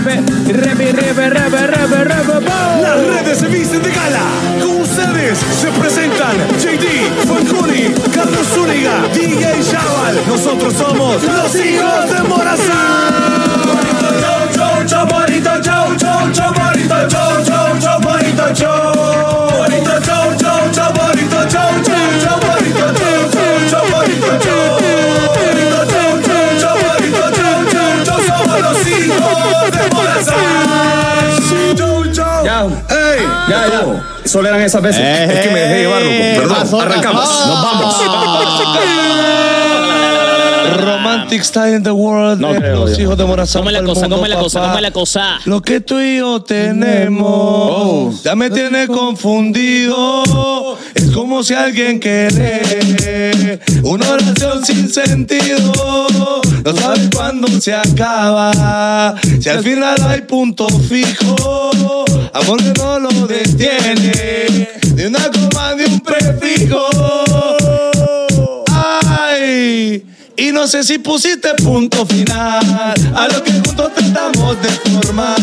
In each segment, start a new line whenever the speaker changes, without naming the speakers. repe, repe, repe, repe, repe, repe, bo.
Las redes se visten de gala. Con ustedes se presentan JD, Falconi, Carlos Zúñiga, DJ Chaval. Nosotros somos los hijos de Morazán. Chau, bonito, chau, chau, chau, bonito, chau, chau, chau, bonito, chau. Bonito, chau, chau, chau, bonito, chau, chau, chau, bonito, chau, chau, chau, bonito, chau. Bonito, chau, chau, chau, bonito, chau, chau, chau, somos los hijos de Morazán. Chau, chau.
Ya, Ah.
¡Ey!
ya, ya. Solo eran esas veces.
Eh,
Es que me dejé llevar, loco. Perdón,
pasó,
arrancamos.
pasó.
Nos vamos.
Romantic Style in the World.
No
eh,
creo,
los
yo.
hijos de Morazán.
Come la
pa'l
cosa,
mundo,
come la cosa,
papá.
come la cosa.
Lo que tú y yo tenemos ya me tiene confundido. Es como si alguien quiere una oración sin sentido. No sabes cuándo se acaba. Si al final hay punto fijo, amor que no lo detiene. De una coma, de un Ah. prefijo. Ay, y no sé si pusiste punto final a lo que juntos tratamos de formar.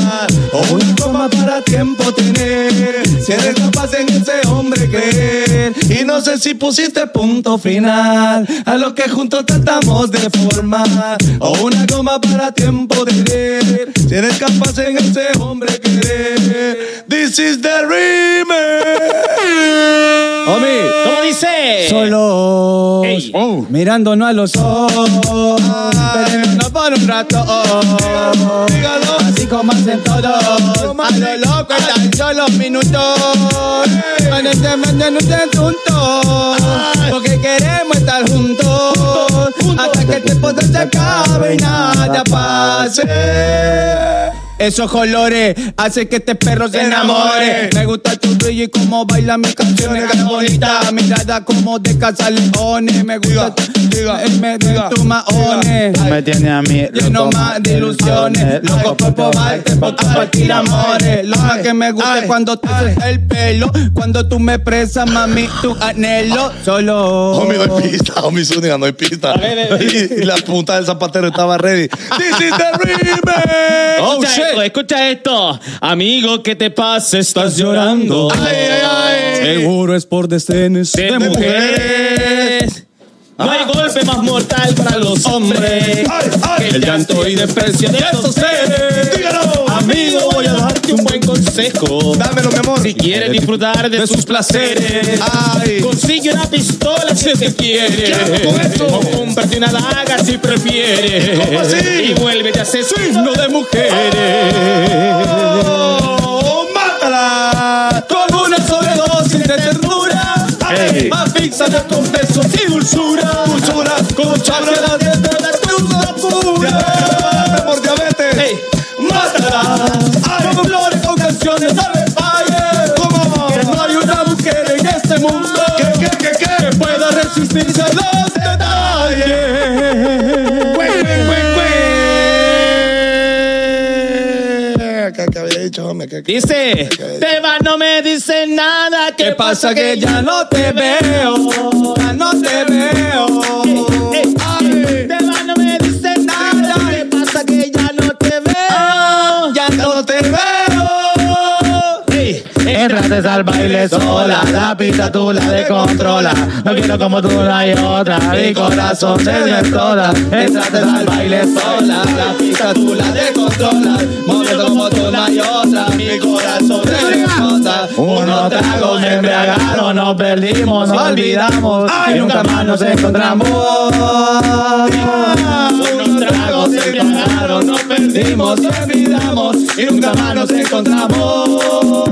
O una coma para tiempo tener. Si eres capaz en ese hombre creer. Y no sé si pusiste punto final a lo que juntos tratamos de formar. O una coma para tiempo tener. Si eres capaz en ese hombre creer. This is the remix.
Homie,
¿Cómo dice?
solo
Ey.
mirándonos a los ojos.
Ay,
Peleándonos por un rato. oh.
dígalo.
Así como hacen todos A lo loco en tan solo minutos Con este man en un asunto Porque queremos estar juntos Hasta que el tiempo se acabe y nada pase esos colores hacen que este perro se enamore. Me gusta tu brillo y cómo baila mis canciones. Qué bonita mirada como de cazaleones. Me gusta
Diga,
tu, me, me-
diga,
tu maones.
Me tiene a mí
Lleno más de ilusiones, loco por probarte, por compartir amores. Lo más que me gusta es cuando te haces el pelo, cuando tú me presas, mami, tu anhelo. Solo.
Homie, no hay Oh, pista, homie Zúñiga, no hay pista. Y, y la punta del zapatero estaba ready. ¡This is the remix!
Oh,
Escucha esto, escucha esto. Amigo, ¿qué te pasa? Estás llorando.
¡Ay, ay, ay!
Seguro es por desdenes
de mujeres. No hay golpe más mortal para los hombres.
¡Ay,
que
ay!
El llanto y desprecio de estos seres.
¡Dígalo!
Amigo, voy a darte un buen consejo.
¡Dámelo, mi amor!
Si quieres disfrutar de sus placeres,
Ay.
consigue una pistola si te quiere.
hago con esto?
O cómprate una daga si prefieres.
¿Cómo así?
Y vuélvete asesino de mujeres.
¡Oh, ¡Mátala!
Con una sobredosis de ternura, más fixada con besos y dulzura.
¡Dulzura!
Con chabrada de la cruz pura.
¡Por diabetes!
Ey, mátala. Con flores, con canciones, ¿sabes? Ay, eh.
¿Cómo?
Que no hay una mujer en este mundo
¿Qué, qué, qué, qué?
que pueda resistirse a los detalles.
¡Güey, güey, güey, güey! ¿Qué, qué había dicho, homie? ¿Qué, qué?
Dice, Teba no me dice nada.
¿Qué pasa que ya no te veo? Ya no te veo.
Teba no me dice nada. ¿Qué pasa que ya no te veo?
Ya no te veo.
Ey,
Entraste al baile sola, la pista tú la descontrola. No quiero como tú no hay otra, mi corazón se destroza. Entraste al baile sola, la pista tú la descontrolas. Moviendo como tú no hay otra, mi corazón se destroza. Unos tragos me embriagaron, nos perdimos, nos olvidamos y nunca más nos encontramos. Unos tragos me embriagaron, nos perdimos, nos olvidamos y nunca más nos encontramos.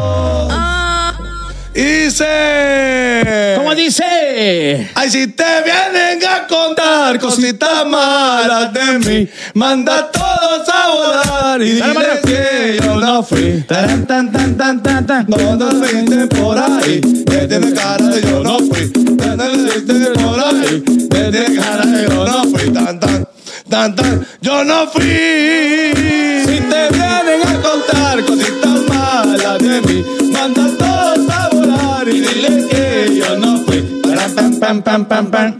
¡Dice!
Ah. ¿Cómo dice?
Ay, si te vienen a contar cositas malas de mí, manda a todos a volar y
Dale,
dile
Mario.
que yo no fui.
Taran, tan, tan, tan, tan, tan.
No nos viste por ahí, que tiene cara de yo no fui. No nos viste por ahí, que tiene cara de yo no fui. Tan, tan, tan, tan, yo no fui. Si te vienen a contar cositas malas de mí, manda a todos a volar y dile que yo no fui. Taran, tan,
Pam, pam, pam, pam.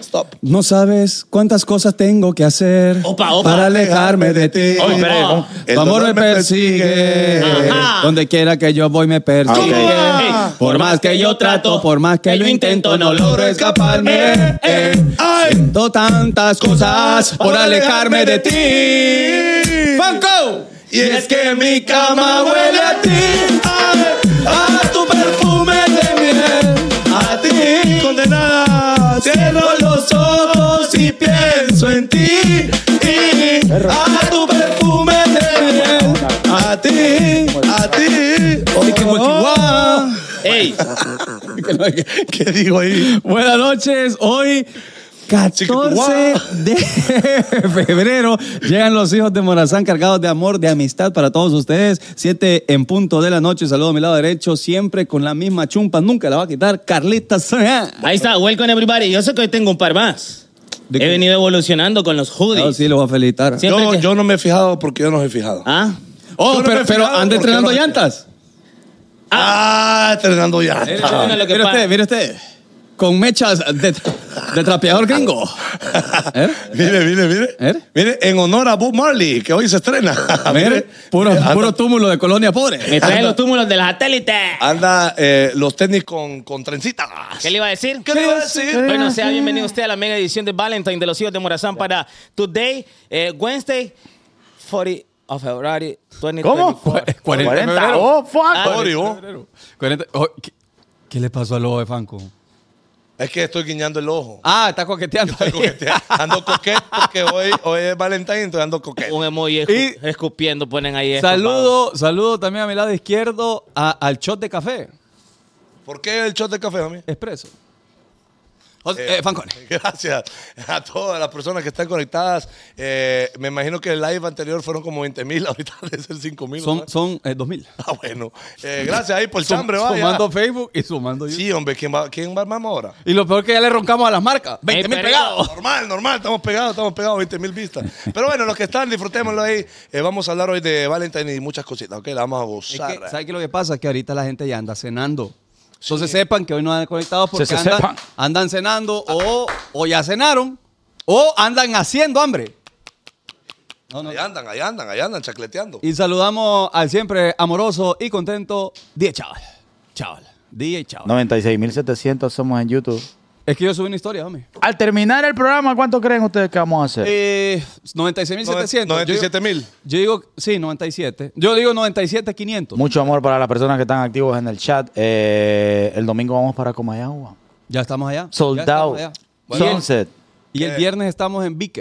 stop.
No sabes cuántas cosas tengo que hacer
Opa, opa.
para alejarme de ti.
Oye, espere, ¿no?
Ah. Tu amor me persigue.
Ajá.
Donde quiera que yo voy me persigue.
Ey,
Por más que yo trato, por más que lo intento, no logro escaparme.
Eh, eh,
Ay, siento tantas
Ah,
cosas por alejarme de ti. ¡Banco!
Y es que mi cama huele a ti, a, a tu perfume de miel, a ti, condenada. Cierro los ojos y pienso en ti, y a tu perfume de miel, a ti, a ti. Oh.
Ey,
¿Qué digo ahí?
Buenas noches, hoy 14 de febrero llegan los hijos de Morazán cargados de amor, de amistad para todos ustedes. Siete en punto de la noche, saludo a mi lado derecho, siempre con la misma chumpa, nunca la va a quitar, Carlita Soria.
ahí está, welcome everybody. Yo sé que hoy tengo un par más.
¿De
He
qué?
venido evolucionando con los
Ah,
hoodies.
sí, lo voy a felicitar.
Siempre
Yo,
que-
yo no me he fijado porque yo no he fijado.
¿Ah?
Oh,
Yo no me
pero,
he
pero
fijado
anda
porque
estrenando
no me-
llantas.
Ah, Fernando ya.
Ah, bueno, lo que
Mire
pasa-
usted, mire usted, con mechas de, de trapeador gringo.
Er.
¿Eh?
Mire, mire, mire.
¿Eh?
Mire, en honor a Bob Marley, que hoy se estrena.
Mire, puro, puro túmulo de colonia pobre.
Me trae los túmulos de la satélite.
Anda eh, los tenis con, con trencitas.
¿Qué le iba a decir?
¿Qué le iba a decir?
Bueno, sea bienvenido usted a la mega edición de Valentine de los hijos de Morazán para Today, eh, Wednesday, 40 of February 2024.
Cu- eh, 40 de
40.
febrero.
Oh, fuck.
Ah,
Sorry, oh.
40 oh, ¿qué, qué le pasó al lobo de Fanco?
Es que estoy guiñando el ojo.
Ah, está coqueteando.
Estoy coqueteando. Ando coquet porque hoy, hoy es Valentín, entonces ando coquet.
Un emoji escu- escupiendo, ponen ahí. escupado.
saludo, saludo también a mi lado izquierdo a- al shot de café
¿Por qué el shot de café, mami?
expreso. José-
Eh,
eh, Fanconi.
Gracias a todas las personas que están conectadas. Eh, me imagino que el live anterior fueron como 20 mil, ahorita debe ser 5 mil.
Son, son eh, 2000.
Ah, bueno. Eh, gracias ahí por el chambre,
Sum-
vaya.
sumando Facebook y sumando YouTube.
Sí, hombre, ¿quién va, quién va armamos ahora?
Y lo peor que ya le roncamos a las marcas. 20 mil
pero-
pegados.
Normal, normal, estamos pegados, estamos pegados, 20 mil vistas. Pero bueno, los que están, disfrutémoslo ahí. Eh, vamos a hablar hoy de Valentine y muchas cositas, ¿ok? La vamos a
Es
gozar.
que, ¿Sabes qué lo que pasa? Que ahorita la gente ya anda cenando. Entonces sepan que hoy no han conectado porque
Se- se
andan,
sepan.
andan cenando o, o ya cenaron o andan haciendo hambre. No, no.
Ahí andan, ahí andan, ahí andan, chacleteando.
Y saludamos al siempre amoroso y contento Die Chaval. Chaval. Die Chaval.
96.700 somos en YouTube.
Es que yo subí una historia, hombre.
Al terminar el programa, ¿cuánto creen ustedes que vamos a hacer?
Eh, 96.700. Yo-
97,000.
Yo digo, sí, 97. Yo digo 97.500.
Mucho amor para las personas que están activos en el chat. Eh, el domingo vamos para Comayagua.
Ya estamos allá. Ya
Sold
estamos
out.
allá.
Sunset.
Y
Eh.
el viernes estamos en BK.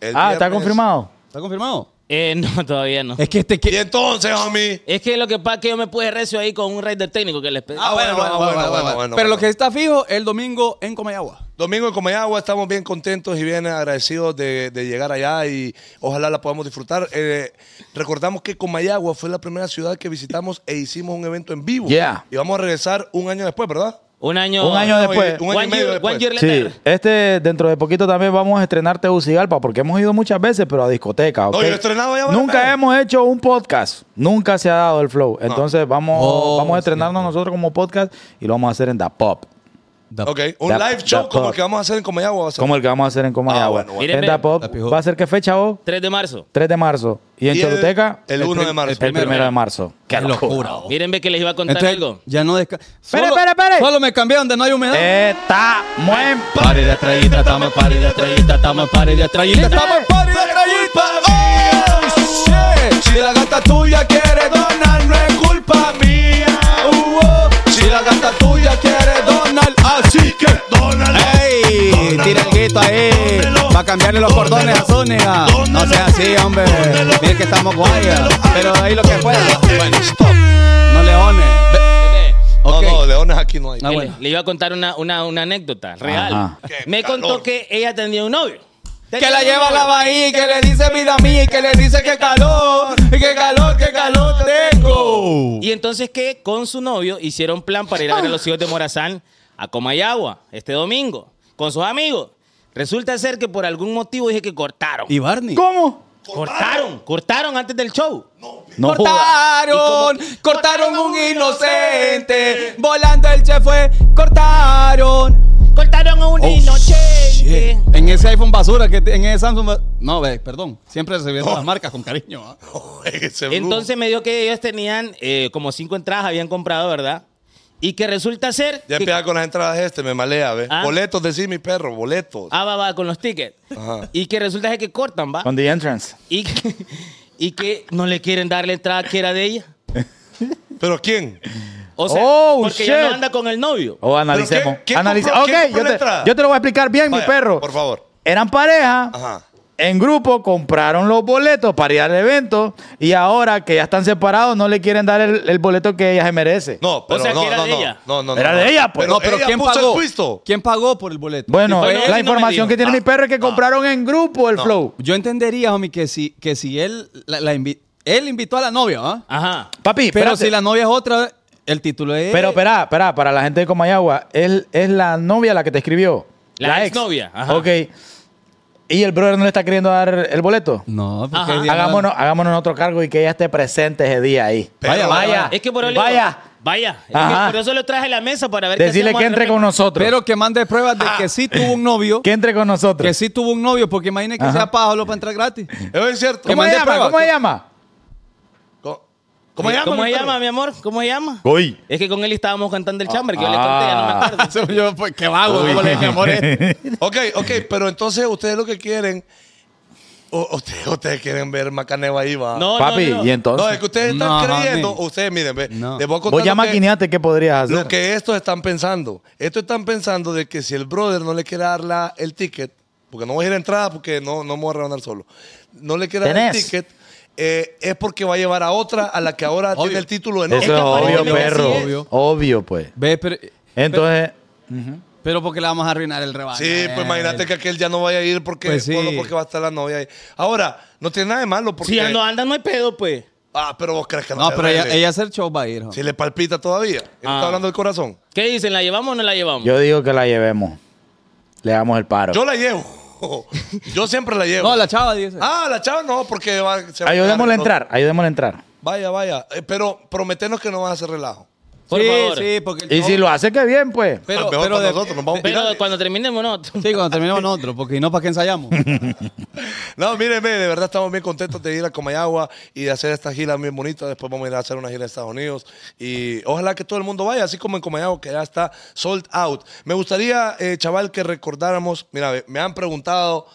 El
Ah, ¿está
viernes-
confirmado?
¿Está confirmado?
Eh, no, todavía no.
Es que este
Y
que...
entonces, homie.
Es que lo que pasa es que yo me puse recio ahí con un raider técnico que les pedí.
Ah, bueno, bueno, bueno, bueno, bueno,
Pero lo
bueno.
que está fijo el domingo en Comayagua.
Domingo en Comayagua, estamos bien contentos y bien agradecidos de, de llegar allá y ojalá la podamos disfrutar. Eh, recordamos que Comayagua fue la primera ciudad que visitamos e hicimos un evento en vivo.
Yeah.
Y vamos a regresar un año después, ¿verdad?
Un año.
Un año
No,
después.
y- un año
one
y medio
year-
después.
one year
Sí,
later.
este dentro de poquito también vamos a estrenar Tegucigalpa porque hemos ido muchas veces, pero a discoteca. ¿ok?
yo he estrenado ya varias
Nunca
veces.
hemos hecho un podcast, nunca se ha dado el flow. Entonces vamos,
Oh,
vamos a estrenarnos nosotros como podcast y lo vamos a hacer en Da Pop,
Ok, un
Da-
live show
da
como el
pop.
que vamos a hacer en Comayagua. va a ser.
como el que vamos a hacer en Comayagua.
Ah, bueno, bueno.
En Da Pop
Da Pijot.
va a ser qué fecha vos?
3 de marzo.
3 de marzo. Y en
Y el-
Choluteca
El 1 de marzo.
el 1 de marzo.
Qué locura.
Miren, ve que les iba a contar
Entonces,
algo.
ya no desca...
Espere,
Solo-
espere, espere.
Solo me cambié donde no hay humedad.
Eh.
Está muy
Party de estrellita, estamos en party de estrellita, estamos en party de estrellita.
Estamos en party de trayita. Oh, yeah. Si la gata tuya quiere donar, no es culpa mía. Uh, oh. Si la gata tuya quiere donar, así que dónalo. ¡Ey! Tira el guito ahí. Va a cambiarle los cordones a Zúñiga. No sea así, hombre. Mire que estamos guayas. Pero ahí lo que pueda. Bueno, no leones.
Ve-
Ok.
No, no, leones aquí no hay.
Ah,
que
bueno.
le, le iba a contar una, una, una anécdota real.
Ajá.
Qué
Me
calor.
contó que ella tenía un novio.
Que la lleva a la bahía y que le dice vida mía y que le dice que calor. Y que calor, que calor tengo.
Y entonces que con su novio hicieron plan para ir a ver a los hijos de Morazán a Comayagua este domingo con sus amigos. Resulta ser que por algún motivo dije que cortaron.
¿Y Barney?
¿Cómo?
cortaron, cortaron antes del show.
No joda.
cortaron, cortaron un inocente. Volando el che fue, cortaron.
Cortaron a un
Oh,
inocente. que.
En ese iPhone basura, que te- en ese Samsung. ba- No, ve, perdón. Siempre recibiendo las marcas con cariño. ¿ah?
Ese brujo.
Entonces me dijo que ellos tenían eh, como cinco entradas, habían comprado, ¿verdad? Y que resulta ser.
Ya
que-
empieza con las entradas este, me malea, ¿ves?
Ah.
Boletos, decís mi perro, boletos.
Ah, va, va, con los tickets.
Ajá.
Y que resulta ser que cortan, va.
On the entrance.
Y que, y que no le quieren dar la entrada que era de ella.
¿Pero quién?
O sea,
Oh,
porque ella
shit.
no anda con el novio.
O Oh, analicemos.
¿Pero qué- qué
Analice-
compró-
Ok,
qué compró
yo
la
te,
entrada?
yo te lo voy a explicar bien,
Vaya,
mi perro.
Por favor.
Eran pareja.
Ajá.
En grupo compraron los boletos para ir al evento y ahora que ya están separados no le quieren dar el, el boleto que ella se merece.
No, pero
sea,
no,
que era
no,
de
no,
ella.
no, no, no,
Era
no.
de ella, pues.
Pero,
no, pero
ella
¿quién
puso
pagó?
el twisto.
¿Quién pagó por el boleto?
Bueno, eh,
Bueno, eso no
la
me
información
dijo.
que tiene
Ah,
mi perro es que
ah.
compraron en grupo el
No.
flow.
Yo entendería, homie, que si, que si él la, la invi- él invitó a la novia, ¿ah?
Ajá.
Papi,
Pero
espérate.
si la novia es otra, el título es.
Eh,
Pero espera, espera, para la gente de Comayagua, es, es la novia la que te escribió.
La exnovia, ajá.
Ok. ¿Y el brother no le está queriendo dar el boleto?
No, porque.
Ajá.
Diana-
Hagámonos, hagámonos otro cargo y que ella esté presente ese día ahí.
Pero-
Vaya, vaya.
Es que por eso le-
Vaya.
Vaya. Es
Ajá.
que por eso lo traje a la mesa para ver qué
Decirle
hacemos
que
al
entre con
respecto.
nosotros.
Pero que mande pruebas de que sí tuvo un novio.
que entre con nosotros.
Que sí tuvo un novio, porque imagínate que
Ajá.
sea Pablo para entrar gratis.
Eso es cierto.
Que
¿Cómo se
mande
llama?
pruebas,
¿Cómo se
tú.
llama?
¿Cómo, cómo llama?
¿Cómo
mi
se
perro?
llama, mi amor? ¿Cómo se llama?
Goy.
Es que con él estábamos cantando el chamber, que yo le conté, ya no me acuerdo.
Ah,
yo, pues, qué vago, ¿cómo le dije, amor?
Ok, ok, pero entonces ustedes lo que quieren. o- ustedes, ustedes quieren ver Macaneo ahí, va.
No,
Papi,
no, no.
y entonces.
No, es que ustedes están
No,
creyendo.
mami.
Ustedes, miren, ve,
No.
les voy a contar
Vos
lo
llama a
que-
Quiniate, ¿qué podrías hacer?
Lo que estos están pensando. Estos están pensando de que si el brother no le quiere dar la- el ticket, porque no voy a ir a entrada porque no, no me voy a rebanar solo. No le quiere dar el
Tenés.
ticket, eh, es porque va a llevar a otra a la que ahora tiene el título de novia.
Eso es,
que aparece
obvio,
lo que
perro.
sí
es.
Obvio. pues.
Ve, pero.
Entonces,
Pero porque le vamos a arruinar el rebaño.
Sí, pues imagínate que aquel ya no vaya a ir porque,
Pues sí.
solo porque va a estar la novia ahí. Ahora, no tiene nada de malo porque.
Si ya no anda, no hay pedo, pues.
Ah, pero vos crees que no.
No,
le
pero ella,
duele.
ella hacer show va a ir. jo.
Si le palpita todavía. Él está
Ah.
hablando del corazón.
¿Qué dicen? ¿La llevamos o no la llevamos?
yo digo que la llevemos. Le damos el paro.
Yo la llevo. Yo siempre la llevo.
No, la chava dice.
Ah, la chava no, porque va, se va a
Ayudémosle a
quedar con
entrar, ayudémosle a entrar.
Vaya, vaya. Eh, pero prometenos que no vas a hacer relajo.
Por
sí,
favor.
sí, porque. el
Y
show-
si lo hace, que bien, pues.
Pero,
Mejor
pero
para
de-
nosotros, nos vamos
Pero
virales.
cuando terminemos, no.
Sí, cuando terminemos nosotros, porque si no, ¿para qué ensayamos?
No, mírenme, de verdad estamos bien contentos de ir a Comayagua y de hacer esta gira bien bonita. Después vamos a ir a hacer una gira en Estados Unidos. Y ojalá que todo el mundo vaya, así como en Comayagua, que ya está sold out. Me gustaría, eh, chaval, que recordáramos. Mira, ve, me han preguntado.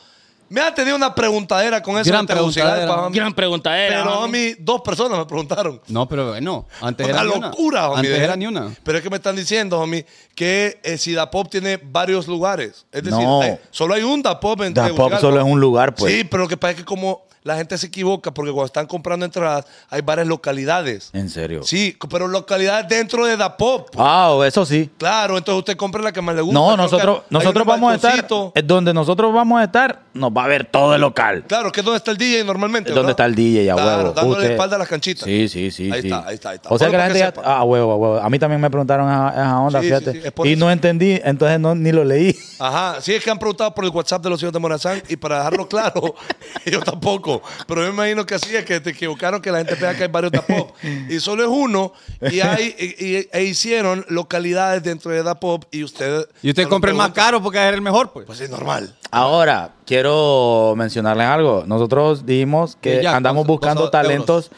Me han tenido una preguntadera con eso.
Gran
de Tegucigalpa,
preguntadera.
mami.
Gran pregunta eh. era.
Pero a
mami.
mí, dos personas me preguntaron.
No, pero bueno, antes
Una
era
locura,
ni una.
homie.
Antes era ni una.
Pero es que me están diciendo, homie, que eh, si Dapop tiene varios lugares. Es decir,
No.
hay- solo hay un Dapop en
Da Pop
Tegucigalpa.
solo es un lugar, pues.
Sí, pero lo que pasa es que como la gente se equivoca porque cuando están comprando entradas hay varias localidades.
En serio.
Sí, pero localidades dentro de Dapop.
Ah, o eso sí.
Claro, entonces usted compra la que más le gusta.
No,
Creo
nosotros,
que hay
nosotros
unos
vamos a estar.
balconcitos.
es Donde nosotros vamos a estar, nos va a ver todo el local.
Claro, que es donde está el DJ normalmente.
Es donde está
¿verdad?
el DJ, a
Claro,
huevo.
dándole
Usted-
espalda a las canchitas.
Sí, sí, sí.
Ahí
sí.
está, ahí está, ahí está.
O sea
Solo
que la
para que
gente ya.
sepa.
Ah, huevo, a huevo. A mí también me preguntaron esa, esa onda,
Sí, sí,
fíjate.
sí, es por
y
eso.
no entendí, entonces no, ni lo leí.
Ajá, sí es que han preguntado por el WhatsApp de los hijos de Morazán y para dejarlo claro, yo tampoco. Pero yo me imagino que así es que te equivocaron que la gente pega que hay varios Dapop y solo es uno y hay y- y- e hicieron localidades dentro de Dapop y ustedes
Y usted
solo
compra el más
preguntan.
caro porque es el mejor, pues.
Pues es normal.
Ahora, quiero mencionarles algo. Nosotros dijimos que
Sí, ya,
andamos
dos-
buscando
dos euros.
talentos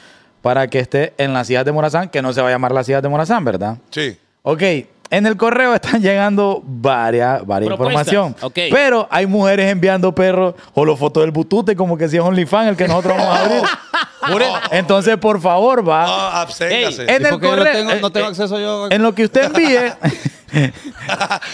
para que esté en las ciudad de Morazán, que no se va a llamar la ciudad de Morazán, ¿verdad?
Sí.
Ok, en el correo están llegando varias, varias
Propuestas,
información.
ok.
Pero hay mujeres enviando perros o los fotos del butute, como que si es OnlyFans el que nosotros vamos a abrir. Por eso- Entonces, por favor, va.
Ah, absténgase.
Ey, en el
porque yo
correo-
no tengo, no
eh,
tengo
eh,
acceso yo.
En lo que usted envíe,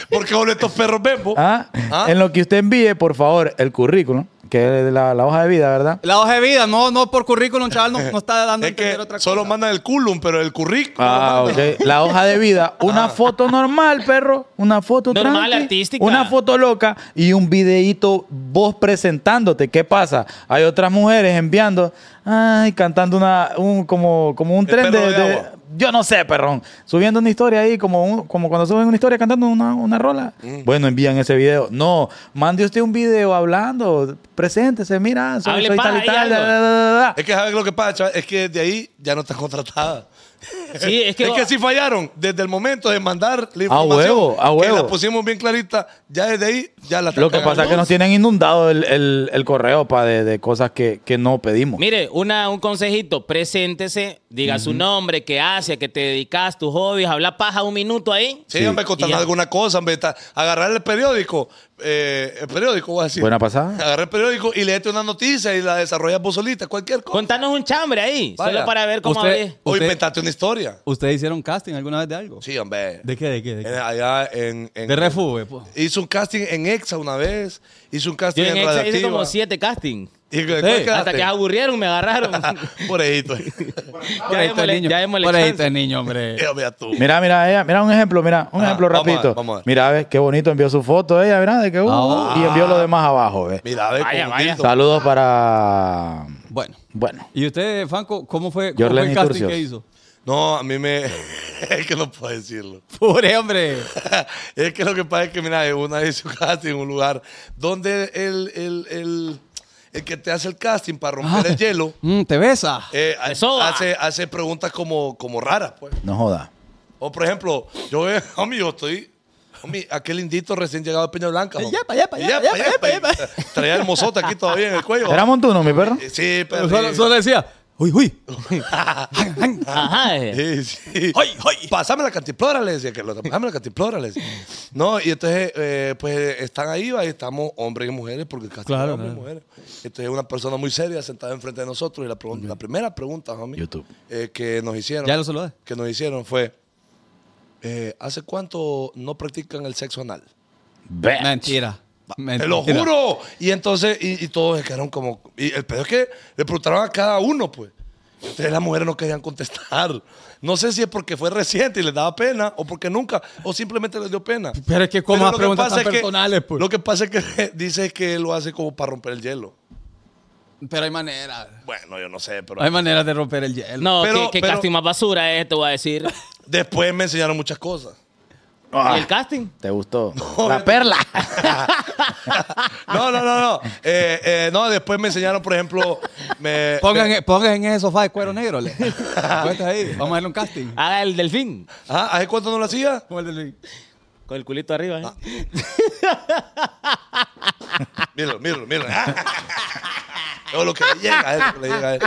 Porque solo estos perros bembos.
ah,
Ah.
en lo que usted envíe, por favor, el currículum, que es la, la hoja de vida, ¿verdad?
La hoja de vida, no, no por currículum, chaval, no, no está dando a
Es que
entender otra cosa.
solo mandan el culum, pero el currículum.
Ah, ok. La hoja de vida.
Ah.
Una foto normal, perro. Una foto
Normal,
tranqui,
artística.
Una foto loca y un videíto vos presentándote. ¿Qué pasa? Hay otras mujeres enviando, ay, cantando una, un, como, como un
El
tren de,
perro de
de-
agua.
Yo no sé, perrón. Subiendo una historia ahí, como, un- como cuando suben una
Mm.
historia cantando una, una rola. Bueno, envían ese video. No, mande usted un video hablando. preséntese, mira, soy,
Hable
soy
paja
tal y
ahí,
tal.
algo.
da, da, da, da.
Es que sabes lo que pasa, chaval? es que de ahí ya no estás contratada.
Sí, es que-
sí fallaron desde el momento de mandar la
A
información.
huevo, a
Que la
huevo.
pusimos bien clarita, ya desde ahí ya la
Lo que pasa es que nos tienen inundado el, el- el correo pa, de, de cosas que, que no pedimos.
Mire, una, un consejito, preséntese, diga su nombre, qué hace, a qué te dedicas, tus hobbies, habla paja un minuto ahí.
Sí, hombre,
Y
contarnos
ya.
alguna cosa, hombre, está- agarrar el periódico, eh, el periódico, voy a decir.
Buena pasada.
Agarrar el periódico y leerte una noticia y la desarrollas vos solita, cualquier cosa.
Contanos un chambre ahí,
Vaya.
solo para ver cómo
Usted-
hablé.
O
Usted-
inventarte una historia.
¿Ustedes hicieron casting alguna vez de algo?
Sí, Eh, hombre.
¿De qué? ¿De qué? ¿De,
En-
qué?
allá en... en
De refugio, po.
Hizo un casting en EXA una vez, hizo un casting
Yo
en,
en Exa hice
Radioactiva.
como siete castings.
¿Y cu- cuál
Hasta
quedaste?
que aburrieron, me agarraron.
Pobrecito.
Por ahí está el
démosle-
niño.
ya démosle
Por ahí
chance.
está el niño, hombre.
Eh, Mira tú.
Mira, mira ella, mira un ejemplo, mira, un
Ajá,
ejemplo
Ah, vamos a ver,
rapidito.
vamos a ver.
Mira, ves, qué bonito envió su foto ella, mira, de que uh,
Ah.
y envió lo demás abajo, ve.
Mira, ve
Vaya,
cómo
vaya.
hizo.
Saludos para
Bueno.
bueno,
¿Y usted, Franco, cómo fue, cómo fue
Jorlen
el casting
Iturcios.
que hizo?
No, a mí me... es que no puedo decirlo.
Pobre hombre.
es que lo que pasa es que, mira, una vez hice un casting en un lugar donde el, el, el, el que te hace el casting para romper el hielo
Mm, te besa.
eh,
De soda.
hace, hace preguntas como, como raras, pues.
no joda.
O, por ejemplo, yo veo, homie, yo estoy... Homie, aquel lindito recién llegado de Peña Blanca. homie. Eh,
Yepa, yepa, yepa,
Yepa,
yepa,
yepa.
yepa.
Traía el mozote aquí todavía en el cuello.
¿Era Montuno, mi perro?
Eh, Sí, pero...
Solo, solo decía, uy, uy.
Ajá. eh.
Sí, sí. Pásame la cantiplora, le decía que lo Pásame la cantiplora, le decía. No, y entonces, eh, pues están ahí, ahí estamos hombres y mujeres, porque casi
Claro,
hombres y mujeres. Entonces, una persona muy seria sentada enfrente de nosotros, y la, pregunta, la primera pregunta, homie,
YouTube.
eh, que nos hicieron,
Ya lo saludé.
que nos hicieron fue: eh, ¿Hace cuánto no practican el sexo anal?
Ve.
Mentira.
¡Te lo
Mentira.
juro! Y entonces, y, y todos se quedaron como. Y el pedo es que le preguntaron a cada uno, pues. Entonces las mujeres no querían contestar. No sé si es porque fue reciente y les daba pena, o porque nunca, o simplemente les dio pena.
Pero es que como las
lo
preguntas
pasa
tan
es que-
personales, pues.
Lo que pasa es que dice que lo hace como para romper el hielo.
Pero hay manera.
Bueno, yo no sé, pero.
Hay maneras de romper el hielo.
No,
Pero-
qué, qué
pero-
casting más basura es, te voy a decir.
Después me enseñaron muchas cosas. Ah.
¿Y el casting?
Ah, ¿Te gustó? La perla.
No, no, no, no. Eh, eh, no, después me enseñaron, por ejemplo. Me,
Pongan,
me-
pongan en ese sofá de cuero negro. Le. Cuenta ahí. Vamos a darle un casting.
Haga el delfín.
Ah, ¿Hace cuánto no lo hacía?
Como el de Luis.
Con el culito arriba.
Ah.
eh.
Míralo, míralo, míralo. Es lo que le llega a él, lo que le llega a él.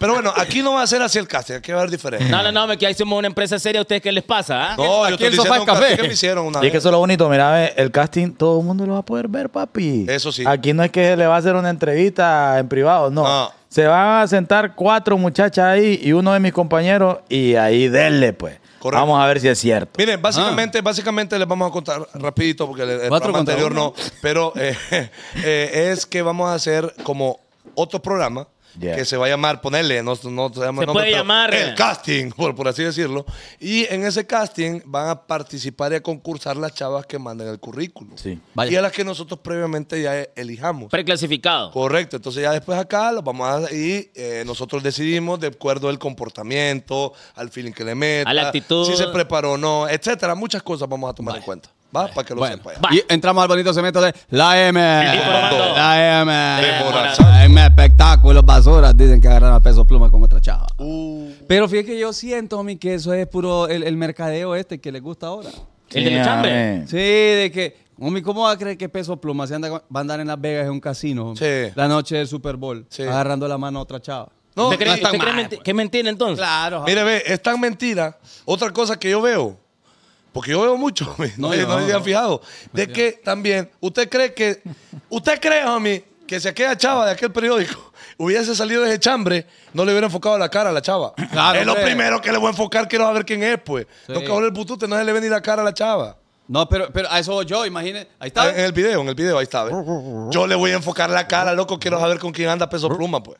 Pero bueno, aquí no va a ser así el casting, aquí va a haber diferente.
No, no, no, me que ahí somos una empresa seria. ¿Ustedes qué les pasa? ah?
No, yo
Aquí
estoy
el
diciendo
sofá
un
es café.
casting que me hicieron una
Y es que
vez.
eso es lo bonito, mira, ve, el casting todo el mundo lo va a poder ver, papi.
Eso sí.
Aquí no es que le va a hacer una entrevista en privado, no.
No.
Se van a sentar cuatro muchachas ahí y uno de mis compañeros y ahí denle, pues.
Correcto.
Vamos a ver si es cierto.
Miren,
Ah.
básicamente, básicamente les vamos a contar rapidito porque el, el
Cuatro
programa
contra
anterior
uno.
no, pero eh, eh, es que vamos a hacer como otro programa
Yeah.
que se va a llamar, ponerle, no, no se llama
Se
nombre,
puede
pero
llamar,
el
eh.
casting, por, por así decirlo. Y en ese casting van a participar y a concursar las chavas que manden el currículum.
Sí.
Vaya.
Y a las que nosotros previamente ya eh, elijamos.
Preclasificado.
Correcto, entonces ya después acá los vamos a y eh, nosotros decidimos de acuerdo al comportamiento, al feeling que le meta,
A la actitud.
si se preparó o no, etcétera, muchas cosas vamos a tomar en cuenta, ¿va? Para que lo
Bueno,
sepa. ya.
Va.
y entramos al bonito cemento de la M.
Informando.
La M.
Demorazón.
La M espectáculos, basuras. Dicen que agarraron a peso pluma con otra chava.
Uh.
Pero fíjate que yo siento, homie, que eso es puro el, el mercadeo este que les gusta ahora.
El de los chambres.
amén.
Sí, de que, homie, ¿cómo va a creer que peso pluma se anda, va a andar en Las Vegas en un casino? homie?
Sí.
La noche del Super Bowl.
Sí.
Agarrando la mano a otra chava.
No,
¿Usted cree,
no está
usted cree
mal, pues.
menti- que es mentira entonces?
Claro.
Mire, ve, es tan mentira. Otra cosa que yo veo, porque yo veo mucho, homie, no,
No, yo
no,
no,
se han
no.
fijado, de que también, ¿usted cree que, usted cree, homie, que si aquella chava de aquel periódico hubiese salido de ese chambre, no le hubiera enfocado la cara a la chava?
Claro,
es lo
hombre.
primero que le voy a enfocar, quiero saber quién es, pues.
Sí.
No que ahora el butute no se le ve ni la cara a la chava.
No, pero, pero a eso voy yo, imagínate. Ahí está.
Ah, En el video, en el video, ahí está, ¿ve? Yo le voy a enfocar la cara, loco, quiero saber con quién anda peso pluma, pues.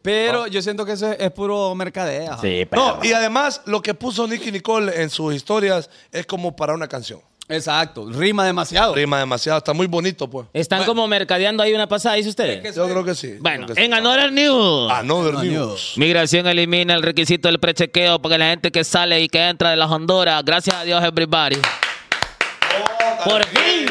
Pero yo siento que eso es, es puro mercadeo.
Sí,
No,
pero.
y además, lo que puso Nicky Nicole en sus historias es como para una canción.
Exacto. Rima demasiado.
Rima demasiado, está muy bonito, pues.
Están como mercadeando ahí una pasada, dice usted.
que-
Yo creo que sí.
bueno,
creo que sí. Ah,
en honor al news.
Another
Another
News.
Migración elimina el requisito del prechequeo porque la gente que sale y que entra de las Honduras, gracias a Dios, everybody. Oh, Por fin.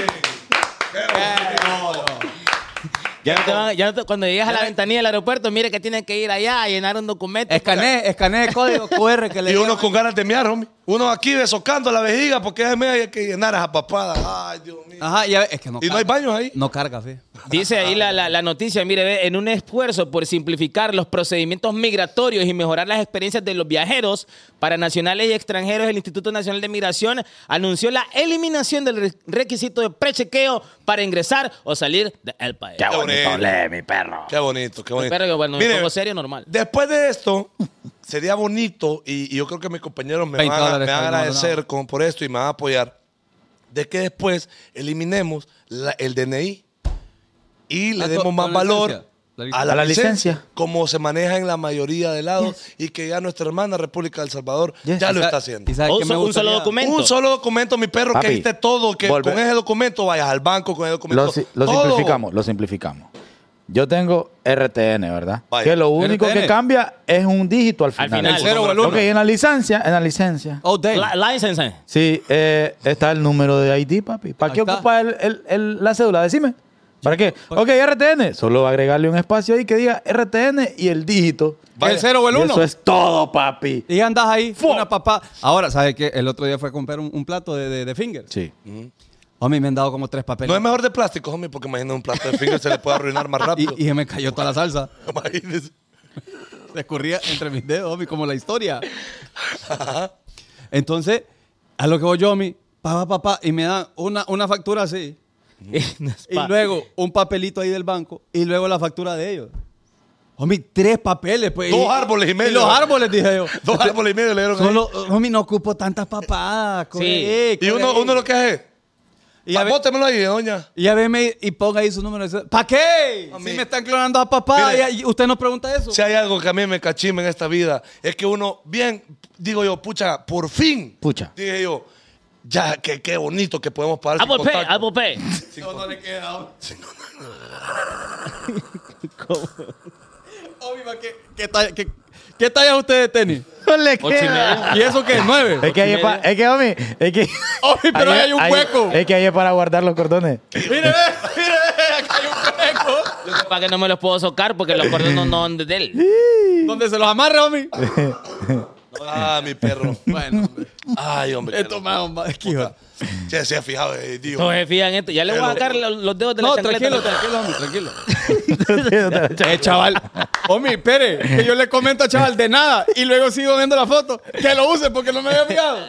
Ya no te van- ya no te- cuando llegues a la ventanilla del aeropuerto, mire que tienes que ir allá a llenar un documento.
Escaneé, escaneé el código QR que le
Y uno
llevan.
con ganas de miar, homie. Uno aquí besocando la vejiga porque es media que llenar esa papada. Ay, Dios
Ah,
mío.
Ajá, y a ver, es que no
Y no hay
carga.
baños ahí.
No carga, fe.
Dice ahí la, la- la noticia, mire, ve, en un esfuerzo por simplificar los procedimientos migratorios y mejorar las experiencias de los viajeros para nacionales y extranjeros, el Instituto Nacional de Migración anunció la eliminación del re- requisito de prechequeo para ingresar o salir del país.
Qué bonito, mi perro. Qué bonito, qué bonito.
Pero que bueno, me
Mire,
pongo serio, normal.
Después de esto, sería bonito, y, y yo creo que mis compañeros me
20
van a,
dólares
me van a
cada uno,
agradecer con- por esto y me van a apoyar, de que después eliminemos la- el DNI y le
Ah,
demos
con-
más
con la
valor
licencia, la
a
licencia.
la,
A la
licencia,
licencia.
como se maneja en la mayoría de lados, y que ya nuestra hermana República del Salvador
Yes.
ya lo
Sa-
está haciendo.
¿Y sabes
Un
qué
so-
me
Oh, un solo
gustaría?
documento.
Un solo documento, mi perro,
Papi,
que viste todo, que
volve-
con ese documento vayas al banco, con ese documento.
Lo, si- lo
todo.
simplificamos, lo simplificamos. Yo tengo RTN, ¿verdad?
Vaya.
Que lo único
RTN.
que cambia es un dígito al
Al
final.
final.
El cero o el
Ok,
uno.
en la licencia, en la licencia.
Oh, damn.
La- license.
Sí, eh, está el número de ID, papi. ¿Para
Ahí
qué
está.
ocupa el- el- el- la cédula? Decime. ¿Para qué? Ok, RTN. Solo agregarle un espacio ahí que diga RTN y el dígito.
¿El 0 o el
Y
1?
Eso es todo, papi.
Y andas ahí, una papá. Ahora, ¿sabes qué? El otro día fue a comprar un, un plato de, de, de fingers.
Sí.
Homie, me han dado como tres papeles.
No es mejor de plástico, homie, porque imagínate un plato de fingers se le puede arruinar más rápido.
y, y se me cayó toda la salsa.
Imagínese.
Se escurría entre mis dedos, homie, como la historia. Entonces, a lo que voy yo, homie, papá, papá, y me dan una, una factura así. Y luego un papelito ahí del banco y luego la factura de ellos. Homie, tres papeles, pues.
Dos árboles y medio.
los árboles, dije yo.
Dos árboles y medio le dieron ahí.
Solo, homie, no ocupo tantas papadas. coge,
Sí.
eh,
Y
coge
uno,
ahí.
uno lo que hace
Y a
es,
ver-
bótemelo ahí, doña.
Y a ver, me- y ponga ahí su número. ¿Para qué? Si
Homie.
me están clonando a papá,
Mire.
y- y usted nos pregunta eso.
Si hay algo que a mí me cachima en esta vida, es que uno, bien, digo yo, pucha, por fin.
Pucha.
Dije yo, ya, que qué bonito que podemos pagar sin
Apple Pay,
contacto.
Apple Pay.
Sin contacto.
Homie, ¿pa' ¿qué, qué, talla, qué- qué talla usted de tenis?
No le
Ocho y
queda.
medio.
¿Y eso qué? ¿Nueve?
Es que, ahí es, pa- es que, homie, es que...
Homie, pero ahí hay un hueco.
Es que ahí es para guardar los cordones.
Mire, ve, mire, ve, acá hay un hueco.
Para que no me los puedo socar porque los cordones no son de él.
Donde se los amarra, homie.
Ah, mi perro.
Bueno, hombre,
Ay, hombre. qué
esto más, hombre, es que hijo.
loco. Ya se ha fijado, eh, digo.
Entonces, fíjate esto. Ya le voy a sacar lo- los dedos de la
No,
chancleta.
tranquilo, tranquilo, homie, tranquilo. Eh, chaval. Homie, espere, que yo le comento a chaval de nada y luego sigo viendo la foto. Que lo use porque no me había fijado.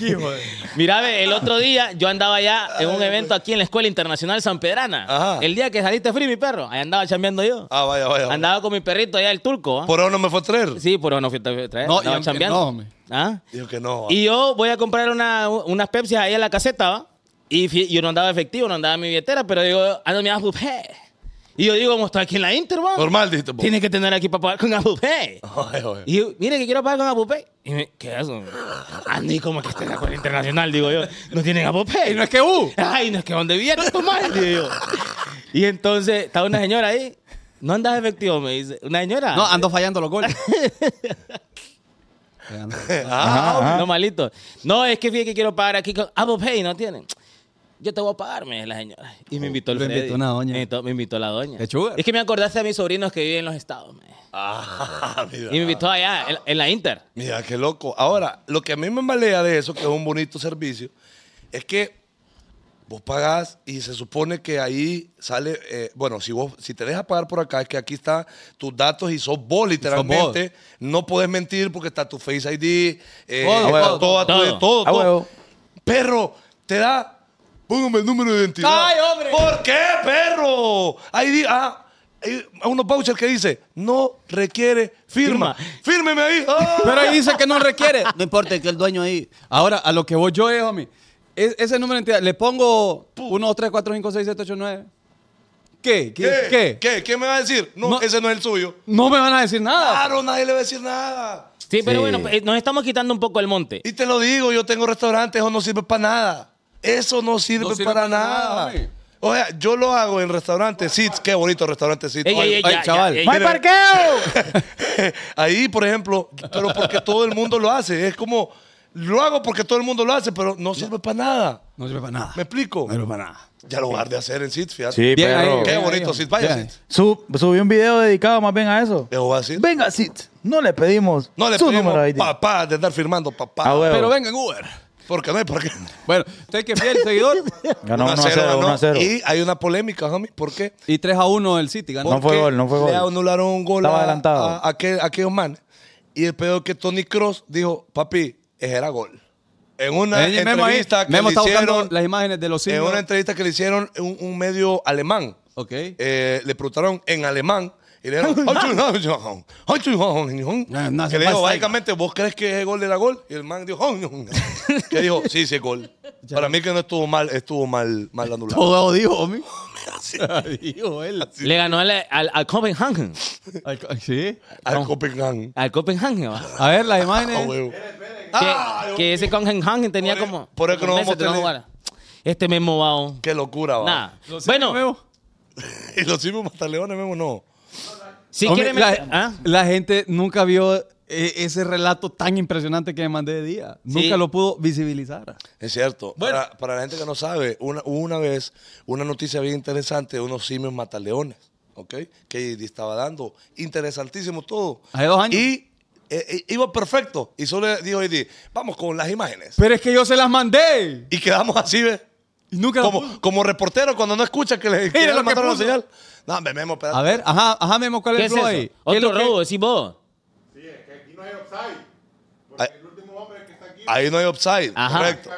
Hijo de...
Mira, ve, el otro día yo andaba allá en un evento aquí en la Escuela Internacional San Pedrana.
Ajá.
El día que saliste free, mi perro. Ahí andaba chambeando yo.
Ah, vaya, vaya. vaya.
andaba con mi perrito allá, el turco. ¿ah?
Por ahora no me fue a traer.
Sí, por eso no fui a traer.
No, y
andaba
aunque
chambeando.
no, hombre.
¿Ah?
Digo que no.
Y yo voy a comprar una- unas Pepsi ahí en la caseta, ¿va? Y fi- yo no andaba efectivo, no andaba mi billetera, pero digo, ando mi Apple Pay. Y yo digo, como estoy aquí en la Inter, ¿va?
Normal, dijiste. vos.
Tienes que tener aquí para pagar con Apple Pay.
Ay, oye.
Y yo, mire que quiero pagar con Apple Pay. Y me, ¿qué es eso? Andy, como que está en la escuela internacional, digo yo. No tienen Apple Pay.
Y no es que uh.
Ay, no es que donde viene tu madre, digo yo. Y entonces, estaba una señora ahí. No andas efectivo, me dice. Una señora.
No, ando fallando los goles.
Ah,
No, malito. No, es que fíjate que quiero pagar aquí con Apple Pay, ¿no tienen? Yo te voy a pagar, me dice la señora. Y me invitó el
Lo Oh, invitó
Freddy.
una doña.
Me invitó, me invitó la doña.
Qué sugar.
Es que me acordaste a mis sobrinos que viven en los estados, me dice.
ah, mira.
Y me invitó allá, en, en la Inter.
Mira, qué loco. Ahora, lo que a mí me malea de eso, que es un bonito servicio, es que vos pagás y se supone que ahí sale, eh, bueno, si vos, si te dejas pagar por acá, es que aquí está tus datos y sos vos literalmente. No podés mentir porque está tu Face ID, eh,
Todo,
está
todo,
toda tu-
todo.
todo,
A
todo.
huevo.
Perro, te da. Póngame el número de identidad.
¡Ay, hombre!
¿Por qué, perro? Ahí di, ah, hay unos vouchers que dice, no requiere firma. Fírmeme ahí. ¡Ah!
Pero ahí dice que no requiere. No importa, que el dueño ahí. Ahora, a lo que voy yo es, homie. es- ese número de entidad, le pongo 1, 2, 3, 4, 5, 6, 7, 8, 9. ¿Qué? ¿Qué?
¿Qué?
¿Qué?
¿Qué? ¿Qué me va a decir? No,
No.
ese no es el suyo.
No me van a decir nada.
Claro, nadie le va a decir nada.
Sí, pero
Sí.
bueno, eh, nos estamos quitando un poco el monte.
Y te lo digo, yo tengo restaurantes, eso no sirve para nada. Eso no sirve,
No sirve
para,
para nada,
nada.
hombre.
o sea, yo lo hago en restaurantes Sits, qué bonito restaurante Sits.
Ey, ey, ey,
ay,
ya,
chaval.
ya, ey,
¡No hay
mira,
parqueo!
Ahí, por ejemplo, pero porque todo el mundo lo hace. Es como, lo hago porque todo el mundo lo hace, pero no sirve para nada.
No sirve para nada.
¿Me explico?
No sirve para nada.
Ya lo guardé a hacer el Cid, fíjate.
Sí,
Bien
perro.
ahí,
Qué
bien
bonito,
ahí.
Cid. Vaya,
Bien.
Cid.
Sub- subí un video dedicado más bien a eso.
Dejó a Cid.
Venga, Sid, no le pedimos
No le
su
pedimos
número de ID.
papá de andar firmando papá.
A Ah, huevo.
Pero venga en Uber.
Porque no hay por qué.
Bueno, usted que es fiel seguidor.
Ganó 1 a 0,
ganó.
1 a 0.
Y hay una polémica, homie. ¿Por qué?
Y 3 a 1 el City ganó.
No fue
Porque
gol, no fue gol.
Le anularon un gol
Estaba
a,
adelantado.
a- a aquel, a aquellos manes. Y el peor que Tony Cross dijo, papi, ese era gol. En una
Eh, Memo ahí,
entrevista que
Memo
le
está buscando
hicieron...
las imágenes de los
En
signos.
una entrevista que le hicieron un, un medio alemán,
Ok.
eh, le preguntaron en alemán y le dijeron, que le dijo, básicamente, ¿vos crees que ese gol era gol? Y el man dijo, que dijo, sí, sí, es gol. Para mí que no estuvo mal, estuvo mal, mal anulado.
Todo dijo, homie.
Así,
Dijo él.
Le ganó al, al, al Copenhagen.
Ay, co- Sí.
Al Copenhagen.
Al Copenhagen, va.
A ver las
Ah,
imágenes.
huevo.
Que,
Ah,
que ese Copenhagen tenía
Por e-
como.
por eso que no vamos
meses
a
de
tener-
jugar. Este Memo va.
Qué
Ah,
locura, va.
Nada.
Los signos,
Bueno,
Memo.
Y los simios mataleones mismo no.
si
Homie,
quiere
la,
meter. ¿Ah?
la gente nunca vio eh, ese relato tan impresionante que me mandé de día.
Sí.
Nunca lo pudo visibilizar.
Es cierto. Para, para la gente que no sabe, una, hubo una vez una noticia bien interesante de unos simios mataleones, ¿ok? Que Didi estaba dando. Interesantísimo todo.
Hace dos años.
Y eh, eh, iba perfecto. Y solo dijo Didi, vamos con las imágenes.
Pero es que yo se las mandé.
y quedamos así, ¿ves?
Y nunca las pudo.
Como, como reportero cuando no escucha que le, que
Mira
le
lo que
mandaron la
puso.
señal. No, me memo, espérate.
A ver, ajá, ajá, Memo, ¿cuál
¿Qué
es
es
el flow
eso?
ahí? ¿Qué es
Otro
lo que-
robo, decís vos.
Ahí no hay offside.
Ajá.
Correcto.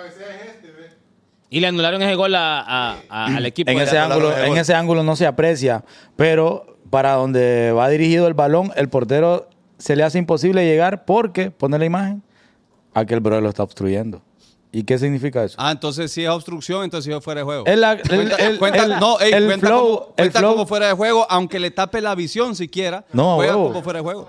Y le anularon ese gol a- a- a- al equipo.
En
de
ese,
la-
ángulo,
pelota de
en
gol.
ese ángulo no se aprecia, pero para donde va dirigido el balón, el portero se le hace imposible llegar porque, pone la imagen, aquel brother lo está obstruyendo. ¿Y qué significa eso?
Ah, entonces si es obstrucción, entonces yo fuera de juego.
El- el-
Cuenta-
el-
cuenta-
el-
no, ey,
el
cuenta
flow-
como,
el
cuenta
flow.
como fuera de juego, aunque le tape la visión siquiera.
No,
juega
huevo.
como fuera de juego.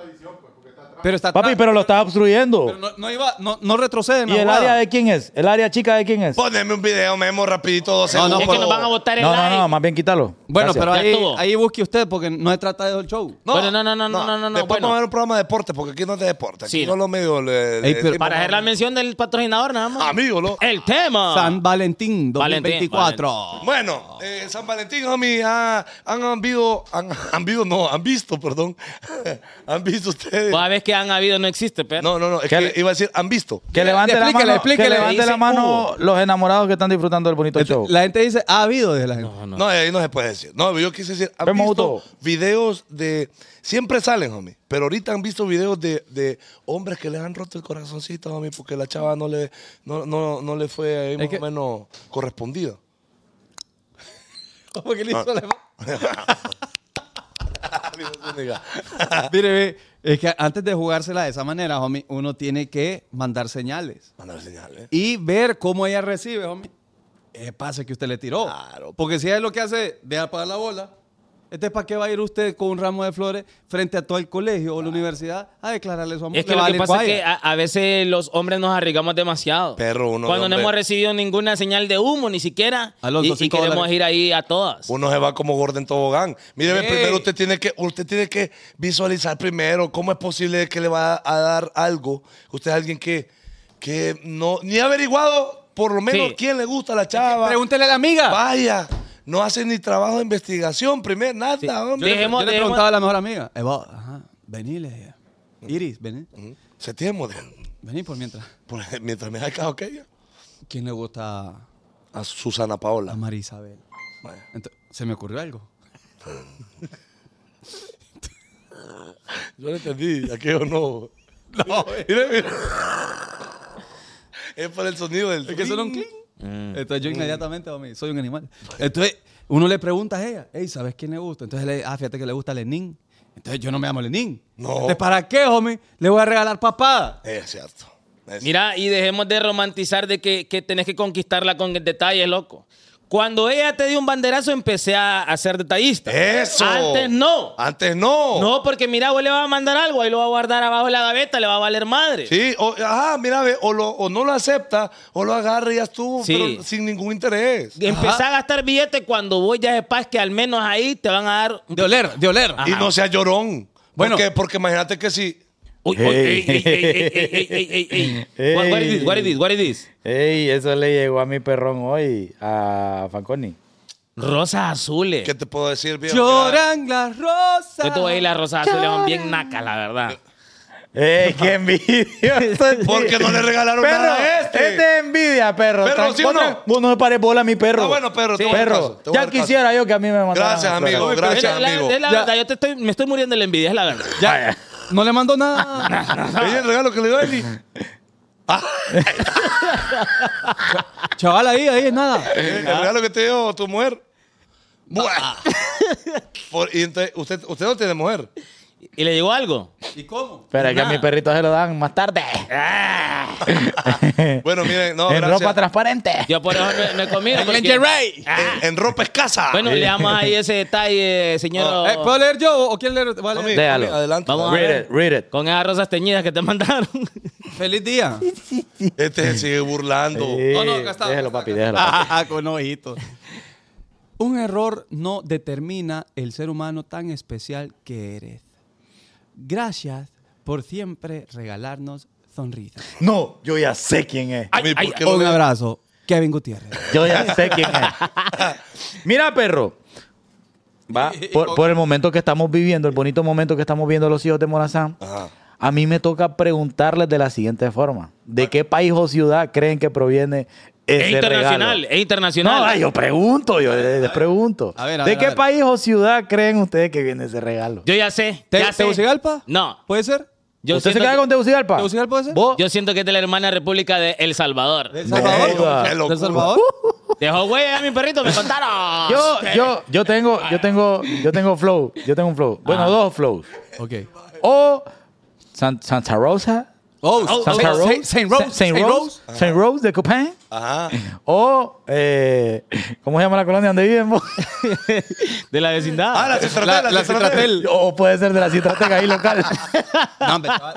Pero está
Papi,
atrás.
pero lo está obstruyendo.
Pero no, no iba, no, no retrocede. en
¿Y
la
el
jugada.
área de quién es? ¿El área chica de quién es?
Poneme un video, memo, rapidito, dos
No, no,
segundos.
Es que nos van a botar el
No, no,
like.
no, más bien quítalo.
Bueno,
Gracias.
pero
Ya
ahí,
estuvo.
ahí busque usted porque no se trata de el show.
Bueno, no, no, no, no, no, no, no,
Después
bueno.
vamos a ver un programa de deporte, porque aquí no es de deporte. Aquí
Sí.
no lo medio le, le
Ey, pero
decimos,
Para hacer la Eh.
¿no?
mención del patrocinador, nada más.
Amigo, ¿no?
El tema.
San Valentín
Ah. Valentín,
2024.
Bueno, eh, San Valentín, homie, ah, han, habido, han, han habido, no, han visto, perdón. han visto ustedes.
Cada vez que han habido no existe, pero.
No, no, no, es
¿Qué
que
le-
iba a decir, han visto.
Que levante la
Explíquele,
mano,
explíquele.
que levante
Dice
la mano los enamorados que están disfrutando del bonito
Este,
show.
La gente dice, ha habido de la gente.
No, ahí no se puede decir. No, yo quise decir, han
Vemos
visto
todo.
videos de. Siempre salen, homie. Pero ahorita han visto videos de, de hombres que les han roto el corazoncito, homie, porque la chava no le, no, no, no le fue ahí más
que-
o menos correspondida.
¿Cómo que le hizo la-
Zúñiga.
Mire, ve, es que antes de jugársela de esa manera, homie, uno tiene que mandar señales
Mandar señales.
y ver cómo ella recibe, homie, el pase que usted le tiró.
Claro.
Porque si ella lo que hace, deja pagar la bola. Este es para qué va a ir usted con un ramo de flores frente a todo el colegio o la universidad a declararle su amor.
Es que
Le
lo
va a
que
valer
pasa es que
guaya.
a, a veces los hombres nos arriesgamos demasiado.
Perro, uno de
Cuando no
hombre.
hemos recibido ninguna señal de humo, ni siquiera.
Alonso,
y, y
cinco
queremos
dólares.
ir ahí a todas.
Uno se va como Gordon Tobogán. Mire, ve,
Ey.
primero usted tiene, que, usted tiene que visualizar primero cómo es posible que le va a dar algo. Usted es alguien que, que no, ni ha averiguado por lo menos
Sí.
quién le gusta a la chava.
Pregúntele a la amiga.
Vaya, no hace ni trabajo de investigación primero, nada,
Yo
hombre.
le,
Dejemos-
yo le
dejemos-
preguntaba a la mejor amiga. "Eh, vos, ajá, vení, le dije. Iris, vení.
Se tiempo de,
Vení por mientras.
por- mientras me da caso que ella.
¿Quién le gusta
A Susana
a
Paola.
María Isabel?
Vaya.
Ento- se me ocurrió algo.
Yo no entendí, aquello no. No, mira, mira. Es por el sonido del.
Es que solo un clic.
Mm.
Entonces yo inmediatamente, homie, soy un animal. Entonces uno le pregunta a ella, hey, ¿sabes quién le gusta? Entonces le ah, fíjate que le gusta Lenin. Entonces yo no me llamo Lenin.
No.
Entonces, ¿para qué, homie? Le voy a regalar papada.
Es cierto. Es-
Mira, y dejemos de romantizar de que, que tenés que conquistarla con detalles, loco. Cuando ella te dio un banderazo, empecé a, a ser detallista.
Eso.
Antes no.
Antes no.
No, porque mira, vos le vas a mandar algo, ahí lo va a guardar abajo de la gaveta, le va a valer madre.
Sí, o, ajá, mira, ve, o, lo, o no lo acepta, o lo agarra y ya estuvo,
Sí.
pero sin ningún interés.
Empezá
Ajá.
a gastar billetes cuando vos ya sepas que al menos ahí te van a dar.
De oler, de oler.
Ah.
Y
Ajá.
no sea llorón.
Bueno.
Porque, porque imagínate que si.
Uy, uy, ey, ey, ey, ey, ey, ey, ey, ey, ey. What- what is this? What is this? What is this?
Ey, eso le llegó a mi perrón hoy, a Fanconi.
Rosas azules.
¿Qué te puedo decir, viejo?
Lloran las rosas.
Yo te voy a ir las rosas azules, son bien nacas, la verdad.
¡Ey, qué envidia!
Porque no le regalaron
perro,
nada a este.
este. es envidia, perro.
Perro,
Tran-
¿sí o no?
otra- Vos no me pares bola a mi perro.
Ah, bueno, perro, te voy a dar caso,
Perro,
te voy a
ya
dar caso.
quisiera yo que a mí me mataran.
Gracias,
a perro.
amigo.
Es
Gracias,
la-
amigo.
es la
Ya.
verdad, yo te estoy, me estoy muriendo de la envidia, es la verdad.
Vaya.
No le mando nada.
Ella el regalo que le doy ni-
Chaval, ahí, ahí es nada.
El regalo que te dio tu mujer. Buah. Por- y entonces, usted, usted no tiene mujer.
¿Y le llegó algo?
¿Y cómo?
Espera, que a
Nada.
mi perrito se lo dan más tarde.
Bueno, miren, no,
en
gracias.
ropa transparente.
Yo por eso no, no he comido. porque-
En, en ropa escasa.
Ah. Bueno, le damos ahí ese detalle,
Oh.
señor.
Eh, ¿Puedo leer yo o o quién leer? Voy a
Mami,
leer.
mami,
Déjalo.
adelante.
Vamos a
Read
ver.
it, read it.
Con esas rosas teñidas que te mandaron.
Feliz día.
Este se sigue burlando.
No, no,
Sí,
acá está, acá
Déjalo,
está,
papi,
acá
déjalo. papi.
Ah, con ojitos. Un error no determina el ser humano tan especial que eres. Gracias por siempre regalarnos sonrisas.
No, yo ya sé quién es.
Mami, ¿por
ay,
qué lo
Un
ve?
abrazo, Kevin Gutiérrez.
Yo ya sé quién es. Mira, perro. Va, por, por el momento que estamos viviendo, el bonito momento que estamos viendo los hijos de Morazán,
Ajá.
a mí me toca preguntarles de la siguiente forma. ¿De qué país o ciudad creen que proviene ese
Es internacional,
regalo?
es internacional.
No, ay, yo pregunto, yo les, les pregunto.
A ver, a
¿De
ver,
qué
a ver.
país o ciudad creen ustedes que viene ese regalo?
Yo ya sé.
¿Te,
ya sé.
¿Tegucigalpa?
No.
¿Puede ser?
Yo
¿Usted se
siento
queda
que-
con Tegucigalpa?
¿Tegucigalpa puede ser?
¿Vos?
Yo siento que es de la hermana república de El Salvador.
¿El
No,
Salvador?
duda.
qué locura.
¿El Salvador?
Dejó güey a mi perrito, me contaron.
Yo, yo, yo tengo, yo tengo, yo tengo flow, yo tengo un flow. Bueno, dos flows.
Ok.
O San- Santa Rosa,
Oh,
Oh,
Saint-
Santa
Saint-
Rose,
Saint- Saint Rose.
Saint Rose, Saint Rose de Copán.
Ajá.
O, eh, ¿cómo se llama la colonia donde viven? vos?
De la vecindad.
Ah, la
La,
citratel,
la Citratel.
o puede ser de la citrateca ahí local.
No, hombre, chaval.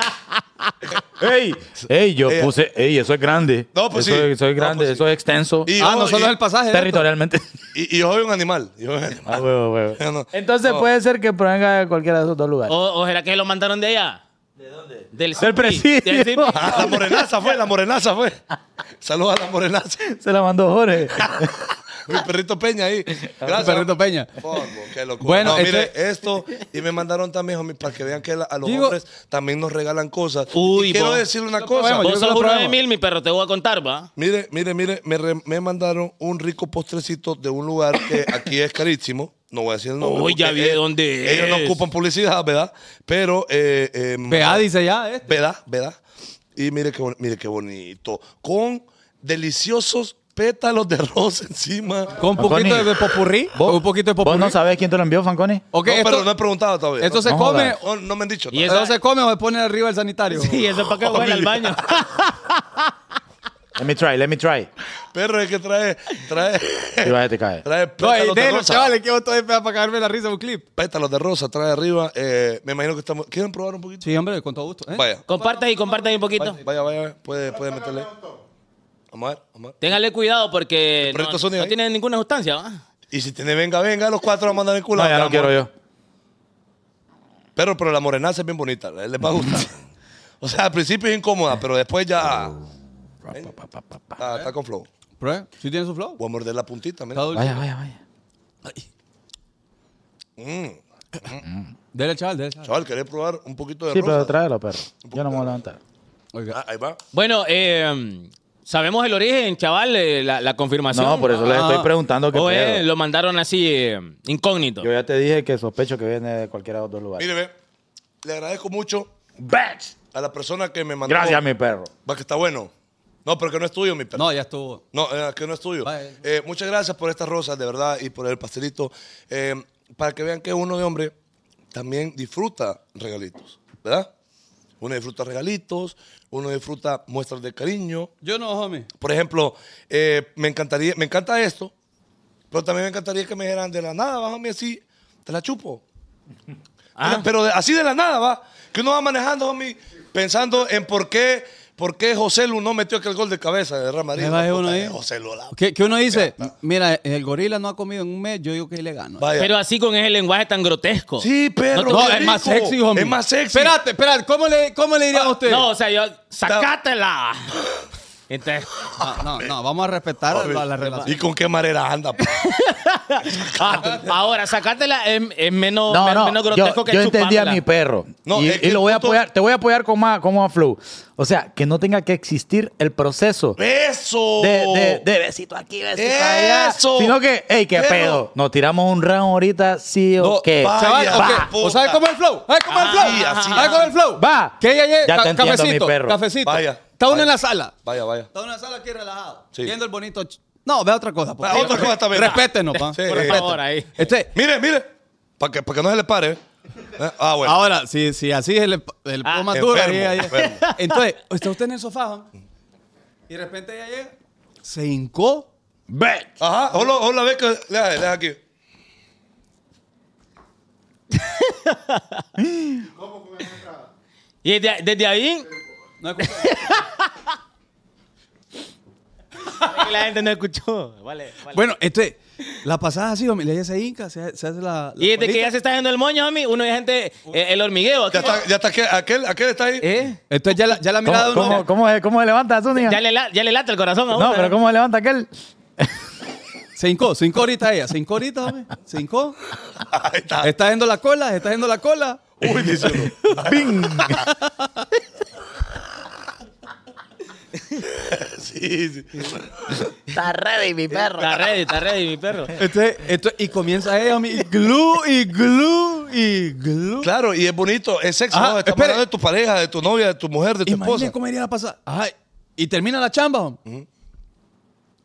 ¡Ey! ¡Ey! Yo puse, ¡ey! Eso es grande.
No, pues
eso,
sí.
es- eso es
No,
grande,
pues sí.
eso es extenso.
Y-
Ah, no
y-
solo es el pasaje.
territorialmente.
Y, y yo soy un animal. Yo soy un animal.
Ah, huevo, huevo.
No.
Entonces puede ser que provenga de cualquiera de esos dos lugares.
¿O, o será que lo mandaron de allá? ¿De dónde? Del,
Del presidio.
Del CIPI.
Ah, la morenaza fue, la morenaza fue. Saludos a la morenaza.
Se la mandó Jorge.
Mi perrito Peña ahí. Gracias.
Perrito Peña.
Porco, qué locura.
Bueno,
No, mire,
este-
esto. Y me mandaron también, homie, para que vean que la- a los
Digo-
hombres también nos regalan cosas.
Uy,
y quiero
vos.
decirle una
Lo
cosa.
probemos, yo
Vos
creo
sos
que lo
uno de
probamos.
mil, mi perro, te voy a contar, ¿va?
Mire, mire, mire, me, re- me mandaron un rico postrecito de un lugar que aquí es carísimo. No voy a decir el nombre.
Uy, ya
porque
vi de
ellos-
dónde
Ellos no
es.
ocupan publicidad, ¿verdad? Pero. Eh, eh,
Vea, dice ya. este.
¿Verdad? ¿Verdad? Y mire qué, bon- mire qué bonito. Con deliciosos pétalos de rosa encima.
Con un poquito
Fanconi.
de popurrí.
¿Vos,
Un poquito de popurrí.
¿Vos no sabés quién te lo envió, Fanconi?
Ok,
no, pero no he
esto,
preguntado todavía.
esto
no,
se
No
come.
jodas.
no, no me han dicho.
Y
¿Esto
eso-
se come o se pone arriba el sanitario?
Sí, eso es para que huele al baño.
Let me try, let me try.
Pero es que trae. Trae.
Y vas a te caer.
trae
No, y
pétalos de
déjenlo,
rosa.
eh, chavales, que yo estoy para cagarme la risa un clip.
Pétalos de rosa trae arriba. Eh, me imagino que estamos. ¿Quieren probar un poquito?
Sí, hombre, con todo gusto. ¿eh?
Vaya.
Compartan y compartan un poquito.
Vaya, vaya. Puede, puede meterle. Vamos a ver, vamos a ver.
Téngale cuidado porque
Pero
no,
estos son de
no
ahí.
tienen ninguna sustancia, ¿va?
Y si tiene venga, venga, los cuatro vamos a mandar el culo.
No, ya no quiero yo.
Pero, pero la morenaza es bien bonita. Les les va a gustar. o sea, al principio es incómoda, pero después ya. ah, Está, está con flow.
Pruebe. ¿Sí tiene su flow?
Voy a morder la puntita,
Está
mira.
dulce.
Vaya, vaya, vaya.
Mm.
Dele, chaval, dele, chaval.
Chaval, ¿querés probar un poquito de
Sí,
rosa?
pero tráelo, perro. Yo no me voy a levantar.
Oiga.
Ah, ahí va.
Bueno, eh, sabemos el origen, chaval, eh, la, la confirmación.
No, por eso les estoy preguntando qué
O es,
pedo.
lo mandaron así, eh, incógnito.
Yo ya te dije que sospecho que viene de cualquiera de los dos lugares.
Mire, ve. Le agradezco mucho
¡Bitch!
a la persona que me mandó.
Gracias, mi perro.
Va que está bueno. No, pero que no es tuyo, mi perro.
No, ya estuvo.
No, eh, que no es tuyo.
Vale.
Eh, muchas gracias por estas rosas, de verdad, y por el pastelito. Eh, para que vean que uno de hombre también disfruta regalitos, ¿verdad? Uno disfruta regalitos, uno disfruta muestras de cariño.
Yo no, homie.
Por ejemplo, eh, me encantaría, me encanta esto, pero también me encantaría que me dijeran de la nada, bájame así, te la chupo.
Ah.
Ah,
Pero- Pero de- así de la nada, va. Que uno va manejando, homie, pensando en por qué, por qué José Lu no metió aquel gol de cabeza de Real Madrid.
Ahí va,
La
ahí
puta
uno
de
ahí.
José Lu, la-
¿Qué, qué uno dice? Mira, el gorila no ha comido en un mes, yo digo que ahí le gano.
Vaya.
Pero así con ese lenguaje tan grotesco.
sí, perro.
No,
qué
No, es
rico.
más sexy, homie.
Es más sexy.
Ah,
Ah, Espérate, espérate. ¿Cómo le, cómo le dirían a usted?
No, o sea, yo, sacátela. Entonces,
No, Ah, no, no, vamos a respetar a la, la relación.
¿Y con qué manera anda? pa?
ah, ahora, sacártela es, es menos,
No,
men-
no,
menos
yo,
grotesco que
yo entendí a
chupármela.
mi perro.
No,
y
es que
y lo voy a
tú to-
apoyar, te voy a apoyar con más, con más flow. O sea, que no tenga que existir el proceso
¡Eso!
de, de- de besito aquí, besito allá.
Oh. Eso.
Sino que, hey, qué
Perro.
pedo. Nos tiramos un round ahorita, sí o
No,
qué.
vaya,
Chaval,
Ay,
ok,
va.
¿o ¿sabes cómo es el flow? ¿Sabes cómo es el flow?
Así, así,
¿Sabes cómo es el flow?
Va.
Que ella llegue,
Ya te
ca-
entiendo,
cafecito,
mi perro.
cafecito.
Vaya,
Está uno
vaya.
en la sala.
Vaya, vaya.
Está uno en la sala aquí relajado.
Sí.
Viendo el bonito... ch- No, ve otra cosa. por
Va,
favor.
otra cosa también.
Respétenos, pa.
Sí.
Por
Por
respeto.
favor, ahí.
Este,
Mire, mire. Para que, pa' que no se le pare. ¿eh? Ah, bueno.
Ahora, si, si así es el, el
Ah,
más duro.
enfermo,
ahí- ahí-
enfermo.
Entonces, está usted en el sofá, ¿no? y de repente ella llega, se hincó.
Ajá. Hola, hola, ve que le hace, le hace aquí.
Y desde, desde ahí,
No escucha.
es que la gente no escuchó. Vale, vale.
bueno, este, la pasada ha sido, mira, ella se hinca, se, se hace la. la
y desde que
bolita.
ya se está haciendo el moño, mami, uno es gente, eh, el hormigueo. aquí.
Ya está, ya está aquel, aquel, aquel está ahí.
¿Eh?
Entonces ya la, ya la
¿Cómo,
mirada de uno.
cómo- cómo se, cómo se levanta, Zúñiga?
Ya le, la- ya le late el corazón a uno.
No, pero ¿cómo se levanta aquel?
Se hincó, se hincó ahorita ella, se hincó ahorita, hombre, se hincó.
Ahí está.
Está yendo la cola, se está yendo la cola.
Uy, dice uno. sí, sí.
Está ready, está ready, mi perro.
Este, esto, y comienza ella, hombre, y glue, y glue, y glue.
Claro, y es bonito, es sexo.
Ajá,
¿no? Estamos
espere.
hablando de tu pareja, de tu novia, de tu mujer, de tu
Imagínate
esposa.
cómo iría la pasada. Ajá, y termina la chamba, hombre.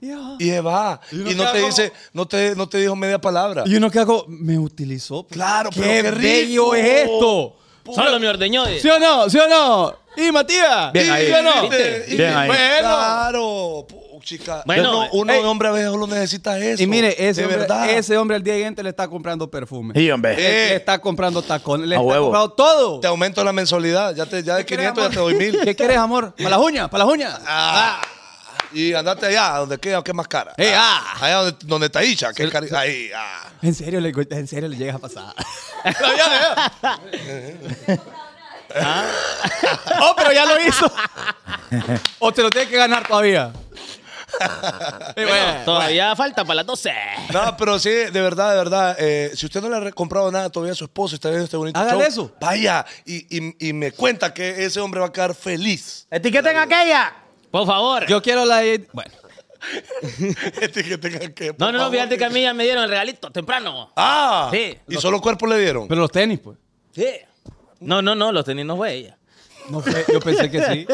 Y ah, ajá.
Y se va.
Y uno
Y no
queda
te
como-
dice, no te, no te dijo media palabra.
Y uno que hago, me utilizó.
Claro,
qué
pero qué
bello
rico.
es esto.
Solo me ordeñó. eh.
¿Sí o no? ¿Sí o no? ¿Y Matías?
Bien
¿Sí
ahí.
o no?
¿Viste?
Bien ahí.
Bueno.
Claro, pu- chica.
Bueno,
Uno- uno,
ey.
un hombre a veces solo necesita eso.
eh, Y mire, ese
de
hombre,
verdad.
ese hombre al día siguiente le está comprando perfume.
Y hombre.
Le-
Eh.
Le está comprando tacones. Le
A
está
huevo.
comprando todo.
Te aumento la mensualidad. Ya, te, ya de
¿Qué
500 ya
querés,
te doy
amor?
1000.
¿Qué quieres, amor? ¿Para las uñas? ¿Para las uñas?
Ah, y andate allá, donde queda, que es más cara.
Eh, ah.
Allá donde, donde está Isha, que es cari- Ahí, ah.
En serio, le, en serio le llegas a pasar. oh, pero ya lo hizo. o te lo tienes que ganar todavía. Eh, bueno,
Todavía falta para las 12.
No, pero sí, de verdad, de verdad. eh, si usted no le ha re- comprado nada todavía a su esposo y está viendo este bonito
Hágale
show,
eso.
vaya y, y- y me cuenta que ese hombre va a quedar feliz.
Etiqueten aquella.
Por favor.
Yo quiero la. Bueno.
Este que tenga que, por
no, no, no,
favor.
fíjate que a mí ya me dieron el regalito temprano.
Ah,
Sí.
y solo cuerpo le dieron.
Pero los tenis, pues.
Sí. No, no, no, los tenis no fue ella.
No fue- yo pensé que sí.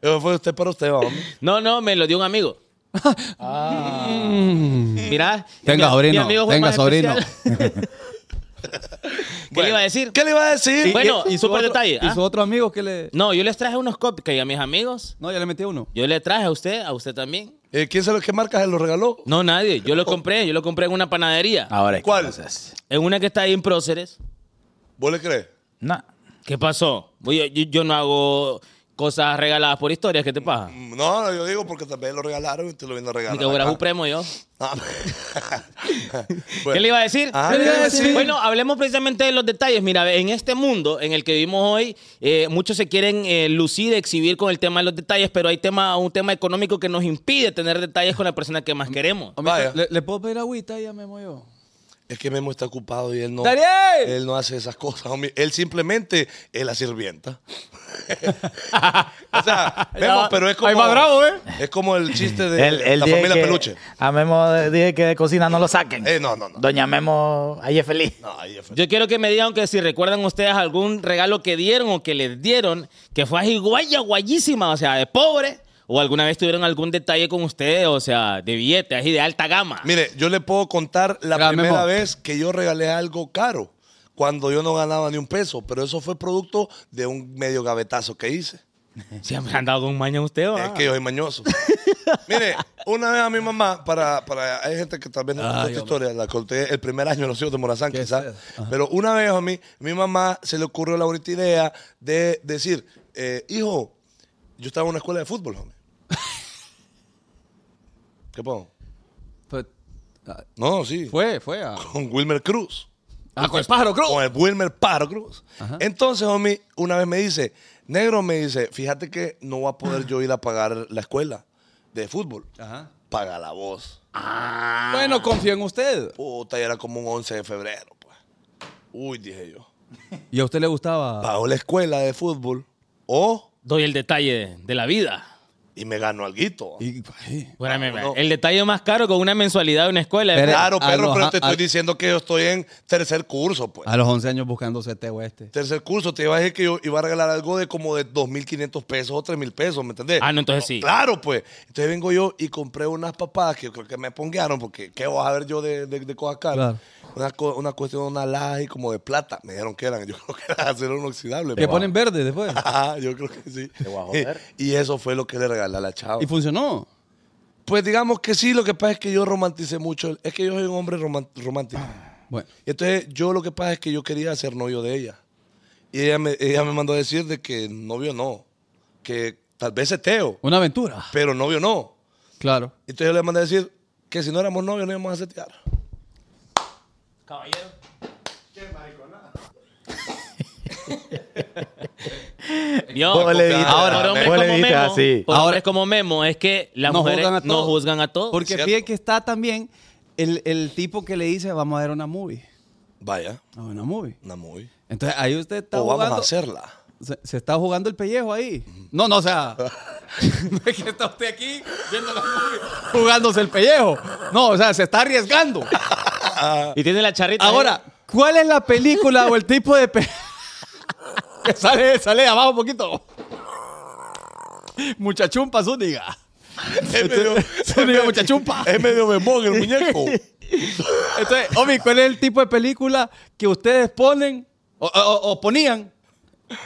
Eso fue usted para usted, vamos.
No, no, me lo dio un amigo. Mira,
Ah. Tenga,
mi-
sobrino,
mi amigo fue
tenga,
más
sobrino.
especial. ¿Qué le iba a decir?
¿Qué le iba a decir?
Bueno.
su
súper
otro-
detalle,
Y
¿ah?
su otro amigo que le.
No, yo les traje unos cupcakes a mis amigos.
No, ya le metí uno.
Yo le traje a usted, a usted también.
Eh, ¿Quién sabe qué marca se lo regaló?
No, nadie. Yo lo compré, yo lo compré en una panadería.
Ah.
Ahora, ¿qué
¿Cuál?
haces?
En una que está ahí en Próceres.
¿Vos le crees?
No.
¿Qué pasó? Yo, yo- yo no hago cosas regaladas por historias, ¿qué te pasa?
Mm, No, no, yo digo porque también lo regalaron y te lo vienen a regalar.
Ni que fuera
acá.
supremo yo.
Ah,
¿Qué
bueno.
le iba a decir?
Ah, ¿qué le iba a decir?
Bueno, hablemos precisamente de los detalles. Mira, en este mundo en el que vivimos hoy, eh, muchos se quieren eh, lucir, exhibir con el tema de los detalles, pero hay tema, un tema económico que nos impide tener detalles con la persona que más queremos.
Hombre,
Vaya.
¿le, le puedo pedir agüita y ya me muevo?
Es que Memo está ocupado y él no.
¡Dariel!
Él no hace esas cosas, homie. Él simplemente es la sirvienta. o sea, Memo,
Ya,
pero es como.
ahí va bravo, ¿eh?
Es como el chiste de
El, el
la
dije
familia
que-
Peluche.
A Memo dije que de cocina no lo saquen.
Eh, no, no, no.
Doña Memo, ahí es feliz.
No, ahí fue.
Yo quiero que me digan que si recuerdan ustedes algún regalo que dieron o que les dieron, que fue así guaya, guayísima, o sea, de pobre, o alguna vez tuvieron algún detalle con ustedes, o sea, de billete, así de alta gama.
Mire, yo le puedo contar la
Mira,
primera
Memo.
vez que yo regalé algo caro, cuando yo no ganaba ni un peso, pero eso fue producto de un medio gavetazo que hice.
Siempre han dado con maña usted, ¿va?
Es que yo soy mañoso. Mire, una vez a mi mamá, para, para hay gente que tal vez no conoce esta historia, la conté el primer año en los hijos de Morazán,
Qué
quizás.
feo.
Pero una vez a mí, mi mamá se le ocurrió la bonita idea de decir, eh, hijo, yo estaba en una escuela de fútbol, homie. ¿Qué pongo?
Pues,
No, sí.
fue, fue a.
Con Wilmer Cruz.
Ah, con el pájaro, cruz.
Con el Wilmer Paro Cruz. Entonces, homie, una vez me dice, negro me dice, fíjate que no va a poder yo ir a pagar la escuela. de fútbol,
Ajá.
paga la voz.
Bueno, confío en usted.
Puta, y era como un 11 de febrero, pues. Uy, dije yo.
¿Y a usted le gustaba?
Pago la escuela de fútbol o
Doy el detalle de la vida.
y me gano alguito.
Y- ay.
Bueno, me-
no.
El detalle más caro con una mensualidad de una escuela.
Pero-
Claro,
a
perro,
los-
pero te
a- Ah.
estoy
a-
diciendo que yo estoy en tercer curso, pues.
A los 11 años buscando CTO este.
Tercer curso, te iba a decir que yo iba a regalar algo de como de 2.500 pesos o 3.000 pesos, ¿me entendés?
Ah, no, entonces sí.
eh, Claro, pues. Entonces vengo yo y compré unas papadas que creo que me ponguearon, porque ¿qué vas a ver yo de, de, de cosas caras?
Claro.
Una, co- una cuestión, una laja y como de plata. Me dijeron que eran, yo creo que era acero inoxidable.
Que
pues.
ponen verde después.
Ajá, yo creo que sí.
voy a joder.
Y eso fue lo que le regalé a la chava.
Y funcionó.
Pues digamos que sí, lo que pasa es que yo romanticé mucho. el- Es que yo soy un hombre roman- romántico.
Bueno.
Y entonces yo lo que pasa es que yo quería ser novio de ella. Y ella me, ella me mandó a decir de que novio no. Que tal vez seteo,
Una aventura.
pero novio no.
Claro.
Entonces yo le mandé a decir que si no éramos novios no íbamos a setear.
Caballero. Yo,
Vos le
ahora,
dijiste-
por hombres
vos le
como
dijiste
Memo,
así.
por
Ahora-
hombres como Memo, es que las
Nos
mujeres
juzgan a
no
todos.
juzgan a todos.
Es
Porque
cierto.
fíjate que está también el, el tipo que le dice, vamos a ver una movie.
Vaya,
A ver una movie.
una muy.
Entonces ahí usted está
O
jugando.
vamos a hacerla.
Se, se está jugando el pellejo ahí. No, no, o sea. no es que está usted aquí viendo la movie, jugándose el pellejo. No, o sea, se está arriesgando.
Y tiene la charrita. ahí.
Ahora, ¿cuál es la película o el tipo de pe- que sale, sale de abajo un poquito? Muchachumpa Zúñiga.
Es medio,
Zúñiga Muchachumpa.
es medio bembón el muñeco.
Entonces, Omi, ¿cuál es el tipo de película que ustedes ponen o, o- o ponían?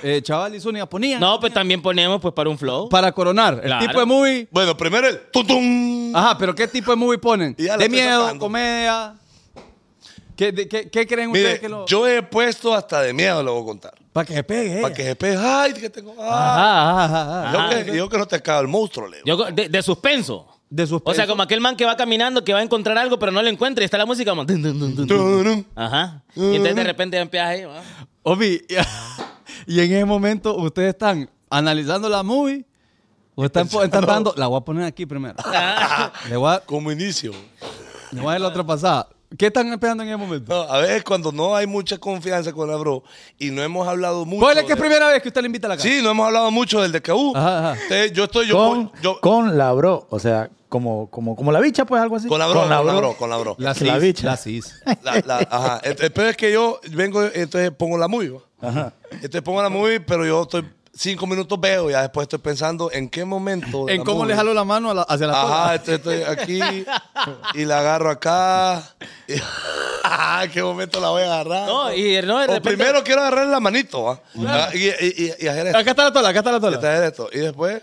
Eh, Chaval y Zúñiga ponían
No, pues también ponemos pues para un flow.
para coronar. El
Claro.
tipo de movie.
Bueno, primero el tutum.
Ajá, pero ¿qué tipo de movie ponen?
Y ya la
¿De
estoy
miedo?
sacando.
¿Comedia? ¿Qué, de- qué- qué creen ustedes
Mire,
que lo.?
yo he puesto hasta de miedo, le voy a contar.
Para que se pegue.
Para
ella.
que se pegue. Ay, que tengo. ah.
Ajá, ajá, ajá, ajá.
Yo, que, yo que no te cago el monstruo, le digo.
Yo, de, de suspenso.
De sus
O sea, como aquel man que va caminando, que va a encontrar algo, pero no lo encuentra y está la música como... dun, dun, dun, dun, dun.
Turum.
Ajá. Y entonces de repente empiezas ahí. ¿va?
Omi, y en ese momento ustedes están analizando la movie o están, po- están dando. La voy a poner aquí primero.
Ah,
le, voy a,
Como inicio.
le voy a dar la otra pasada. ¿Qué están esperando en ese momento?
No, a veces cuando no hay mucha confianza con la bro y no hemos hablado mucho.
¿Cuál es que es
de-
primera vez que usted le invita a la casa?
Sí, no hemos hablado mucho del DKU.
Ajá, ajá.
Entonces, yo estoy yo,
Con,
yo- con,
con la bro, o sea, como, como, como la bicha, pues algo así.
la bro, con la bro, con la bro.
La cis.
La bicha.
La cis.
La- la- ajá. El, el peor es que yo vengo, entonces pongo la movie. ¿va? Entonces pongo la movie, pero yo estoy cinco minutos veo, ya después estoy pensando en qué momento. de
En
la
cómo
movie.
le jalo la mano a la- hacia la
Ajá, este-
cola.
entonces estoy aquí y la agarro acá. Y- Ajá, ¿Qué momento la voy a agarrar?
No, y no, de
O
repente-
primero quiero agarrar la manito, ¿va? Ah, Y, y- y- y hacer esto.
Acá está la tola, acá está la
Y
tola.
hacer esto. Y después.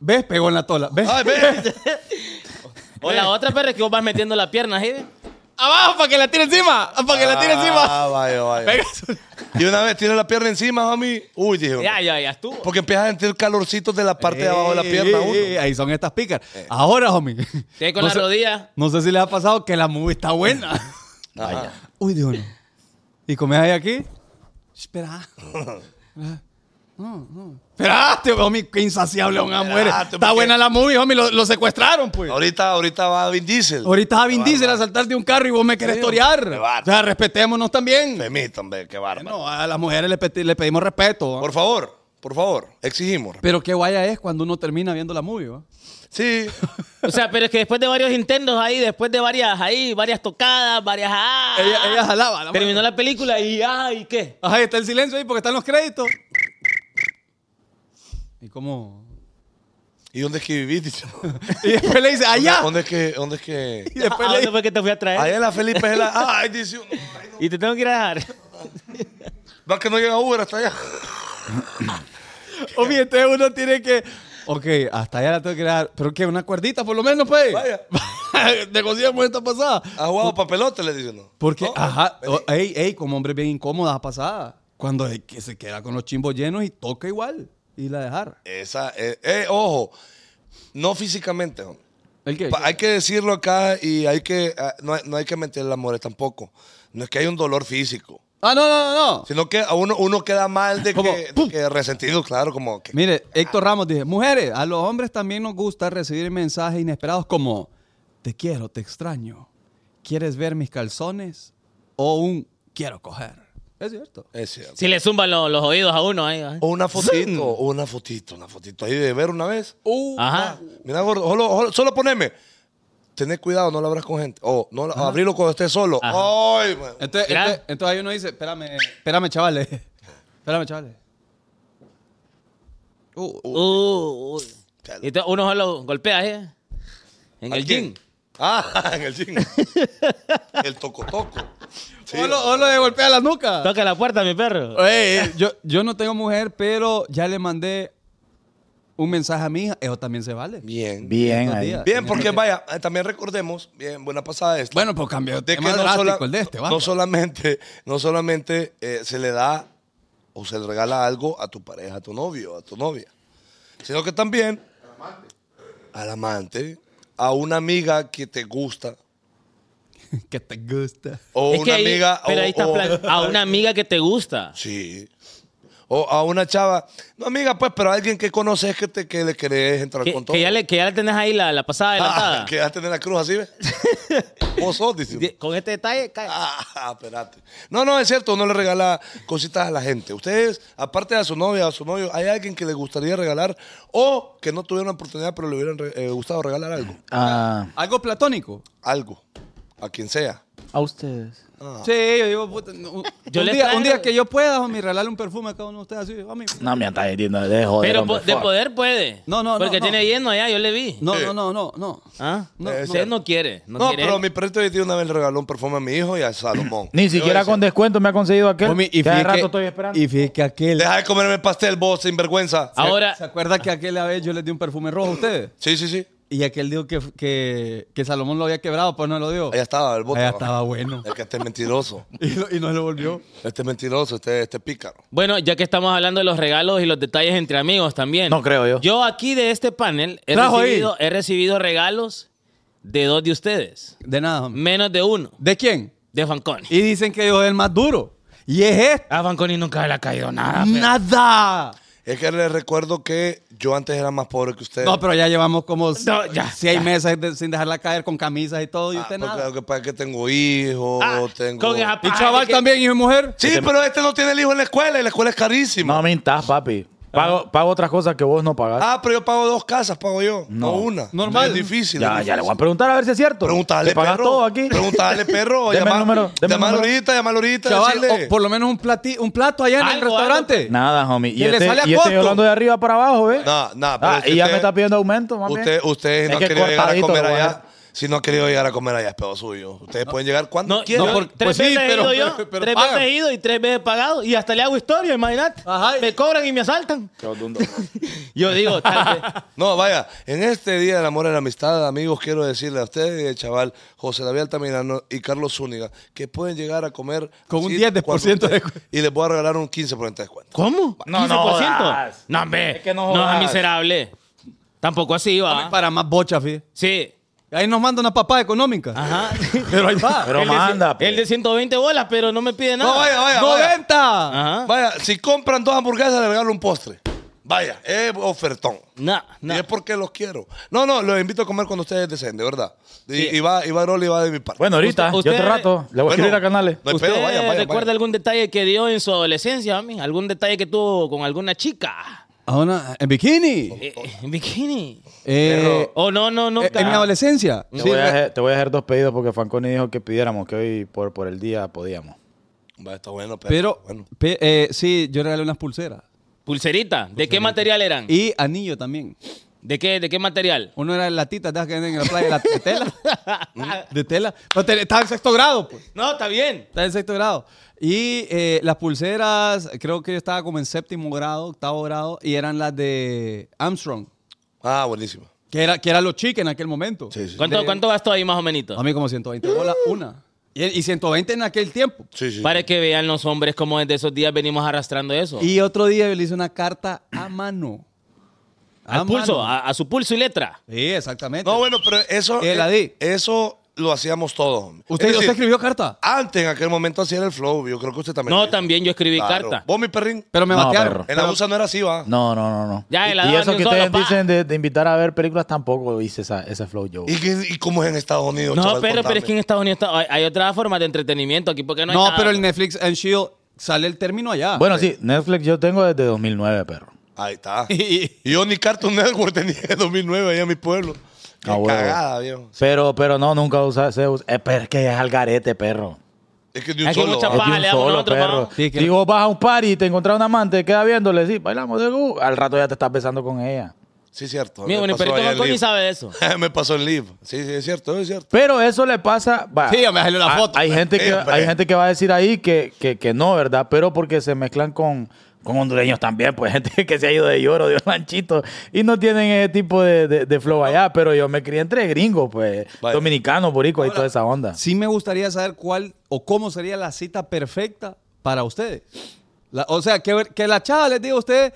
¿Ves? Pegó en la tola. ¿Ves?
¡Ay, ve!
O la otra, pero es que vos vas metiendo la pierna ahí. ¿ve?
¡Abajo para que la tire encima! ¡Para que la tire encima!
Ah, vaya, vaya.
Pega.
Y una vez tiene la pierna encima, mí Uy, dije.
Ya, ya, ya estuvo.
Porque empiezas a sentir calorcitos de la parte de abajo de la
Ey,
pierna.
ey,
uno. Eh.
ey, ahí son estas picas. Ahora, homie.
Que con
no
la
sé-
rodilla.
No sé si les ha pasado que la movie está buena.
Ajá.
Uy, Dios no. ¿Y comés ahí aquí? Espera. No, no. Esperaste, homie, qué insaciable una muere.
Esperaste,
Está
porque-
buena la movie, homie, lo, lo secuestraron, pues.
Ahorita, ahorita va Vin Diesel.
Ahorita a Vin Diesel a saltar de un carro y vos me querés torear.
me va.
O sea, respetémonos también.
Permítanme, hombre, qué bárbaro.
No, a las mujeres le, peti- le pedimos respeto. ¿ah?
Por favor, por favor, exigimos.
Pero qué guaya es cuando uno termina viendo la movie, ¿va?
Sí.
O sea, pero es que después de varios intentos ahí, después de varias ahí, varias tocadas, varias. ah,
Ella, ella jalaba. La
terminó la película y ay, ¿qué?
Ajá, y está el silencio ahí porque están los créditos. ¿Y cómo?
¿Y dónde es que vivís? Dice.
Y después le dice, allá.
¿Dónde es que, dónde es que?
Y después
¿A
le
dónde fue que te fui a traer?
Ahí en la Felipe es la. Ay, dice uno. ay,
Y te tengo que ir a dejar.
no. Va que no llega Uber hasta allá.
Oye, entonces uno tiene que. Ok, hasta allá la tengo que dar. Pero que una cuerdita por lo menos, pues.
Vaya.
Negociamos esta pasada.
¿Has jugado papelote? Le dice uno.
Porque,
No,
ajá,
vení.
oh, ey, ey, como hombre bien incómoda esa pasada. Cuando es que se queda con los chimbos llenos y toca igual. Y la dejar.
Esa, eh, eh, ojo, no físicamente. hombre.
¿El qué?
Pa- Hay que decirlo acá y hay que, ah, no, hay- no hay que meter las mujeres tampoco. No es que hay un dolor físico.
Ah, no, no, no, no.
Sino que a uno, uno queda mal de
Como,
que,
¡pum!
que resentido, claro, como que.
Mire, Héctor Ramos dice, mujeres, a los hombres también nos gusta recibir mensajes inesperados como, te quiero, te extraño, ¿quieres ver mis calzones? O un, quiero coger. Es cierto.
Es cierto.
Si le zumban lo- los oídos a uno ahí. ¿eh?
O una fotito, o una fotito, una fotito ahí de ver una vez.
Uh, ah.
Ajá.
Mira, gordo, solo, solo- solo poneme. Tened cuidado, no lo abras con gente. O no, lo- abrilo cuando estés solo.
Ajá.
Ay, man.
Entonces,
Gran-
entonces, entonces ahí uno dice, espérame, espérame, chavales. Espérame, chavales. Uh, uh.
Uh, uy. Y entonces uno solo golpea ¿eh? en
¿A
el
quién?
gym.
Ah, en el gym. el toco-toco. Sí.
O, lo, o lo de golpea la nuca.
Toca la puerta, mi perro.
Ey, ey, yo, yo no tengo mujer, pero ya le mandé un mensaje a mi hija. Eso también se vale.
Bien.
Bien
Buenos
ahí.
días.
Bien, porque vaya, eh, también recordemos, bien, buena pasada esta.
Bueno, pues cambió de
de que
tema
no,
drástico
sola-
el de este, va.
no solamente, no solamente eh, se le da o se le regala algo a tu pareja, a tu novio, a tu novia, sino que también al amante, a una amiga que te gusta,
que te gusta.
o Oh,
Es que
una
ahí-
amiga,
pero
o-
ahí estás
o-
plan- a una amiga que te gusta.
sí, o a una chava, no amiga pues, pero alguien que conoces que te que le querés entrar
Que,
con todo,
que ya le, que ya le tenés ahí la, la pasada adelantada.
ah, que vas a tener la cruz así, ¿ves? Vos sos, dice.
Di- Con este detalle, cae.
Ah, espérate. No, no, es cierto, uno le regala cositas a la gente. Ustedes, aparte de a su novia, a su novio, ¿hay alguien que le gustaría regalar o que no tuvieron la oportunidad pero le hubieran re- eh, gustado regalar algo?
Ah,
¿Algo platónico?
Algo. A quien sea.
a ustedes.
Sí, yo digo, puta, no,
Yo
un,
le
día, un
traigo-
día que yo pueda, homie, regalarle un perfume a cada uno de ustedes así, homie.
No me estás diciendo de joder.
pero
hombre,
po- de
fuck.
poder puede.
No, no, no,
Porque
no.
tiene lleno allá, yo le vi.
No, no, no, no, no.
¿Ah?
No,
Eh,
no.
Usted no quiere. No,
No,
quiere.
pero mi perrito de tío una vez le regaló un perfume a mi hijo y a Salomón.
Ni siquiera con descuento me ha conseguido aquel.
Homie,
que hace
fíjate
rato
que-
estoy esperando.
Y fíjate que aquel.
Deja de comerme pastel, vos, sinvergüenza.
Ahora,
¿Se acuerda que aquella vez yo les di un perfume rojo a ustedes?
Sí, sí, sí.
Y aquel dijo que, que, que Salomón lo había quebrado, pues no lo dio.
Allá estaba el bote.
Allá
¿no?
estaba bueno.
Es que este es mentiroso.
Y, lo- y no lo volvió.
Este es mentiroso, este, este es pícaro.
bueno, ya que estamos hablando de los regalos y los detalles entre amigos también.
No creo yo.
Yo aquí de este panel he,
Trajo ahí.
recibido, he recibido regalos de dos de ustedes.
De nada, homie.
Menos de uno,
¿De quién?
de Fanconi.
Y dicen que yo es el más duro. Y es este.
A Fanconi nunca le ha caído nada. Ah, pero-
¡Nada!
Es que les recuerdo que yo antes era más pobre que ustedes.
No, pero ya llevamos como
No, ya,
seis meses de- sin dejarla caer con camisas y todo. Y
Ah,
usted
porque
nada.
lo que pasa es que tengo hijos,
Ah,
tengo...
con esa
Y
paja de
chaval
que-
también, hijo y mujer.
Sí, pero este no tiene el hijo en la escuela y la escuela es carísima.
No mintas, papi. Pago, pago otras cosas que vos no pagás.
Ah, pero yo pago dos casas, pago yo. No,
No.
una.
Normal.
Es difícil.
ya,
es
ya le voy a
difícil.
preguntar a ver si es cierto.
Preguntarle,
¿Te pagás
perro.
todo aquí?
Preguntarle, perro.
Deme el
llamar-
número, deme el
llamar
número.
ahorita, llamar ahorita.
Chaval,
decirle.
o por lo menos un, plati- un plato allá en el
Algo,
restaurante.
Nada, homie. Y
Que le
este,
sale a
y este
costo.
llorando de arriba para abajo, ¿eh?
Nah, nah, pero
Ah,
es que
y ya
usted-
me está pidiendo aumento, mami.
Usted, usted
Es
no ha
que
querido llegar a
cortadito ¿eh?
comer
lo voy a
allá.
hacer.
Si no ha querido llegar a comer allá, es pedo suyo. Ustedes pueden llegar cuando
No,
quieran.
yo
por-
tres
pues sí,
veces he
pero-
ido yo,
pero- pero
tres
pagan.
veces he ido y tres veces he pagado y hasta le hago historia, imagínate.
Ajá, y-
Me cobran y me asaltan. Yo digo, tal vez.
No, vaya, en este Día del Amor y la Amistad, amigos, quiero decirle a ustedes y al chaval José David Altamirano y Carlos Zúñiga que pueden llegar a comer
Con un
así
10%
cuando
de
ustedes- Y les voy a regalar un 15% de descuento.
¿Cómo?
No, no jodas.
No, hombre.
Es que no
no,
jodas.
es miserable. Tampoco así va.
Para más bocha, fi.
Sí.
Ahí nos manda una papada económica.
Ajá.
Pero ahí va.
Pero
Él de-
manda, pues.
Él de 120 bolas, pero no me pide nada.
No, vaya, vaya. vaya.
¡90!
Ajá.
Vaya, si compran dos hamburguesas, les regalo un postre. Vaya, es ofertón.
No, no.
Y es porque los quiero. No, no, los invito a comer cuando ustedes deseen, de verdad. Y,
Sí.
y va, y va Rolly, va de mi parte.
Bueno, ahorita,
Usted-
yo te
usted-
rato. Le voy a
Bueno,
escribir a canales.
no hay
¿Usted
pedo, vaya, vaya,
recuerda
vaya.
algún detalle que dio en su adolescencia, mami? ¿Algún detalle que tuvo con alguna chica?
A una- en bikini.
Eh, eh, en bikini.
Eh,
Oh, no, no,
eh,
nunca.
en mi adolescencia.
Te,
Sí,
voy a
re-
hacer, te voy a hacer dos pedidos porque Fanconi dijo que pidiéramos que hoy por, por el día podíamos.
Va, está bueno, pero.
pero
bueno.
pe- eh, sí, yo regalé unas pulseras.
Pulserita. ¿De qué material eran?
Y anillo también.
¿De qué, de qué material?
Uno era de latitas de esas que venden en la playa la- de tela. de tela. No, te- estaba en sexto grado, pues.
No, está bien.
Estaba en sexto grado. Y eh, las pulseras, creo que yo estaba como en séptimo grado, octavo grado, y eran las de Armstrong,
Ah, buenísimo.
que era, que era lo chic en aquel momento.
Sí, sí.
¿Cuánto, cuánto gastó ahí más o menos?
A mí como 120 bolas, una. Y, y 120 en aquel tiempo.
Sí, sí.
Para que vean los hombres cómo desde esos días venimos arrastrando
Oh.
eso.
Y otro día yo le hice una carta a mano. A
Al pulso,
Ah,
ah.
mano.
a, a su pulso y letra.
Sí, exactamente.
No, bueno, pero eso.
Eh, la di.
Eso lo hacíamos todos. hombre.
¿Usted,
Es decir,
usted escribió carta?
Antes, en aquel momento, así era el flow. Yo creo que usted también. lo
No,
hizo.
también yo escribí
Claro.
carta.
Vos, mi perrín.
Pero me
No,
batearon.
perro.
En la USA no era así, va.
No, no, no, no.
Ya,
Y-
en la
y,
daban
eso
de
que
un solo,
ustedes
pa.
dicen de, de invitar a ver películas tampoco hice esa- ese flow yo.
¿Y, qué- y cómo es en Estados Unidos?
No,
chaval?
pero, pero es que en
Contame.
Estados Unidos está- hay, hay otras formas de entretenimiento aquí porque no hay
No,
nada. pues.
pero el Netflix and Shield sale el término allá.
bueno, sí, Netflix yo tengo desde 2009, perro.
Ahí está.
Y-
Y yo ni Cartoon Network tenía en 2009 allá en mi pueblo. Qué
Ah, huevo.
cagada, viejo.
Pero, pero no, nunca usé. se usa- eh, pero es que es al garete, perro.
Es que ni un
Es que
solo.
mucha
va.
Es de
Paja,
un
le damos
solo,
nosotros,
perro.
vamos.
Sí, que-
Digo, vas a un party y te encontrás un amante, queda viéndole, sí, bailamos. de- uh, al rato ya te estás besando con ella.
Sí, cierto. Me
Mira, bueno,
pasó
pero
allá en
esto
Live.
Connie sabe de eso.
Me pasó en live. Sí, sí, es cierto, es cierto.
Pero eso le pasa. va,
Sí, ya me salió la
a-
foto. pues.
Hay gente, que,
Sí, hombre.
hay gente que va a decir ahí que, que, que no, ¿verdad? Pero porque se mezclan con, con hondureños también, pues gente que se ha ido de lloro, de un ranchito, y no tienen ese tipo de, de, de flow allá. Pero yo me crié entre gringos, pues,
Vaya.
dominicanos, boricos, y toda esa onda.
Sí me gustaría saber cuál o cómo sería la cita perfecta para ustedes. La- o sea, que, que la chava les diga a ustedes,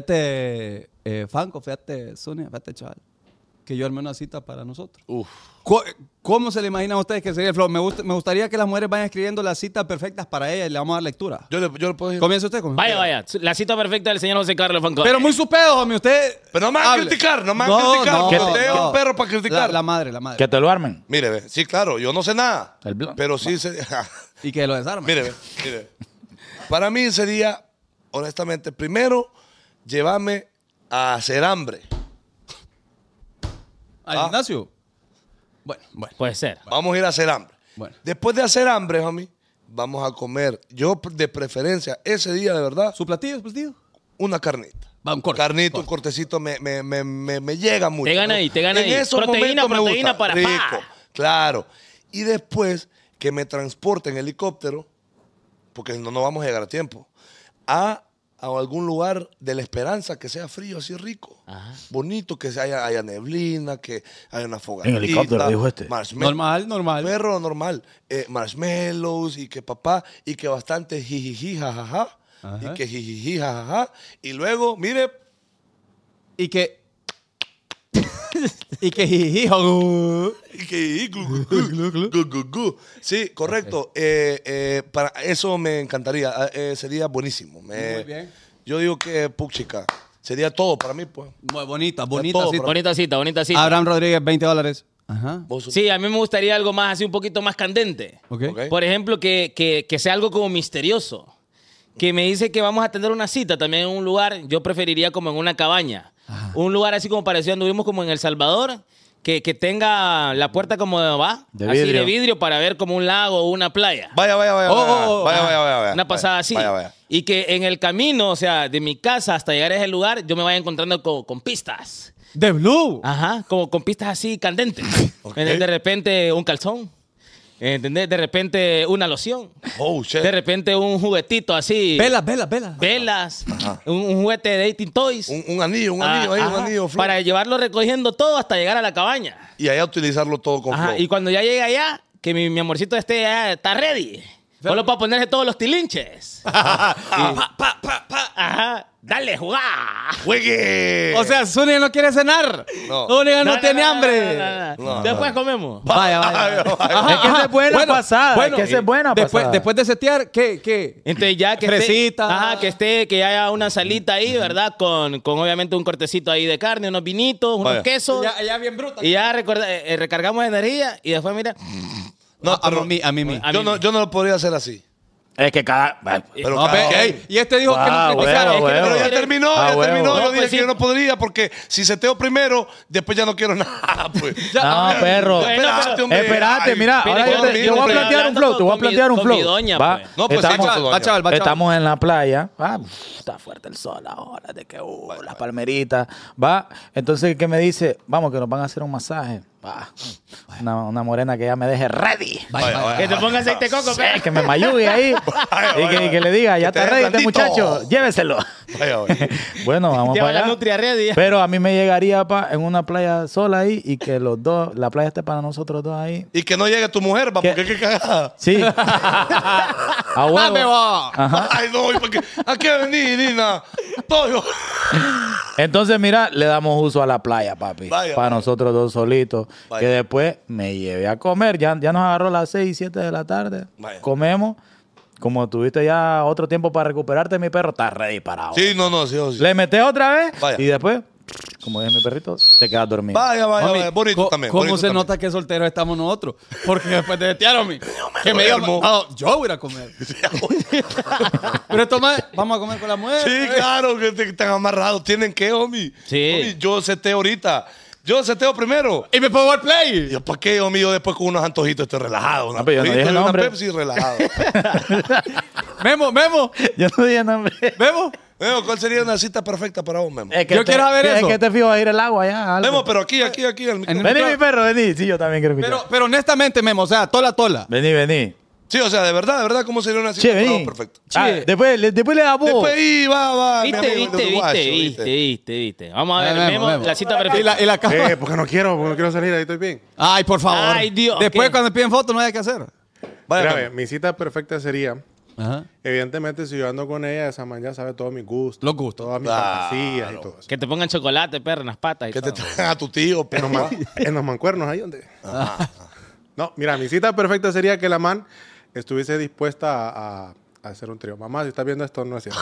fíjate, eh, Franco, fíjate, Sonia, fíjate, chaval, que yo armé una cita para nosotros.
Uf.
Co- ¿Cómo se le imaginan a ustedes que sería el flow? Me, gusta- me gustaría que las mujeres vayan escribiendo las citas perfectas para ellas y le vamos a dar lectura.
Yo le, yo le puedo decir.
Comienza usted. comience
Vaya,
usted.
vaya. La cita perfecta del señor José Carlos Fancón.
Pero muy su pedo, homie, usted...
Pero no me van a
hable.
criticar, no me van a criticar, porque usted es un perro para criticar.
La, la madre, la madre.
Que te lo armen.
Mire, ve. Sí, claro, yo no sé nada.
El blo-
Pero sí Ah, se.
Y que lo desarme.
mire, ve, mire. ve. Para mí sería, honestamente, primero, llevarme a hacer hambre.
Al
Ah.
gimnasio. Bueno, bueno.
Puede ser.
Vamos a ir a hacer hambre.
Bueno.
Después de hacer hambre, homie, vamos a comer. Yo, de preferencia, ese día, de verdad,
¿Su platillo, su platillo?
una carnita.
Va, un corte.
Carnito, un cortecito me, me, me, me, me llega mucho.
gana
¿no?
ahí, te gana
En
ahí.
esos
Proteína,
momentos me
proteína
gusta.
para- pa.
Rico, claro. Y después que me transporten en helicóptero, porque no, no vamos a llegar a tiempo, a, a algún lugar de la esperanza que sea frío, así rico. Bonito, que haya, haya neblina, que haya una fogata.
helicóptero, dijo este.
Normal, normal.
pues, Perro normal. eh, marshmallows y que papá, y que bastante jijiji, jajaja.
Ajá.
Y que jijiji, jajaja. Y luego, mire,
Y que. y que jiji, jogu.
y que jijiji, glu, glu, glu, glu, glu, glu. Sí, correcto. Eh, eh, para eso me encantaría. ah, eh, sería buenísimo. Me-
Muy bien.
Yo digo que, puchica, sería todo para mí, pues.
Muy bonita, bonita.
todo,
sí.
bro.
Bonita cita, bonita cita.
Abraham Rodríguez, 20 dólares. Ajá.
Vos sos-
Sí, a mí me gustaría algo más así, un poquito más candente.
Ok.
Ok.
Por ejemplo, que, que- que sea algo como misterioso. Que me dice que vamos a tener una cita también en un lugar, yo preferiría como en una cabaña. Un lugar así como parecido, anduvimos como en El Salvador, que, que tenga la puerta como de, va,
De
así de
vidrio.
vidrio para ver como un lago o una playa.
Vaya, vaya, vaya.
Oh,
vaya,
oh, oh.
vaya, vaya, vaya, vaya.
ah, Una pasada
Vaya,
así.
Vaya, vaya.
Y que en el camino, o sea, de mi casa hasta llegar a ese lugar, yo me vaya encontrando con, con pistas.
De Blue.
Ah,
Ajá, como con pistas así candentes. ¿Entendés? De repente un calzón. ¿Entendés? De repente una loción.
Oh, shit.
De repente un juguetito así.
Velas, velas, velas.
Velas. Un, un juguete de Dating Toys.
Un, un anillo, un anillo,
Ah,
ahí, un
ajá,
anillo. flow.
Para llevarlo recogiendo todo hasta llegar a la cabaña.
Y allá utilizarlo todo con
Ajá,
flow.
y cuando ya llegue allá, que mi, mi amorcito esté allá, está ready. Solo para ponerse todos los tilinches.
Ah, Pa, pa, pa, pa.
Ajá, dale, jugá.
¡Juegue!
O sea, Zúñiga no quiere cenar.
No.
Zúñiga no,
No, no,
tiene
no, no,
hambre.
no, no, no.
No,
Después comemos.
Vaya, vaya.
Vaya, vaya.
Es que esa es buena pasada, es que esa es buena
después,
pasada.
Después de setear, ¿qué? ¿Qué?
Entonces ya que
Fresita.
esté, ajá, que esté, que haya una salita ahí, ¿verdad? Con, con obviamente un cortecito ahí de carne, unos vinitos, unos
Vaya.
quesos.
Ya, ya bien bruta. Ah,
y ya recorda- eh, eh, recargamos energía y después mira,
No,
a, a
pero-
mí, a mí, a mí.
a
yo,
mí- Eh,
no, yo no lo podría hacer así.
Es que cada.
Pero,
No,
cada
ve,
quien.
ey, y este dijo que
Ah,
no
huevo,
criticara.
huevo.
Pero ya terminó,
Ah,
ya
huevo.
terminó.
No,
yo
pues
dije
sí.
que yo no podría porque si seteo primero, después ya no quiero nada. Pues.
No, perro.
Bueno, pero-
hombre.
Espérate,
Ay,
mira,
mire,
ahora yo,
con-
te, yo voy a
mire,
plantear un
hablando
flow, te voy a
con mi-
plantear un
con
flow.
mi doña,
Va,
pues.
No, pues,
estamos,
sí, chaval,
Va, chaval, va, chaval.
estamos en la playa, va, uf, está fuerte el sol ahora, de que uh, las palmeritas, va. Entonces, ¿qué me dice? Vamos, que nos van a hacer un masaje, va. Una, una morena que ya me deje ready.
Vaya, vaya.
que te ponga aceite de coco, pe.
Sí, que me mayugue ahí y que, y que le diga, ya
Que te
está
dé
ready este
blandito.
muchacho, lléveselo.
Vaya, vaya.
Bueno, vamos
Lleva
para
la
allá.
nutria ready.
Pero a mí me llegaría pa, en una playa sola ahí y que los dos, la playa esté para nosotros dos ahí.
Y que no llegue tu mujer, va,
¿Qué?
porque qué cagada.
Sí. A
¡Dame,
huevo.
Ah, va!
Ajá.
Ay, no, ¿y por qué? ¿a qué venís, Nina? Todo.
Entonces, mira, le damos uso a la playa, papi.
Vaya,
para
vaya.
nosotros dos solitos.
Vaya.
Que después me llevé a comer. Ya, ya nos agarró las 6, 7 de la tarde.
Vaya.
Comemos. Como tuviste ya otro tiempo para recuperarte, mi perro está ready parado.
Sí, no, no, sí, sí.
Le metes otra vez
Vaya.
y después, como es mi perrito, se queda dormido.
Vaya, vaya,
Mami,
vaya. Bonito
co-
también.
¿Cómo
bonito
se
también.
nota que solteros estamos nosotros? Porque después de tearon mi. Que me digan,
duermo.
"Ah, yo voy a ir a comer. Pero esto más, vamos a comer con la mujer.
Sí, claro, que te- que están amarrados. ¿Tienen que, homie?
Sí.
Homie, yo seteo ahorita. Yo seteo primero.
Y me pongo al play.
¿Y yo, para qué, homie? Yo después con unos antojitos estoy relajado. Una
No, Ah, pero yo no
antojito
dije
y una
nombre.
Pepsi relajado.
Memo, Memo,
Yo no dije nombre.
Memo.
Memo, ¿cuál sería una cita perfecta para vos, Memo?
Es
Yo quiero saber
es
eso.
que te fijo a ir el agua ya. algo.
Memo, pero aquí, aquí, aquí. al micrófono.
Vení, mi perro, vení. Sí, yo también quiero escuchar.
Pero, pero honestamente, Memo, o sea, tola, tola.
Vení, vení.
Sí, o sea, de verdad, de verdad, ¿cómo sería una cita
Che,
para
vení.
vos perfecta?
Ah,
Che.
después, le- después le da vos.
Después ahí va, va. mi
Viste,
amigo el
viste,
uruguayo,
viste, viste, viste, viste. Vamos
Eh,
a ver,
Memo,
Memo,
Memo.
la cita perfecta.
Y la, y la cama.
pues.
Eh, porque no quiero, porque no quiero salir, ahí estoy bien.
Ay, por favor.
Ay, Dios,
Después,
ok.
cuando piden fotos, no hay que hacer.
Vaya,
Mira,
Memo.
ve, mi cita perfecta sería,
Ajá.
evidentemente, si yo ando con ella, esa man ya sabe todos mis gustos.
Los gustos.
Todas mis
Claro.
fantasías y todo eso.
Que te pongan chocolate, perro, en las patas. y
Que te
todo.
traigan a tu tío, Ah,
En
pero
los, man- en los mancuernos, ahí donde. No, mira, mi cita perfecta sería que la man estuviese dispuesta a, a- a hacer un trío. Mamá, si estás viendo esto, no es cierto.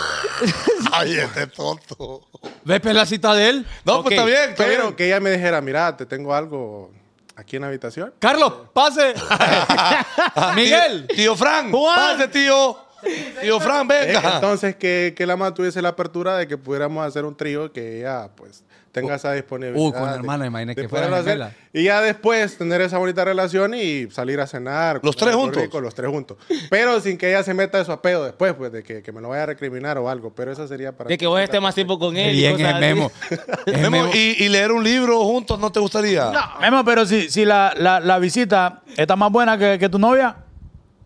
Ay, este tonto.
¿Ves pues, la cita de él?
No, pues está bien, está
Pero
bien.
que ella me dijera, mira, te tengo algo aquí en la habitación.
Carlos, pase. Miguel.
Tío, tío Fran, pase, tío. Tío Fran, venga.
Entonces, que, que la mamá tuviese la apertura de que pudiéramos hacer un trío que ella, pues, tenga esa disponibilidad.
Uy, con la
de-
hermana, imagínate que
poderlo
fuera
hacer.
gemela.
Y ya después tener esa bonita relación y salir a cenar.
¿Los
comer
tres
algo
juntos?
rico, los tres juntos. Pero sin que ella se meta eso a pedo después, pues, de que, que me lo vaya a recriminar o algo. Pero esa sería para
De
mí
que vos
la
estés más tiempo con
Qué
él. y
bien
cosas
es
así.
Memo. Es
Memo,
Memo.
y, y leer un libro juntos no te gustaría?
Memo, pero si, si la, la, la visita está más buena que, que tu novia,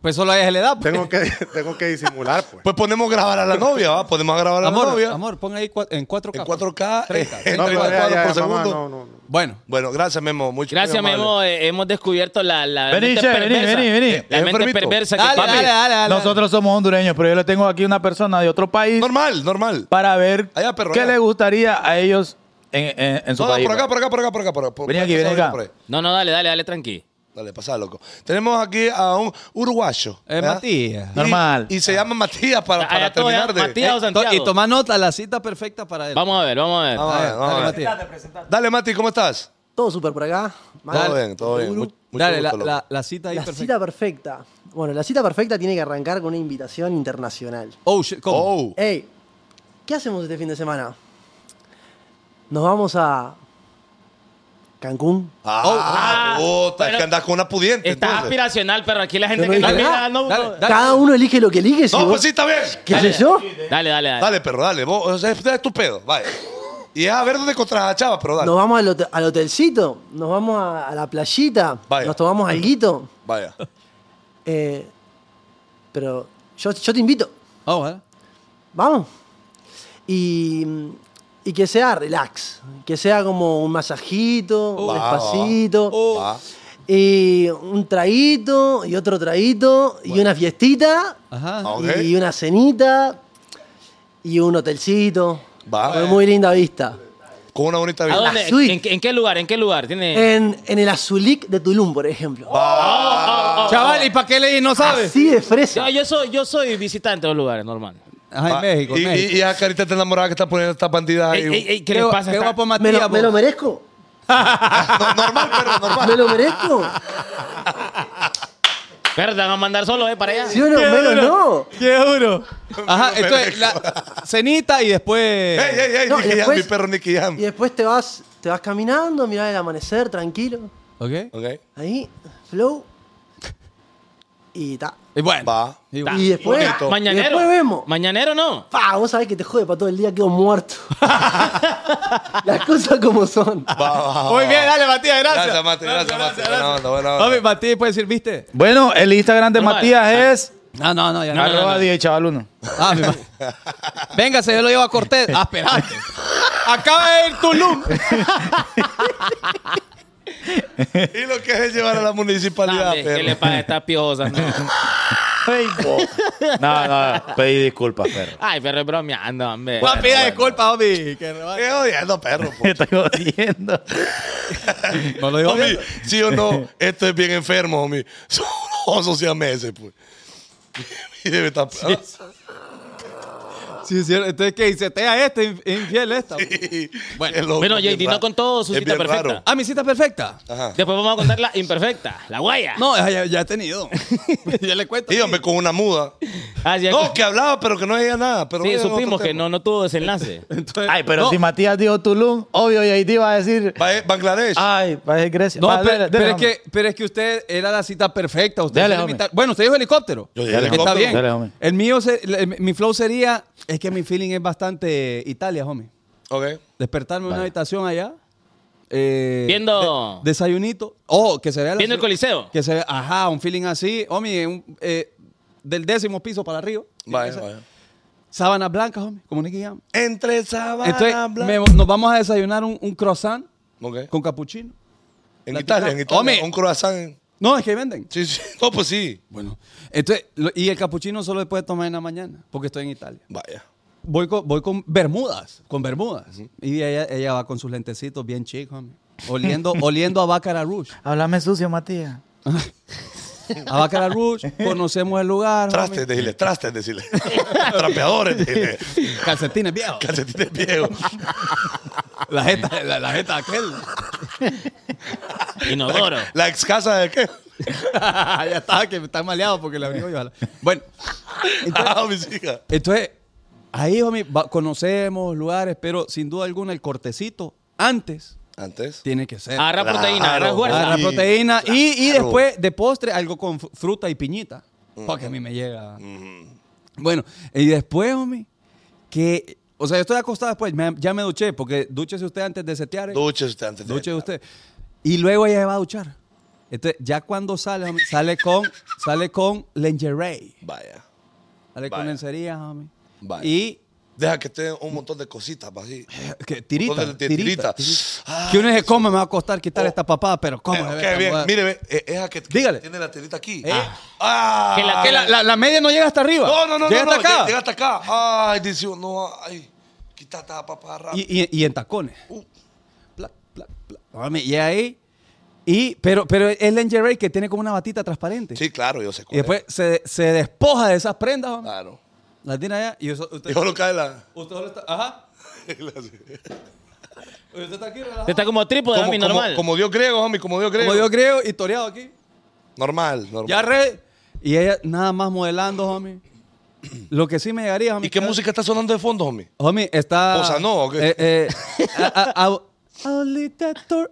Pues solo a ella se le da. pues.
Tengo que, tengo que disimular, pues.
Pues podemos grabar a la novia, ¿va? Podemos grabar a la
Amor,
novia.
amor, pon ahí cua- en 4K.
En 4K,
Treinta,
en
No,
30
pero ya,
cuadros
ya,
por
mamá,
segundo.
no, no, no.
Bueno,
Bueno, gracias, Memo. Mucho
Gracias,
muy amable.
Memo. eh, hemos descubierto la, la
Vení,
mente
che, vení,
perversa.
vení, vení.
La
Es
mente
enfermito.
perversa que
dale,
papi,
dale, dale, dale.
nosotros somos hondureños, pero yo le tengo aquí una persona de otro país
Normal, normal.
para ver
Allá, perro,
qué
allá.
le gustaría a ellos en, en- en su
No, no,
país.
por acá,
pues.
por acá, por acá, por acá. Por, por-
Vení aquí,
por-
vení acá.
por ahí.
No, no, dale, dale, dale, tranqui.
Dale, pasá, loco. Tenemos aquí a un uruguayo.
es
¿verdad?
Matías.
Y-
Normal.
Y, se llama Matías para,
Allá
para
todo,
terminar de.
ya, Matías o Santiago.
Eh, Y toma nota, la cita perfecta para él.
Vamos a ver, vamos a ver.
Vamos a ver, vamos a
Dale,
ver.
Matías.
Dale, Mati, ¿cómo estás?
Todo súper por acá.
Todo bien, todo bien. Mu- mucho
Dale,
gusto,
la,
loco.
la- la cita ahí
La
perfecta.
cita perfecta. Bueno, la cita perfecta tiene que arrancar con una invitación internacional.
Oh, shit, ¿cómo?
Oh.
Hey, ¿qué hacemos este fin de semana? Nos vamos a Cancún.
Ah, puta, es
pero-
que andas con una pudiente.
Estás
entonces.
aspiracional, pero aquí la gente
Yo no
que no
dije
mira,
nada.
no.
Dale,
no-
dale.
Cada uno elige lo que elige. si
No,
vos-
pues sí, está bien.
¿Qué sé yo?
Dale, dale, dale.
Dale, perro, dale. Vos, o sea, este es tu pedo, vaya. Y es a ver dónde encontrás a la chava, pero dale.
Nos vamos al, hotel- al hotelcito, nos vamos a, a la playita,
Vaya.
nos tomamos alguito.
Vaya.
eh, pero yo, yo te invito.
Vamos, ¿verdad?
Vamos. Y, y que sea relax. Que sea como un masajito,
Va,
un despacito.
Va.
Y un traguito, y otro traguito, y una fiestita,
Ajá.
Ah, ok.
y una cenita, y un hotelcito.
Va.
Con muy linda vista.
Con una bonita
¿A
vida.
dónde?
la suite.
¿En, qué- en qué lugar? ¿En qué lugar? ¿Tiene...
En, en el Azulik de Tulum, por ejemplo.
Chaval, ¿y para qué leí? No sabes.
Así de
No,
fresa.
yo soy, yo soy visitante de los lugares, normal.
Ajá, en
Ah,
México,
y,
en México.
y, y esa carita está enamorada que está poniendo esta bandida ahí.
Ey, ey, ey, ¿Qué
¿Qué,
le
gu-
pasa?
qué
Está-
guapo
¿Me
Matías,
lo, me
vos.
lo merezco?
No, normal, perro, normal.
¿Me lo merezco?
Pero te van a mandar solo, ¿eh? Para allá.
¿Sí o no? Menos no.
Qué duro. Ajá, entonces, la cenita y después...
Ey, ey, ey,
No,
Nicky
y
Jam,
después-
mi perro Nicky Jam.
Y después te vas, te vas caminando, mirás el amanecer tranquilo.
¿Ok?
Ok.
Ahí, flow. Y ta.
Y bueno.
Va.
Y-
Y después,
Bonito.
y
Mañanero.
después vemos.
Mañanero no.
Pa, vos sabés que te jode para todo el día, quedo muerto. Las cosas como son.
Va, va, va,
Muy
va.
bien, dale, Matías, gracias.
Ah. Gracias, Mati. Gracias, Mati. Buena onda, buena onda.
Mami, Matías puede decir, ¿viste?
Bueno, el Instagram de
Normal.
Matías es
No, no, Ah, no, ya Ah, no.
arroba 10 chaval uno.
Ah, mi madre. Véngase, yo lo llevo a Cortés. Ah, espérate. Acaba de ir Tulum.
Y lo que es llevar a la
No,
municipalidad,
hombre, ¿Qué
perro.
le pasa a estas piojosas? no? Facebook.
No, no, pedí disculpas, perro.
Ay, perro, es bromeando, hombre.
Bueno,
Pida
bueno.
disculpas, homie. que no-
Estoy odiando, perro. po.
Estoy jodiendo.
No lo digo.
Homie,
bien.
sí o no, esto es bien enfermo, homie. Son 11 meses, pues. Y debe estar.
Sí, es cierto. Entonces, ¿qué? Y se tea este, inf- es infiel esta.
Es loco,
Bueno,
bien
JD
raro.
no contó su
Es
cita
bien
perfecta.
raro.
Ah, mi cita perfecta.
Ajá.
Después vamos a contar la imperfecta, la guaya.
No, ya, ya- ya he tenido. ya le cuento.
Y hombre, con una muda.
Ah, sí,
No, que hablaba, pero que no decía nada. Pero
sí,
era otro
supimos que
tema.
no, no tuvo desenlace.
Entonces-
Ay, pero
No,
si Matías dijo Tulum, obvio, y ahí te iba a decir.
Ba- Bangladesh.
Ah.
Ay, va a ser Grecia.
No,
Va,
pero,
dele, dele,
pero es
homie.
que, pero es que usted era la cita perfecta. Usted
Dele,
se
homie.
limita- Bueno, usted dijo helicóptero.
Yo dije
Está
helicóptero.
bien.
Dele, homie.
el mío, se- el- mi flow sería... Es que mi feeling es bastante Italia, homie.
Ok.
Despertarme en una habitación allá. eh,
Viendo-
de- desayunito. Oh, que se vea... la-
Viendo el Coliseo.
Que se vea... Ajá, un feeling así. Homie, un- eh, del décimo piso para arriba.
Vaya, vaya.
Sábanas blancas, homie. Como Nicky Jam.
Entre sábana
Entonces, me-
blanca.
nos vamos a desayunar un, un croissant
Ok.
con capuchino.
En
la
Italia, en
picada.
Italia.
Homie.
Un croissant. en-
No, es que venden.
Sí, sí. No, pues sí.
Bueno, entonces, lo- y el capuchino solo después de tomar en la mañana, porque estoy en Italia.
Vaya.
Voy con, voy con Bermudas, con Bermudas. Y ella, ella va con sus lentecitos bien chic, homie. Oliendo, oliendo a Baccarat Rouge.
Háblame sucio, Matías.
A Baccarat Rouge, conocemos el lugar. homie.
Trastes, decirle. Trastes, decirle. Trapeadores, decirle.
Calcetines viejos.
Calcetines viejos.
La jeta, la, la jeta de aquel.
Inodoro.
La ex casa de qué.
ya está, que me están maleados porque le abrió yo. a la- Bueno, entonces,
Ah, mis hijas.
Entonces, ahí, homie, va- conocemos lugares, pero sin duda alguna el cortecito antes
Antes.
tiene que ser.
Agarra
Claro.
proteína, agarra fuerza.
Agarra
Sí,
proteína. y, y
claro. Mm.
después, de postre, algo con fr- fruta y piñita. Porque a mí me llega. Bueno, y después, homie, que. O sea, yo estoy acostado después, me- ya me duché, porque dúchese usted antes de setear. eh.
Duche usted antes de.
Duche usted. Y luego ella va a duchar. Entonces, ya cuando sale, homie, sale con, sale con lingerie.
Vaya.
Sale con
Vaya.
lencería, homie.
Vaya.
Y
Deja que esté un montón de cositas pa' así.
Eh, que
Un
tirita,
montón de
tirita,
tirita.
tirita.
Ah,
Que uno dice, ¿cómo me va a costar quitar esta papada? Pero ¿cómo? bebé?
eh, Oh. qué bien.
Vamos a-
Mire, ve, eh, esa que, que
Dígale.
tiene la telita aquí.
Eh.
Ah.
Que la-
Que la, la- la media no llega hasta arriba.
No, no, no,
Llega
no,
hasta
no,
acá.
Llega hasta acá. Ay, dice uno, ay, quítate a papá rápido.
y, y- y en tacones.
Uh.
Pla, pla, pla. Mami, y ahí. Y, pero, pero es lingerie que tiene como una batita transparente.
Sí, claro, yo sé cuál
Y después se, se despoja de esas prendas.
es.
mami.
Claro.
Las tiene allá. Y eso- usted,
Yo lo cae la...
usted solo está. Ajá. Usted está aquí relajado.
Está como trípode,
Como,
homie, normal.
como, como Dios griego, homie, como Dios griego.
Como yo creo, y toreado aquí.
Normal, normal.
Ya red. Y ella nada más modelando, homie. Lo que sí me llegaría, homie.
¿Y qué
que-
música está sonando de fondo, homie?
Homie, está.
Bossa Nova, ¿o qué?
Eh, eh, a- a- a- I'll leave that door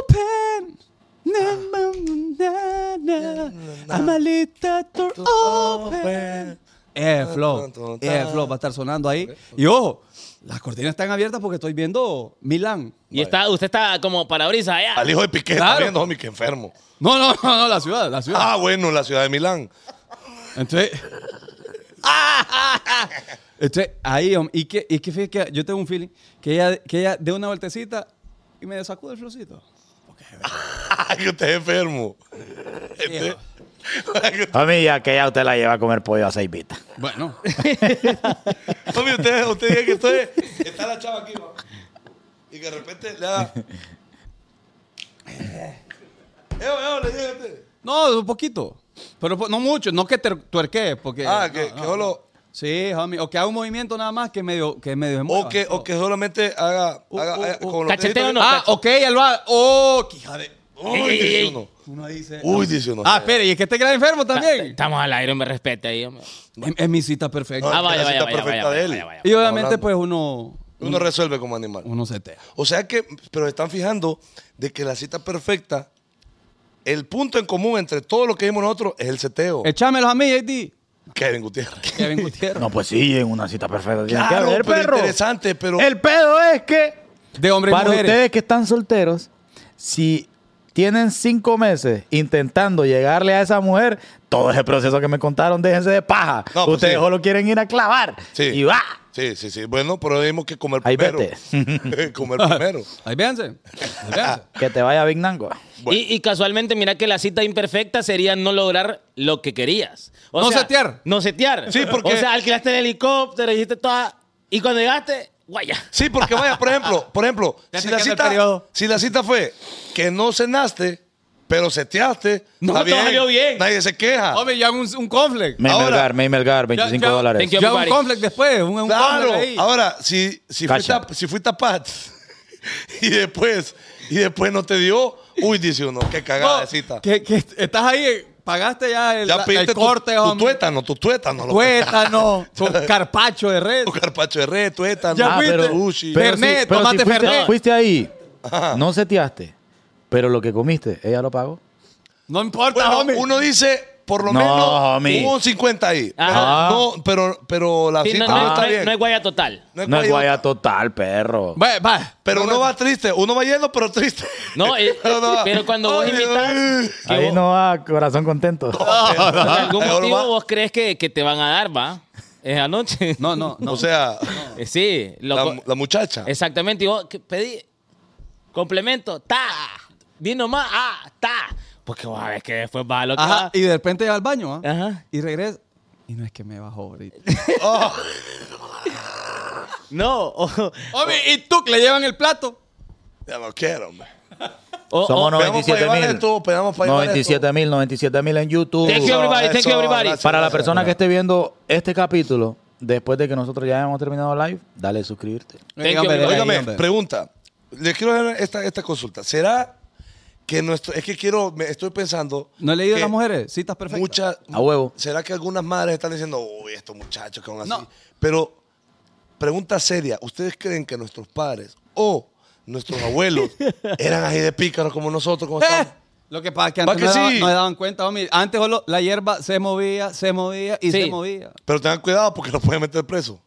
open. Na, na, na, na, na. I'ma leave that door open. Eh, Flow. Eh, Flow, va a estar sonando ahí. Y ojo, las cortinas están abiertas porque estoy viendo Milán.
y está, usted está como parabrisas allá.
Al hijo de Piqué, está
Claro.
viendo, homie, que enfermo.
No, no, no, no, la ciudad, la ciudad.
Ah, bueno, la ciudad de Milán.
Entonces. Ah, ah, ah. Entonces, ahí, hombre, y que, y que fíjate que yo tengo un feeling que ella, que ella dé una vueltecita y me sacude el flocito.
Ay, que usted es enfermo. Este-
Homie, ya que ya usted la lleva a comer pollo a seis vitas.
Bueno,
homie, usted, usted dice que usted... Está la chava aquí, va. Y que de repente le da... Eo, eo, le llega a usted.
no, un poquito, pero po- no mucho, no que ter- tuerquee, porque.
Ah,
no,
que,
no,
que
no.
solo...
Sí, homie, o que haga un movimiento nada más que medio, que medio se
O
mueva.
que, o que solamente haga,
Uh,
haga,
uh,
haga
uh.
con los
Cacheteo
deditos
no.
ah, ok, ella lo haga. Oh, qué hija de.
aquí. Uy, dice uno.
Uno dice.
Uy, dice uno.
ah, espere, y es que este queda enfermo también.
Estamos al aire, me respete ahí, hombre.
Es, es mi cita perfecta.
No,
Ah,
es que
vaya,
la
vaya,
cita
vaya,
perfecta
vaya,
de él.
vaya, vaya.
y obviamente,
hablando.
pues uno.
Uno resuelve como animal.
Uno se tea.
O sea que, pero están fijando de que la cita perfecta, el punto en común entre todo lo que vimos nosotros es el seteo.
Échamelos a mí, JD.
Kevin Gutiérrez.
Kevin Gutiérrez.
No, pues sí, en una cita perfecta. Tiene
Claro,
que haber,
pero
perro.
interesante, pero-
El pedo es que.
De hombres y
Para
mujeres.
ustedes que están solteros, si tienen cinco meses intentando llegarle a esa mujer, todo ese proceso que me contaron, déjense de paja.
No, pues
ustedes
sí.
solo quieren ir a clavar.
Sí.
Y va.
Sí, sí, sí. Bueno, pero tenemos que comer
Ahí
primero.
vete.
comer primero.
Ahí véanse.
Que te vaya Big Nango.
Y, y casualmente, mira que la cita imperfecta sería no lograr lo que querías. O
No
sea,
setear.
No setear.
Sí, porque-
O sea, alquilaste el helicóptero, hiciste toda. Y cuando llegaste, guaya.
Sí, porque vaya, por ejemplo, por ejemplo,
Ya
si
se
la,
quedó el
cita,
periodo.
si la cita fue que no cenaste, pero seteaste,
No,
está
todo salió bien.
Nadie se queja.
Hombre, ya un, un conflict.
May
Ahora-
Melgar, May Melgar, 25
ya-
dólares. Ah,
Thank you,
Ya un
everybody.
conflict después. Un, un
Claro. Ah,
conflict ahí.
Ahora, si, si, fuiste
Cacha.
a, si fuiste a Pats y después, y después no te dio, uy, dice uno, qué cagada de
No,
cita.
que, que estás ahí, pagaste ya el,
Ya
la-
pediste
el corte,
tu, tu
hombre.
tuétano, tu tuétano. lo
Tuétano, tu carpacho de red.
Tu carpacho de red, tuétano,
Ah,
Ya fuiste.
sushi.
Pero- Fernet, tomate
fuiste,
Fernet.
fuiste ahí, no seteaste, pero lo que comiste, ella lo pagó.
No importa,
Bueno,
homie.
uno dice, por lo
No,
menos,
homie.
hubo un 50 ahí.
Ajá.
Pero, no, pero, pero la
Ah. Sí,
cita
no,
no,
no,
está
no es-
bien.
no es guaya total.
No es
No es
guayota.
guaya total, perro.
Va, va.
Pero uno va triste, uno va lleno, pero triste.
No, eh, pero cuando vos
Ay,
invitas, que
Ahí
vos-
no va corazón contento.
Ah,
por algún
Ahí uno va.
motivo vos crees que, que te van a dar, va. Es anoche.
No, no, no.
O sea,
Eh, Sí, lo
la,
co-
la muchacha.
exactamente. Y vos que pedí complemento, ta, vino más, ah, ta. Porque vos sabés que después va a lo que
Ajá,
va.
y de repente va al baño, ¿ah?
Ajá.
Y regresa. Y no es que me bajó ahorita.
No, o,
Homie, y tú que le llevan el plato.
Ya no quiero, hombre.
o-
Somos
o-
Pegamos para
97
llevar
mil.
esto, pegamos para llevar
97 mil, 97 mil en YouTube.
Thank you, everybody, thank
Eso,
you, everybody.
gracias.
Para la persona que esté viendo este capítulo, después de que nosotros ya hayamos terminado live, dale suscribirte.
Thank you,
Dígame,
amigo.
dígame,
Óigame,
dígame.
pregunta. Les quiero hacer esta, esta consulta. ¿Será que nuestro... Es que quiero... Me estoy pensando...
No he leído a
que
las mujeres, citas perfectas. Eh,
Muchas...
A huevo.
¿Será que algunas madres están diciendo, uy, estos muchachos que van así?
No.
Pero, pregunta seria. ¿Ustedes creen que nuestros padres o nuestros abuelos eran así de pícaros como nosotros? Como
¡Eh!
estamos?
Lo que pasa es que
Va
antes no,
que
daban-
sí.
no se daban cuenta, homie. Antes solo la hierba se movía, se movía y
Sí.
se movía.
Pero tengan cuidado porque los pueden meter preso.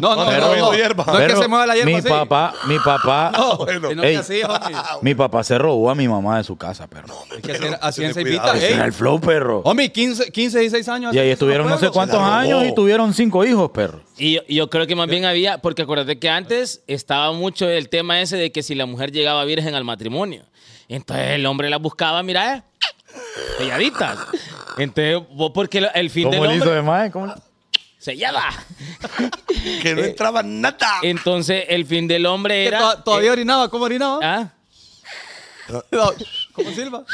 No, no,
Pero-
no, no.
hierba.
No
Ah,
es que
Perro,
se mueva la hierba
Mi
así.
papá, mi papá,
No,
Bueno. Ah,
y no es así,
Ey.
homie.
mi papá se robó a mi mamá de su casa, perro.
Es que
Pero
hacer- así en
tenés
Ceibita,
cuidado.
Ese
ey.
era el flow, perro.
Homie, 15, 15, 16 años.
Y ahí
haciendo
estuvieron no
esos
sé
juegos.
cuántos
la robó.
años y tuvieron cinco hijos, perro.
Y yo, y yo creo que más bien había, porque acuérdate que antes estaba mucho el tema ese de que si la mujer llegaba virgen al matrimonio, entonces el hombre la buscaba, mira, eh, selladitas. Entonces, vos porque lo- el fin del
¿Cómo le
hombre
hizo de madre? ¿Cómo le-
sellaba.
Que
Eh,
no entraba nada.
Entonces, el fin del hombre
Que
era.
to- Todavía
eh,
orinaba, ¿cómo orinaba?
¿ah?
No, ¿Cómo silba?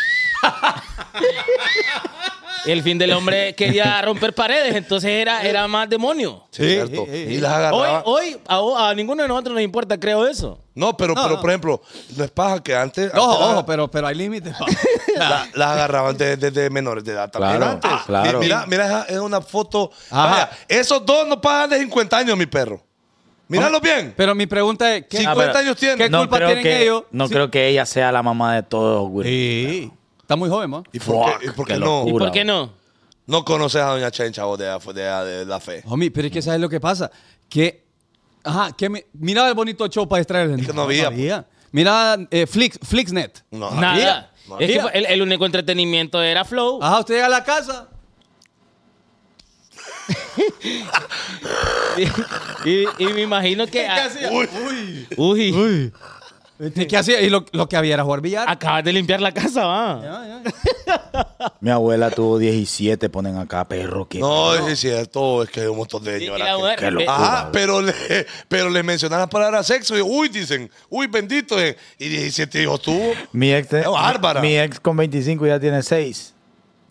El fin del hombre quería romper paredes, entonces era, era más demonio.
Sí, cierto. Y las
Hoy,
agarraba.
hoy a, vos- a ninguno de nosotros nos importa, creo eso.
No, pero, pero
no.
por ejemplo, no es paja que antes.
Ojo,
antes
ojo, pues, pero, pero hay límites.
la- la- las agarraban de- desde menores de edad también.
Claro,
antes.
ah, claro.
Mi- Mira, mira, esa- es una foto.
Ajá.
Vaya, esos dos no pagan de 50 años, mi perro. Míralo bien.
Pero mi pregunta es, ¿qué
Sí,
Ah,
culpa-
50
pero-
años tiene.
¿Qué culpa
creo
tienen
que,
ellos?
No
Sí.
creo que ella sea la mamá de todos, güey.
Sí. Está muy joven, ¿no?
¿Y por
Fuck,
qué, y por
qué
qué no?
¿Y
Pura,
por qué no?
No conoces a Doña Chencha vos de, de- de la fe.
Homie, pero es que ¿sabes lo que pasa? Que, ajá, que mi- miraba el bonito show para distraerse.
que no había, pues.
Miraba eh, Flix, Flixnet.
No,
Nada.
no
Es que
había.
el, el único entretenimiento era Flow.
Ah.
Ajá, usted llega a la casa.
y, y me imagino que. ah,
¿Qué hacía?
Uy,
¿Y qué hacía? Y lo, lo que había era jugar billar.
Ah.
acabas de limpiar la casa, va.
Ya, ya.
Mi abuela tuvo 17, ponen acá, perro. Que
No, sí es cierto, es que hay un montón de
Y- y la
señoras. que-
mujer, eh.
qué
ve-
loco.
Ajá, pero le, pero le mencionan las palabras sexo y uy, dicen, uy, bendito. eh. Y 17 hijos tuvo.
Mi ex,
¡Qué bárbara!
mi ex con 25 ya tiene 6.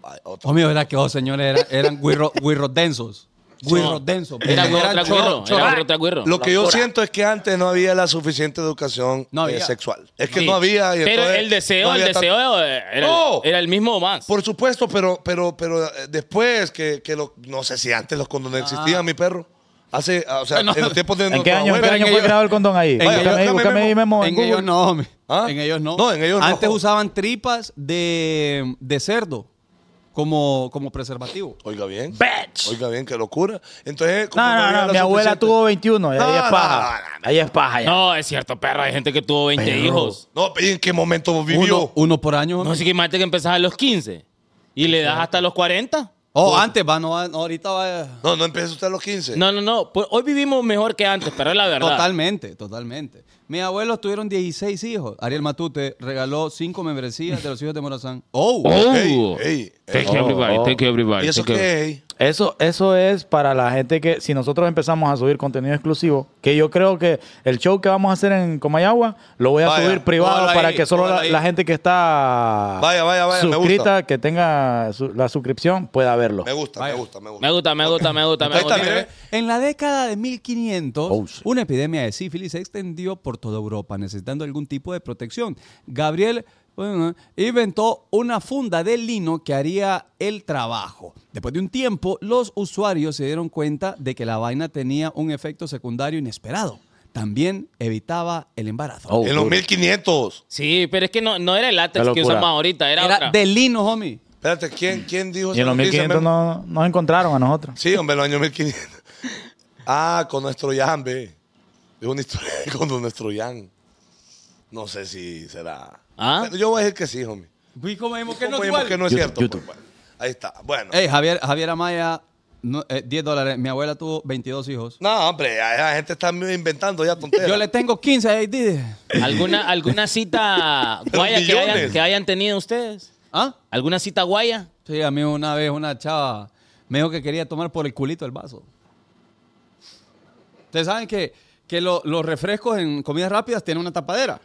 Ay, otro.
Homie, Oh, ¿verdad que los señores era- eran güirro- güirros densos? Güirros densos.
Era
Eran
güero tras
chorro-
güero,
chorro.
Era güero tras güero.
Lo que yo siento es que antes no había la suficiente educación
No
eh,
había.
sexual. Es que
Sí.
no había. y
Pero
entonces
el deseo,
no
el
había tan-
deseo eh, era,
¡No!
era el mismo o más.
Por supuesto, pero, pero, pero eh, después que, que lo- no sé si antes los condones
Ah.
existían, mi perro. Hace, ah, o sea,
No.
en los tiempos de
¿En qué
nuestra
año, en qué
abuela.
año
en
fue
ellos-
creado el condón ahí?
en
Búscame ahí,
ellos-
búscame ahí, Memo. en
En
Google.
ellos no, homie.
¿Ah?
En ellos no.
No, en ellos no.
Antes usaban tripas de, de cerdo como, como preservativo.
Oiga bien. Oiga bien, qué locura. Entonces, ¿cómo
No, no,
había
no,
la
mi abuela
suficiente?
tuvo 21, y
No,
ahí es
no,
paja.
no,
Ahí es paja ya.
No, es cierto, perro. Hay gente que tuvo 20
Perro.
hijos.
No, pero ¿y en qué momento vivió?
Uno, uno por año.
No,
homie.
así que imagínate que empezás a los 15 y le das hasta los 40.
Oh, antes va, no, va- no, ahorita va.
No, no empezó usted a los 15.
No, no, no. pues hoy vivimos mejor que antes, pero es la verdad.
Totalmente, totalmente. Mis abuelos tuvieron 16 hijos. Ariel Matute regaló 5 membresías de los hijos de Morazán. ¡Oh!
Ey, ey, ey.
Thank you everybody,
oh.
thank you everybody.
¿Y eso
thank you.
qué es?
Eso, eso es para la gente que, si nosotros empezamos a subir contenido exclusivo, que yo creo que el show que vamos a hacer en Comayagua lo voy a
Vaya,
subir privado
póngalo
para
ahí,
que solo
póngalo
la,
ahí.
la gente que está
Vaya, vaya, vaya, me
suscrita, que tenga su- la suscripción, pueda verlo.
Me gusta,
Vaya.
me gusta, me gusta.
Me gusta, me gusta, me gusta, me
Ahí está,
gusta.
mire.
En la década de 1500,
Oh, shit.
una epidemia de sífilis se extendió por toda Europa, necesitando algún tipo de protección. Gabriel bueno, inventó una funda de lino que haría el trabajo. Después de un tiempo, los usuarios se dieron cuenta de que la vaina tenía un efecto secundario inesperado. También evitaba el embarazo.
Oh,
En los
duro.
1500.
Sí, pero es que no, no era el látex
Qué
que
locura.
usamos ahorita, era,
Era
otra.
de lino, homie.
Espérate, ¿quién, quién dijo
Mm. y en
esa
los
noticia,
1500
men?
no, nos encontraron a nosotros.
Sí, hombre, en los años 1500. Ah, con nuestro Yan, ve. Es una historia con nuestro Yan. No sé si será.
¿Ah?
Pero yo voy a decir que sí, homie.
Uy, ¿cómo vimos que no
¿Cómo
es
vimos
igual?
que no es
YouTube,
cierto?
YouTube.
Pues, bueno, ahí está. Bueno.
Ey, Javier, Javier Amaya, no, eh, 10 dólares. Mi abuela tuvo 22 hijos.
No, hombre, ya la gente está inventando ya tonterías.
Yo le tengo 15 a AD.
¿Alguna, alguna cita
Pero
guaya que hayan,
millones.
que hayan tenido ustedes?
¿Ah?
¿Alguna cita guaya?
Sí, a mí una vez una chava me dijo que quería tomar por el culito el vaso. Ustedes saben que, que lo- los refrescos en comidas rápidas tienen una tapadera.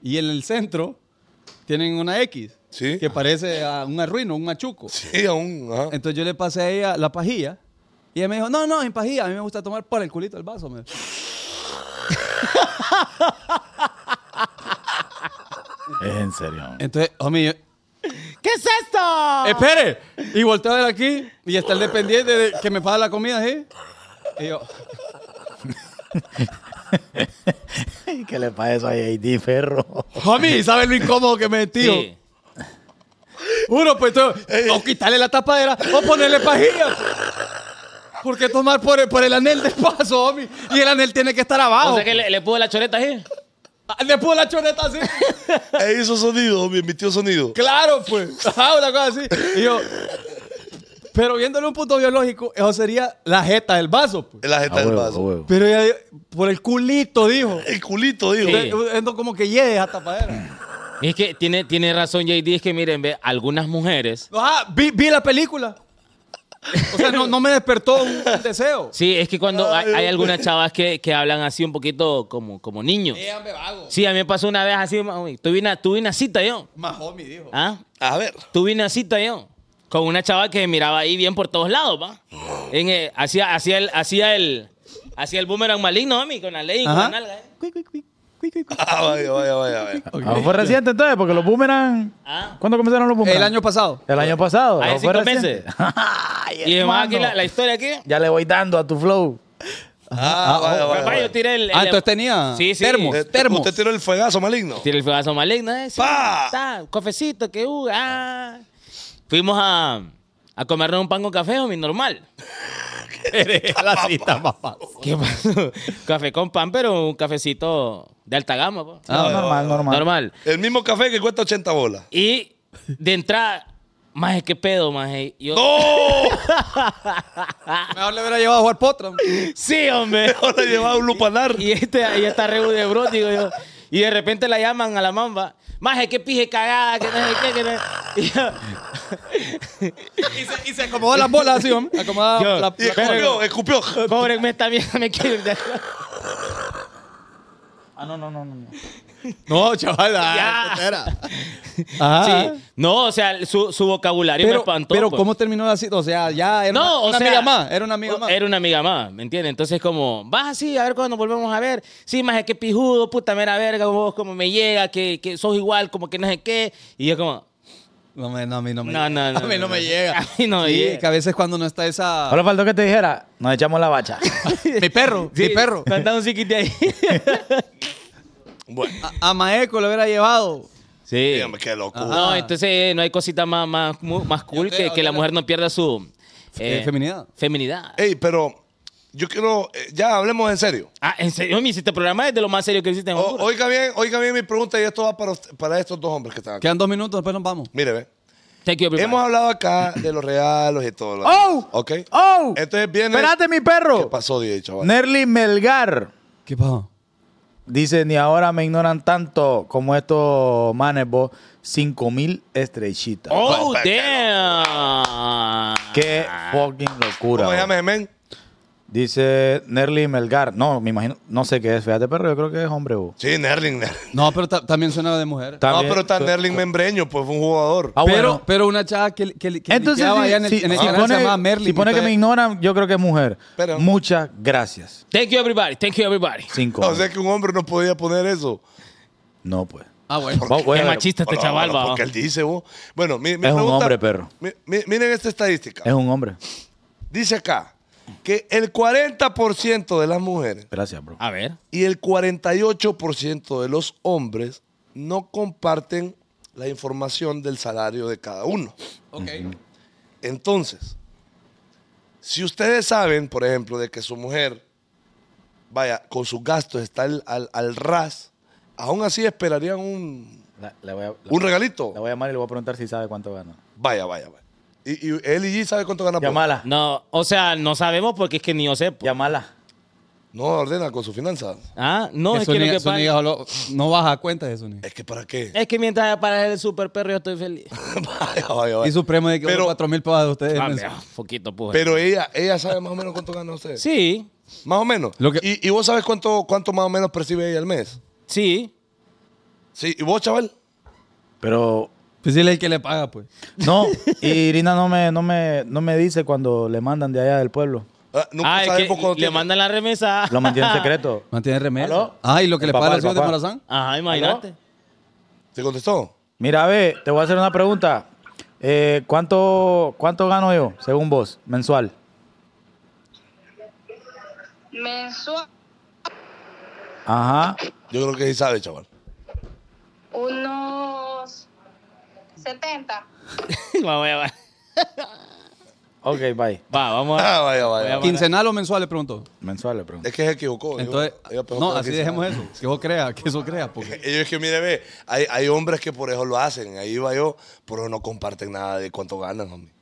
Y en el centro tienen una X.
Sí.
Que parece a un arruino, un machuco.
Sí, aún. ajá.
Entonces yo le pasé a ella la pajilla. Y ella me dijo, no, no, en pajilla. A mí me gusta tomar por el culito el vaso. me dijo.
Es en serio.
Entonces, homie, yo-
¿Qué es esto?
Eh,
espere. Y volteo a ver aquí y está el dependiente de- que me paga la comida, ¿sí? Y yo,
¿Qué le pasa eso a JD, ferro?
homie, ¿sabes lo incómodo que me metí? Uno, pues entonces, o quitarle la tapadera o ponerle pajilla. Porque tomar por el, por el anel de paso, homie. Y el anel tiene que estar abajo.
O sea que le, le pudo la choreta ahí.
Ah, Le puso la choneta así.
Eh, hizo sonido, homie, emitió sonido.
claro, pues. Ajá, una cosa así. Y yo. Pero viéndole un punto biológico, eso sería la jeta del vaso. pues.
En la
A
jeta del
huevo, a
vaso.
huevo.
Pero ella, dio- por el culito, dijo.
El culito, digo.
Sí.
Entonces, como que llegue esa tapadera.
Es que tiene, tiene razón JD, es que miren, ve, algunas mujeres.
Ajá, vi, vi la película. O sea, no, no me despertó un deseo.
Sí, es que cuando hay, hay algunas chavas que, que hablan así un poquito como, como niños. Sí, a mí me pasó una vez así, mami. tuve una, tuve una cita yo.
Más homie, dijo.
¿Ah?
A ver.
Tuve una cita yo con una chava que miraba ahí bien por todos lados, ¿va? En, eh, hacía, hacía el, hacía el, hacía el boomerang maligno, mami, con la ley y con la
Ajá.
nalga, ¿eh?
Ah, vaya, vaya, vaya, vaya.
Ah, fue reciente entonces, porque los boomerang.
Ah.
¿Cuándo comenzaron los boomerang?
El año pasado.
El año pasado.
Hace
¿no? Fue
cinco
reciente.
meses.
Ay,
Y además aquí
hermano.
la, la historia aquí.
Ya le voy dando a tu flow.
Ah, vaya, vaya,
Papá,
vaya.
yo tiré el, el-
Ah, entonces tenía
Sí, sí.
termos.
Eh,
termos.
Usted tiró el fuegazo maligno.
Tiene el fugazo maligno, ¿eh? Sí,
¡Pa!
ta, cofecito, que hubo. ah. Fuimos a, a comernos un pan con café, homie, normal.
la cita, papá.
¿Qué pasó? café con pan, pero un cafecito de alta gama, po.
No, normal, normal.
normal.
El mismo café que cuesta 80 bolas.
Y de entrada, maje, qué pedo, maje. Yo,
Mejor le hubiera llevado a jugar potra.
Sí, hombre.
Ahora llevaba un lupanar.
Y este ahí está reú de bro, digo yo. Y de repente la llaman a la mamba. Maje, qué pije cagada, que no sé qué, que no. Y yo-
Y se, y se acomodó las bolas así, hombre. Acomodaba
Yo,
la,
Y
la-
escupió, escupió.
Pobre, me está viendo, me quiero ir de acá.
Ah, no, no, no, no. no.
No, chaval.
Ya.
ah, era. Ajá.
Sí. No, o sea, su, su vocabulario me
Ah. Pero,
espantó.
pero
pues.
¿cómo terminó la cita? O sea, ya era
No,
una,
o
una
sea,
amiga más. Era una amiga más.
Era una amiga más, ¿me entiendes? Entonces, como, vas así, a ver cuando nos volvemos a ver. Sí, más que pijudo, puta mera verga, vos como me llega, que, que sos igual, como que no sé qué. Y yo, como,
No, me- no, a mí no me
No,
llega.
no, no,
A mí no,
no.
me llega.
A mí no me
Sí,
llega.
que a veces cuando no está esa...
Ahora faltó que te dijera, nos echamos la bacha.
Mi perro, mi perro.
Cantando un chiquite ahí.
Bueno,
A, a Maeco lo hubiera llevado.
sí.
dígame, qué locura.
No, entonces eh, no hay cosita más, más, mu- más cool
Yo te-
que,
yo
que
te
la
la-
mujer no pierda su.
Eh, feminidad.
Feminidad.
Ey, pero yo quiero. eh, ya hablemos en serio.
Ah, en serio, mi, si este programa es de lo más serio que existe en
O-
Honduras.
oiga bien, oiga bien mi pregunta y esto va para, usted- para estos dos hombres que están aquí.
Quedan dos minutos, después nos vamos.
Mire, ve.
Thank you, everybody.
Hemos hablado acá de los regalos y todo. lo
¡Oh!
¿Ok?
¡Oh!
Entonces viene...
¡Espérate, mi
¿Qué
perro!
pasó, DJ, chaval?
Nerly Melgar
¿Qué pasó?
dice: Ni ahora me ignoran tanto como estos manes, vos. 5000 estrechitas.
Oh,
Bueno,
damn.
¡Qué fucking locura!
¿Cómo se
vos.
llama, men?
Dice Nerly Melgar. No, me imagino. No sé qué es. Fíjate, perro. Yo creo que es hombre, vos.
Sí, Nerling. Ner-
No, pero ta- también suena de mujer.
No, pero está Nerling Membreño, pues fue un jugador.
Ah,
pero,
bueno.
pero una chava que, que, que
Entonces,
liqueaba
si,
allá en el,
si-
en el
si
canal se llamaba
pone,
Merlin.
si pone que
entonces-
me ignoran, yo creo que es mujer.
Pero-
Muchas gracias.
Thank you, everybody. Thank you, everybody.
Cinco.
O sea que un hombre no podía poner eso.
no, pues.
Ah, bueno.
Voy- voy
Qué
a ver.
machista este
Hola,
chaval,
hola,
va.
Porque él dice, vos. Bueno, mi, mi
Es un
pregunta-
hombre, perro.
mi- mi- miren esta estadística.
Es un hombre.
Dice acá que el 40% de las mujeres
Gracias,
Ah.
bro.
A ver.
y el 48% de los hombres no comparten la información del salario de cada uno.
Ok.
Entonces, si ustedes saben, por ejemplo, de que su mujer, vaya, con sus gastos está al, al- al ras, aún así esperarían un,
La- la voy a- la-
un Ah, regalito.
la voy a llamar y le voy a preguntar si sabe cuánto gana.
Vaya, vaya, vaya. Y, y él y G sabe cuánto gana por-
Llamala.
No, o sea, no sabemos porque es que ni yo sé. po.
Llamala.
No ordena con su finanza.
Ah, no, es
Eso
que
ni-
lo que
eso ni
pasa.
jaló- no baja cuenta de eso. Ni.
Es que para qué.
Eh.
Es que mientras para el super perro yo estoy feliz.
vaya, vaya, vaya.
Y su premio de que
Pero-
4 mil pavos de ustedes.
Ah,
menso.
mira, Poquito, pues.
Pero ella, ella sabe más o menos cuánto gana usted.
Sí,
Más o menos.
Lo que-
¿Y, y vos sabes cuánto, cuánto más o menos percibe ella al mes?
sí.
Sí. ¿Y vos, chaval?
Pero.
Pues sí, es el que le paga, pues.
No, y Irina no me, no, me, no me dice cuando le mandan de allá del pueblo.
Ah, nunca
ah, es
sabes
que
vos cuánto
le
tiene.
mandan la remesa.
Lo mantiene en secreto.
Mantiene remedio.
¿Aló?
Ah, y lo que
El
le paga
papá,
a
el
los hijos de
papá.
Morazán.
Ajá, imagínate.
¿Te contestó?
Mira, ve, te voy a hacer una pregunta. Eh, ¿cuánto, ¿Cuánto gano yo, según vos, mensual?
Mensual,
Ajá.
Yo creo que sí sabe, chaval.
unos 70.
Vamos a ver.
Ok, bye.
Va, vamos a
Ah, vaya, vaya.
¿Quincenal o mensual? Le pregunto.
Mensual le pregunto.
Es que se equivocó.
Entonces,
Ella- ella pensó
no,
que
así
era
dejemos
quincenal.
eso. Que vos creas, que eso creas. Porque...
Ellos es que, mire, ve, hay, hay hombres que por eso lo hacen. Ahí va yo, por eso no comparten nada de cuánto ganan, hombre.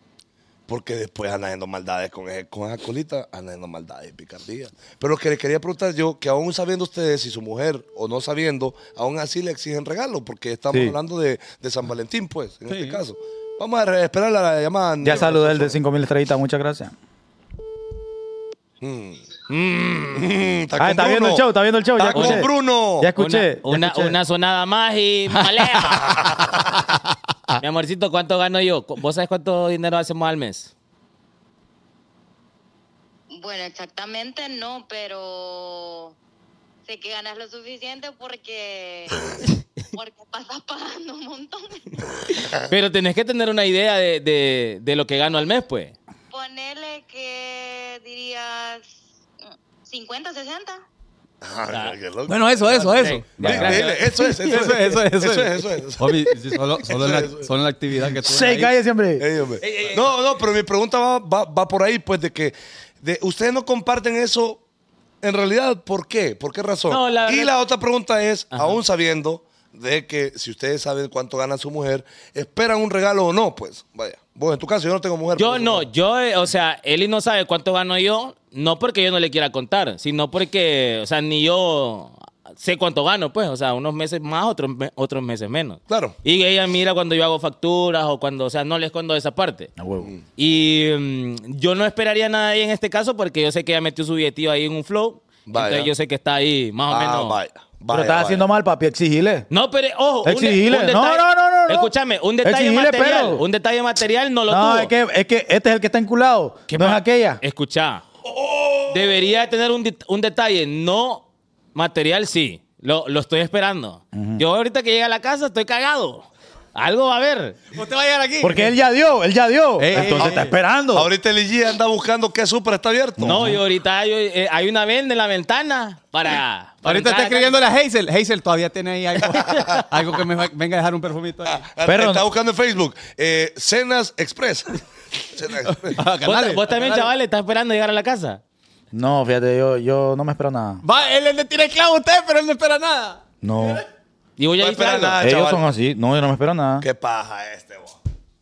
Porque después andan haciendo maldades con, ese- con esa colita, andan haciendo maldades y picardías. Pero lo que les quería preguntar yo, que aún sabiendo ustedes si su mujer o no sabiendo, aún así le exigen regalo, porque estamos
Sí.
hablando de, de San Valentín, pues, en
Sí.
este caso. Vamos a re- esperar la llamada.
Ya saludé el de 5000 estrellitas, muchas gracias.
Mm, está
Ah,
con
está viendo el
Bruno.
show, está viendo el show. Ya
Está con
escuché.
Bruno.
Ya escuché.
Una,
ya
una,
escuché.
una sonada más y malea. Mi amorcito, ¿cuánto gano yo? ¿Cu- ¿Vos sabés cuánto dinero hacemos al mes?
Bueno, exactamente no, pero sé que ganas lo suficiente porque, porque pasas pagando un montón.
Ah.
Pero tenés que tener una idea de, de, de lo que gano al mes, pues.
Ponele que dirías mm, 50, 60.
Ah, qué loco.
Bueno, eso, eso, eso.
Dile, dile, eso es, eso es,
Eso es, eso es, eso es.
eso es. eso es.
Homie, sí, solo, solo en la, solo en la actividad que tú ves
Se
ahí.
calle siempre.
Ey, hombre. No, no, pero mi pregunta va, va- va por ahí, pues, de que de, ustedes no comparten eso. En realidad, ¿por qué? ¿Por qué razón?
No, la
y
verdad-
la otra pregunta es, aún sabiendo de que si ustedes saben cuánto gana su mujer, ¿esperan un regalo o no? Pues, vaya. Vos, en tu caso, yo no tengo mujer. pues.
Yo
por eso
no, yo, eh, o sea, Eli no sabe cuánto gano yo, no porque yo no le quiera contar, sino porque, o sea, ni yo sé cuánto gano, pues, o sea, unos meses más, otros, me- otros meses menos.
Claro.
Y ella mira cuando yo hago facturas o cuando, o sea, no le escondo esa parte.
A huevo.
Y mm, yo no esperaría nada ahí en este caso porque yo sé que ella metió su billetito ahí en un flow.
Vaya.
Entonces yo sé que está ahí, más o
Ah,
menos.
vaya.
Pero
vaya,
estás
vaya.
haciendo mal, papi. Exigile.
No, pero ojo, un-
Exigile.
un
No,
detalle-
no, no, no, no.
Escúchame, un detalle
Exigile,
material,
pero.
un detalle material no lo
No,
tuvo.
es que, es que este es el que está enculado.
¿Qué
No es
pa-
aquella.
Escuchá. Debería tener un, det- un detalle, no material, sí. Lo, lo estoy esperando. Yo ahorita que llegue a la casa estoy cagado. Algo va a haber.
Usted va a llegar
Eh,
aquí.
Porque él ya dio, él ya dio.
Ey,
Entonces
ey,
está
ey.
esperando.
Eh, Ahorita el IG anda buscando qué súper está abierto.
No, y ahorita hay, eh, hay una venda en la ventana para.
Ahorita
para entrar
está
acá.
escribiendo la Hazel. Hazel todavía tiene ahí algo, algo que me va- venga a dejar un perfumito ahí.
Pero
Pero está
no-
buscando en Facebook. eh, Cenas Express. Cenas Express.
Ah,
¿Vos,
canales,
vos también,
canales.
chavales, estás esperando llegar a la casa.
No, fíjate, yo, yo no me espero nada.
Va, él él le tira el clavo a usted, pero él no espera nada.
No.
Y voy
No
a
espera nada. Ah,
Ellos
chaval.
son así. No, yo no me espero nada.
Qué paja este, vos.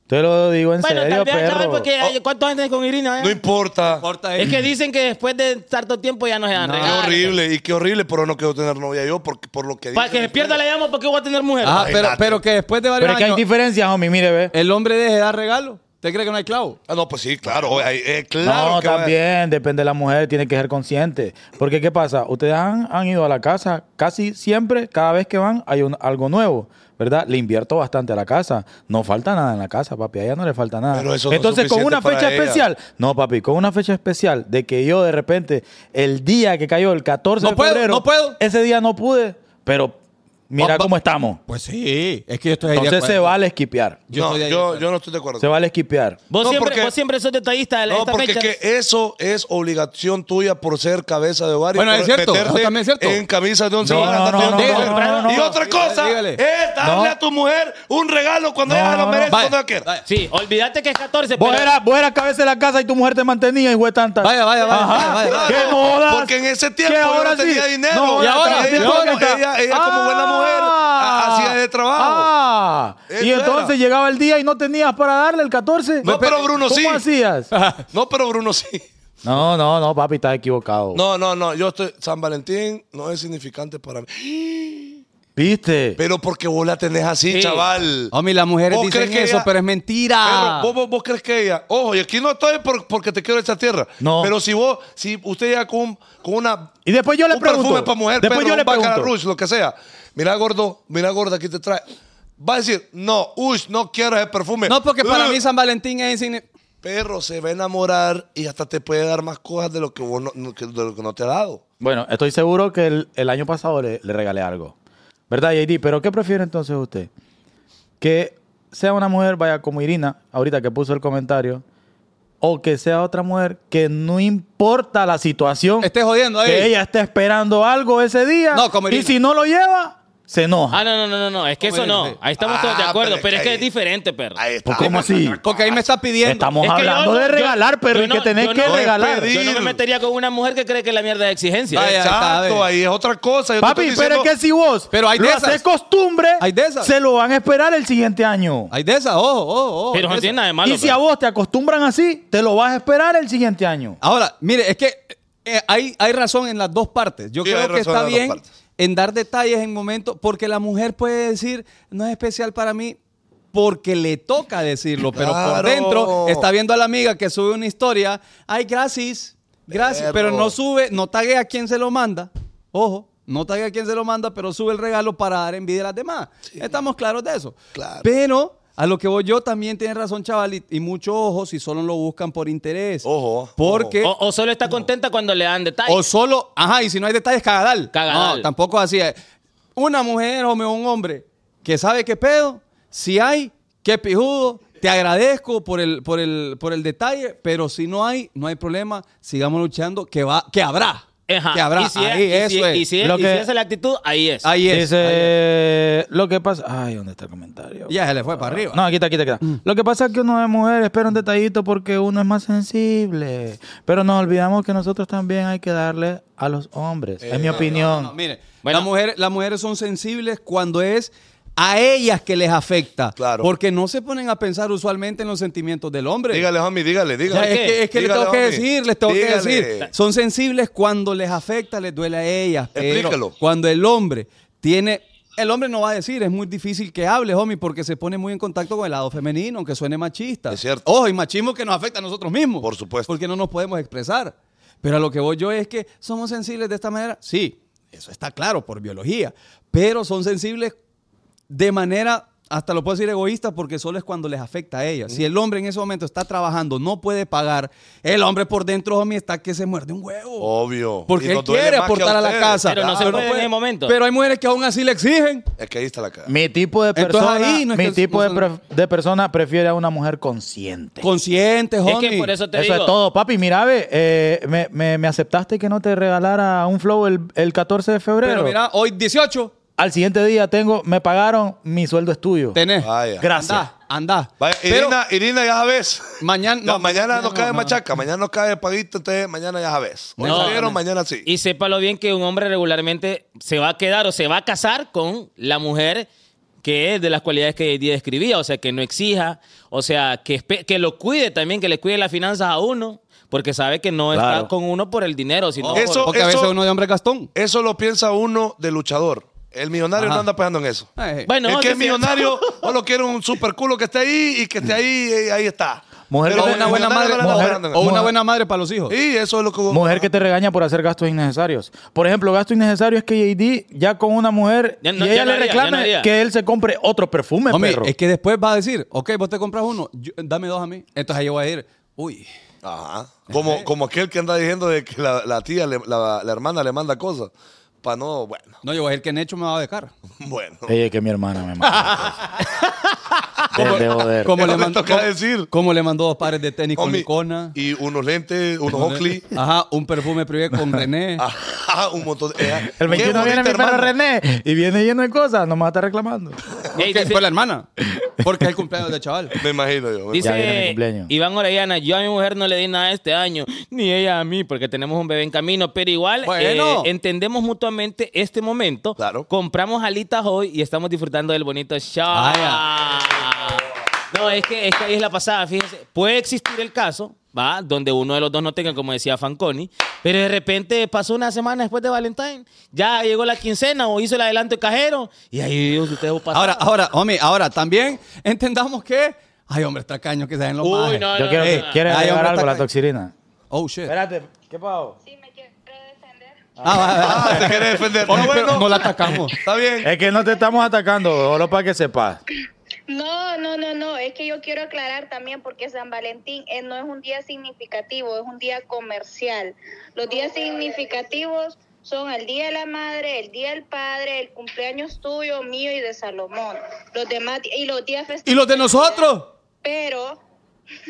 Te lo digo en
Bueno,
serio,
tal vez, chaval,
perro.
porque hay- ¿cuántos años tenés con Irina? eh?
No importa.
Es que dicen que después de tanto tiempo ya no se dan
Qué
regalos.
horrible, y qué horrible, pero no quiero tener novia yo por, por lo que
Para
dice.
que se pierda la llama, ¿por qué voy a tener mujer?
Ah, pero, pero que después de varios
Pero es que hay
años,
diferencias, homie, mire, ve.
el hombre deje de dar regalo. ¿Usted cree que no hay clavo?
Ah, no, pues sí, claro. eh, eh, claro
no,
que va-
también, depende de la mujer, tiene que ser consciente. Porque, ¿qué pasa? Ustedes han, han ido a la casa casi siempre, cada vez que van, hay un- algo nuevo, ¿verdad? Le invierto bastante a la casa. No falta nada en la casa, papi, a ella no le falta nada.
Pero eso no es
Entonces, con
suficiente
una
para
fecha
ella.
especial, no, papi, con una fecha especial de que yo de repente, el día que cayó, el 14
No
de
puedo,
febrero,
no puedo.
ese día no pude, pero mira
Va- va-
cómo estamos.
Pues sí, es que yo estoy ahí de
Entonces, se
acuerdo.
vale esquipear.
Yo
no,
estoy ahí de
yo,
acuerdo.
yo no estoy de acuerdo.
Se vale esquipear.
Vos,
No,
siempre,
porque-
vos siempre sos detallista de la
No, porque que eso es obligación tuya por ser cabeza de barrio.
Bueno,
por
es cierto,
meterte
también es cierto.
En camisas de once
No,
varas,
no, no,
andarte
no,
de
no,
mujer.
no, no,
Y
no.
otra cosa
Dígale.
es darle
No.
a tu mujer un regalo cuando
No,
ella se lo
no,
merece,
no.
cuando ella quiera.
Sí, olvídate que es 14,
Vos
pero-
eras, vos eras cabeza de la casa y tu mujer te mantenía, hijo de tanta.
Vaya, vaya, vaya,
Ajá.
vaya, vaya.
¿Qué
Claro,
modas?
Porque en ese tiempo
¿Qué
yo
ahora
no tenía
sí?
dinero.
No,
Y ahora
ella,
sí,
ella-
ahora está-
ella- ella como buena mujer
Ah.
ha- hacía ese trabajo.
Ah.
Eso
y
era.
entonces llegaba el día y no tenías para darle el 14.
No, pero Bruno
¿Cómo
sí.
hacías?
No, pero Bruno sí.
no, no, no, papi, estás equivocado.
No, no, no. Yo estoy. San Valentín no es significante para mí.
¿Viste?
Pero porque vos la tenés así,
Sí.
chaval.
Homie, las mujeres
¿Vos
dicen
crees que
eso,
ella-
pero es mentira.
Perro, ¿vos, vos, vos crees que ella? Ojo, y aquí no estoy por- porque te quiero esta tierra.
No.
Pero si vos, si usted llega con, un- con una.
Y después yo le
un
pregunto.
perfume para mujer,
Después
perro,
yo le
un Baccarat
pregunto.
Rouge, lo que sea. Mira, gordo, mira, gorda, aquí te trae. Va a decir, no, uy, no quiero ese perfume.
No, porque para
Ugh.
mí San Valentín es insignificante.
Perro se va a enamorar y hasta te puede dar más cosas de lo que, vos no, no- que- de lo que no te ha dado.
Bueno, estoy seguro que el, el año pasado le, le regalé algo. ¿Verdad, JD? ¿Pero qué prefiere entonces usted? ¿Que sea una mujer, vaya, como Irina, ahorita que puso el comentario, o que sea otra mujer que no importa la situación,
Esté jodiendo ahí.
que ella esté esperando algo ese día,
Este No, como
y
Irina.
si no lo lleva, se enoja?
Ah, no, no, no, no, no, es que eso no. Ahí estamos todos de
Ah,
acuerdo,
pero es
pero es
que
que
ahí-
es diferente, perro.
Ahí está.
Pues, ¿Cómo así?
Porque ahí me está pidiendo.
Estamos
Es que yo
hablando
no-
de
yo-
regalar, perro,
yo
y que
no-
tenés
yo
que
no-
regalar.
pedí.
Yo no me metería con una mujer que cree que la mierda es exigencia.
Ay, ay. está,
Exacto,
ve.
ahí es otra cosa. Yo te
Papi,
estoy
pero es
diciendo-
que si vos
Pero hay de
lo
esas.
haces costumbre,
Hay de esas.
se lo van a esperar el siguiente año.
Hay de esas, ojo, ojo, ojo.
Pero
hay
no
de
tiene
esas.
nada de malo.
y si a
perro.
vos te acostumbran así, te lo vas a esperar el siguiente año.
Ahora, mire, es que eh, hay, hay razón en las dos partes. Yo
Sí, hay
creo que
razón en
está
las dos
bien
partes.
en dar detalles en momentos, porque la mujer puede decir, no es especial para mí, porque le toca decirlo, pero por
Claro.
dentro está viendo a la amiga que sube una historia, ay, gracias, gracias, pero
Perro.
no sube, no tague a quien se lo manda, ojo. No tague a quien se lo manda, pero sube el regalo para dar envidia a las demás. Estamos claros de eso.
Claro.
Pero a lo que voy yo también tiene razón, chaval, y, y mucho ojo si solo lo buscan por interés.
Ojo,
Porque
O, o solo está contenta cuando le dan detalles.
o solo, ajá, y si no hay detalles, cagadal.
Cagadal.
No, tampoco así. es. Una mujer hombre, o un hombre que sabe qué pedo, si hay, qué pijudo, te agradezco por el, por el, por el detalle, pero si no hay, no hay problema, sigamos luchando, que va, que habrá.
Ajá.
Que habrá.
Y si es-
Ahí,
y si-
eso es.
y si es-
Lo
y si
que-
esa es la actitud, ahí es.
Ahí es. ahí
Dice, lo que pasa... Ay, ¿dónde está el comentario?
es. Ya se le fue para arriba. Mm.
No, aquí está, aquí está, aquí está. Lo que pasa es que uno de mujer espera un detallito porque uno es más sensible. Pero nos olvidamos que nosotros también hay que darle a los hombres. es mi opinión.
Eh, No, mire,
Bueno.
las, mujeres, las mujeres son sensibles cuando es a ellas que les afecta.
Claro.
Porque no se ponen a pensar usualmente en los sentimientos del hombre.
Dígale, homie, dígale,
O sea,
dígale.
es que, es que les
Dígale,
tengo que
homie.
decir, les tengo
Dígale.
que decir. Son sensibles cuando les afecta, les duele a ellas. pero
Explícalo.
Cuando el hombre tiene. El hombre no va a decir, es muy difícil que hable, homie, porque se pone muy en contacto con el lado femenino, aunque suene machista.
Es cierto.
Ojo, y machismo que nos afecta a nosotros mismos.
Por supuesto.
Porque no nos podemos expresar. Pero a lo que voy yo es que somos sensibles de esta manera. Sí, eso está claro por biología. Pero son sensibles de manera, hasta lo puedo decir egoísta, porque solo es cuando les afecta a ellas. Si el hombre en ese momento está trabajando, no puede pagar, el hombre por dentro, homie, está que se muerde un huevo.
Obvio.
Porque
Oh, Y nos
él
duele
quiere
más que
aportar a la
ustedes.
casa.
Pero no se puede en ese momento.
Pero hay mujeres que aún así le exigen.
Es que ahí está la cara.
Mi tipo de
Entonces,
persona,
ahí no es
mi
que-
tipo
no
de,
son-
pre- de persona prefiere a una mujer consciente.
Conscientes,
Es
homie.
que por eso te
Eso
digo.
es todo, papi. Mira, ve, eh, me, me- me aceptaste que no te regalara un flow el, el 14 de febrero.
Pero mira, hoy 18,
Al siguiente día tengo, me pagaron, mi sueldo es tuyo.
tenés.
Vaya.
Gracias.
Andá, andá.
Vaya,
Pero
Irina, Irina, ya sabes.
mañana,
No, mañana no cae
no.
machaca, mañana no cae paguito, entonces mañana ya sabes. Hoy
No.
salieron, mañana sí.
Y sépalo bien que un hombre regularmente se va a quedar o se va a casar con la mujer que es de las cualidades que Eddie describía, o sea, que no exija, o sea, que, espe- que lo cuide también, que le cuide las finanzas a uno, porque sabe que no
Claro.
está con uno por el dinero, sino
Eso-
por-
Porque a veces eso- uno
de hombre gastón.
Eso lo piensa uno de luchador. El millonario
Ajá.
no anda pegando en eso.
Eh, bueno,
el
sí
que es
es cierto.
millonario solo quiere un super culo que esté ahí y que esté ahí eh, ahí está.
Mujer
Pero
que-
el
una buena
millonario
madre-
no anda
mujer-
pegando en
o
eso.
una
buena madre para los hijos.
Sí, eso es lo que
Mujer que te regaña por hacer gastos innecesarios. Por ejemplo, gasto innecesario es que JD ya con una mujer
Ya no-
y
ya
ella
no
le
haría, ya no
reclame
haría.
que él se compre otro perfume,
Hombre,
perro.
es que después va a decir, ok, vos te compras uno, yo- dame dos a mí. Entonces ahí yo voy a ir, uy.
Ajá. Como, como aquel que anda diciendo de que la, la tía, le- la, la hermana le manda cosas. Para no, bueno.
No, yo voy a ir que Necho me va a dejar.
Bueno.
Ella que mi hermana me mata. Desde joder.
Como le,
No me
mandó,
toca
como-
decir.
como le mandó dos pares de tenis con
Homie,
licona.
Y unos lentes, unos Oakley.
Ajá, un perfume privé con René.
Ah. Ajá, un montón de. eh,
El
qué
21 viene
bonita
mi hermano
hermana.
René y viene lleno de cosas, no me va a estar reclamando.
Porque fue la hermana. Porque es el cumpleaños del chaval.
Me imagino yo. me imagino.
Dice Iván Orellana, yo a mi mujer no le di nada este año, ni ella a mí, porque tenemos un bebé en camino, pero igual
Bueno.
eh, entendemos mutuamente este momento. Compramos alitas hoy y estamos disfrutando del bonito show. No, es que, es que ahí es la pasada, fíjense. Puede existir el caso, ¿va? Donde uno de los dos no tenga, como decía Fanconi, pero de repente pasó una semana después de Valentine, ya llegó la quincena o hizo el adelanto de cajero y ahí ustedes pasaron.
Ahora, ahora, homie, ahora también entendamos que hay hombres tacaños que se den los
Uy,
majes.
no, Yo no, quiero- no, no. ¿quieres
hay
agregar
hombres
algo a la
tacaños.
toxirina?
Oh, shit.
Espérate, ¿qué pago?
Ah, va, va, va.
Te querés defender.
Homie,
No,
pero
bueno.
no la atacamos.
Está bien.
Es que no te estamos atacando, solo para que sepas.
No, no, no, no, es que yo quiero aclarar también porque San Valentín eh, no es un día significativo, es un día comercial. Los días significativos son el Día de la Madre, el Día del Padre, el cumpleaños tuyo, mío y de Salomón. Los demás di- y los días festivos.
¿Y los de nosotros?
Pero,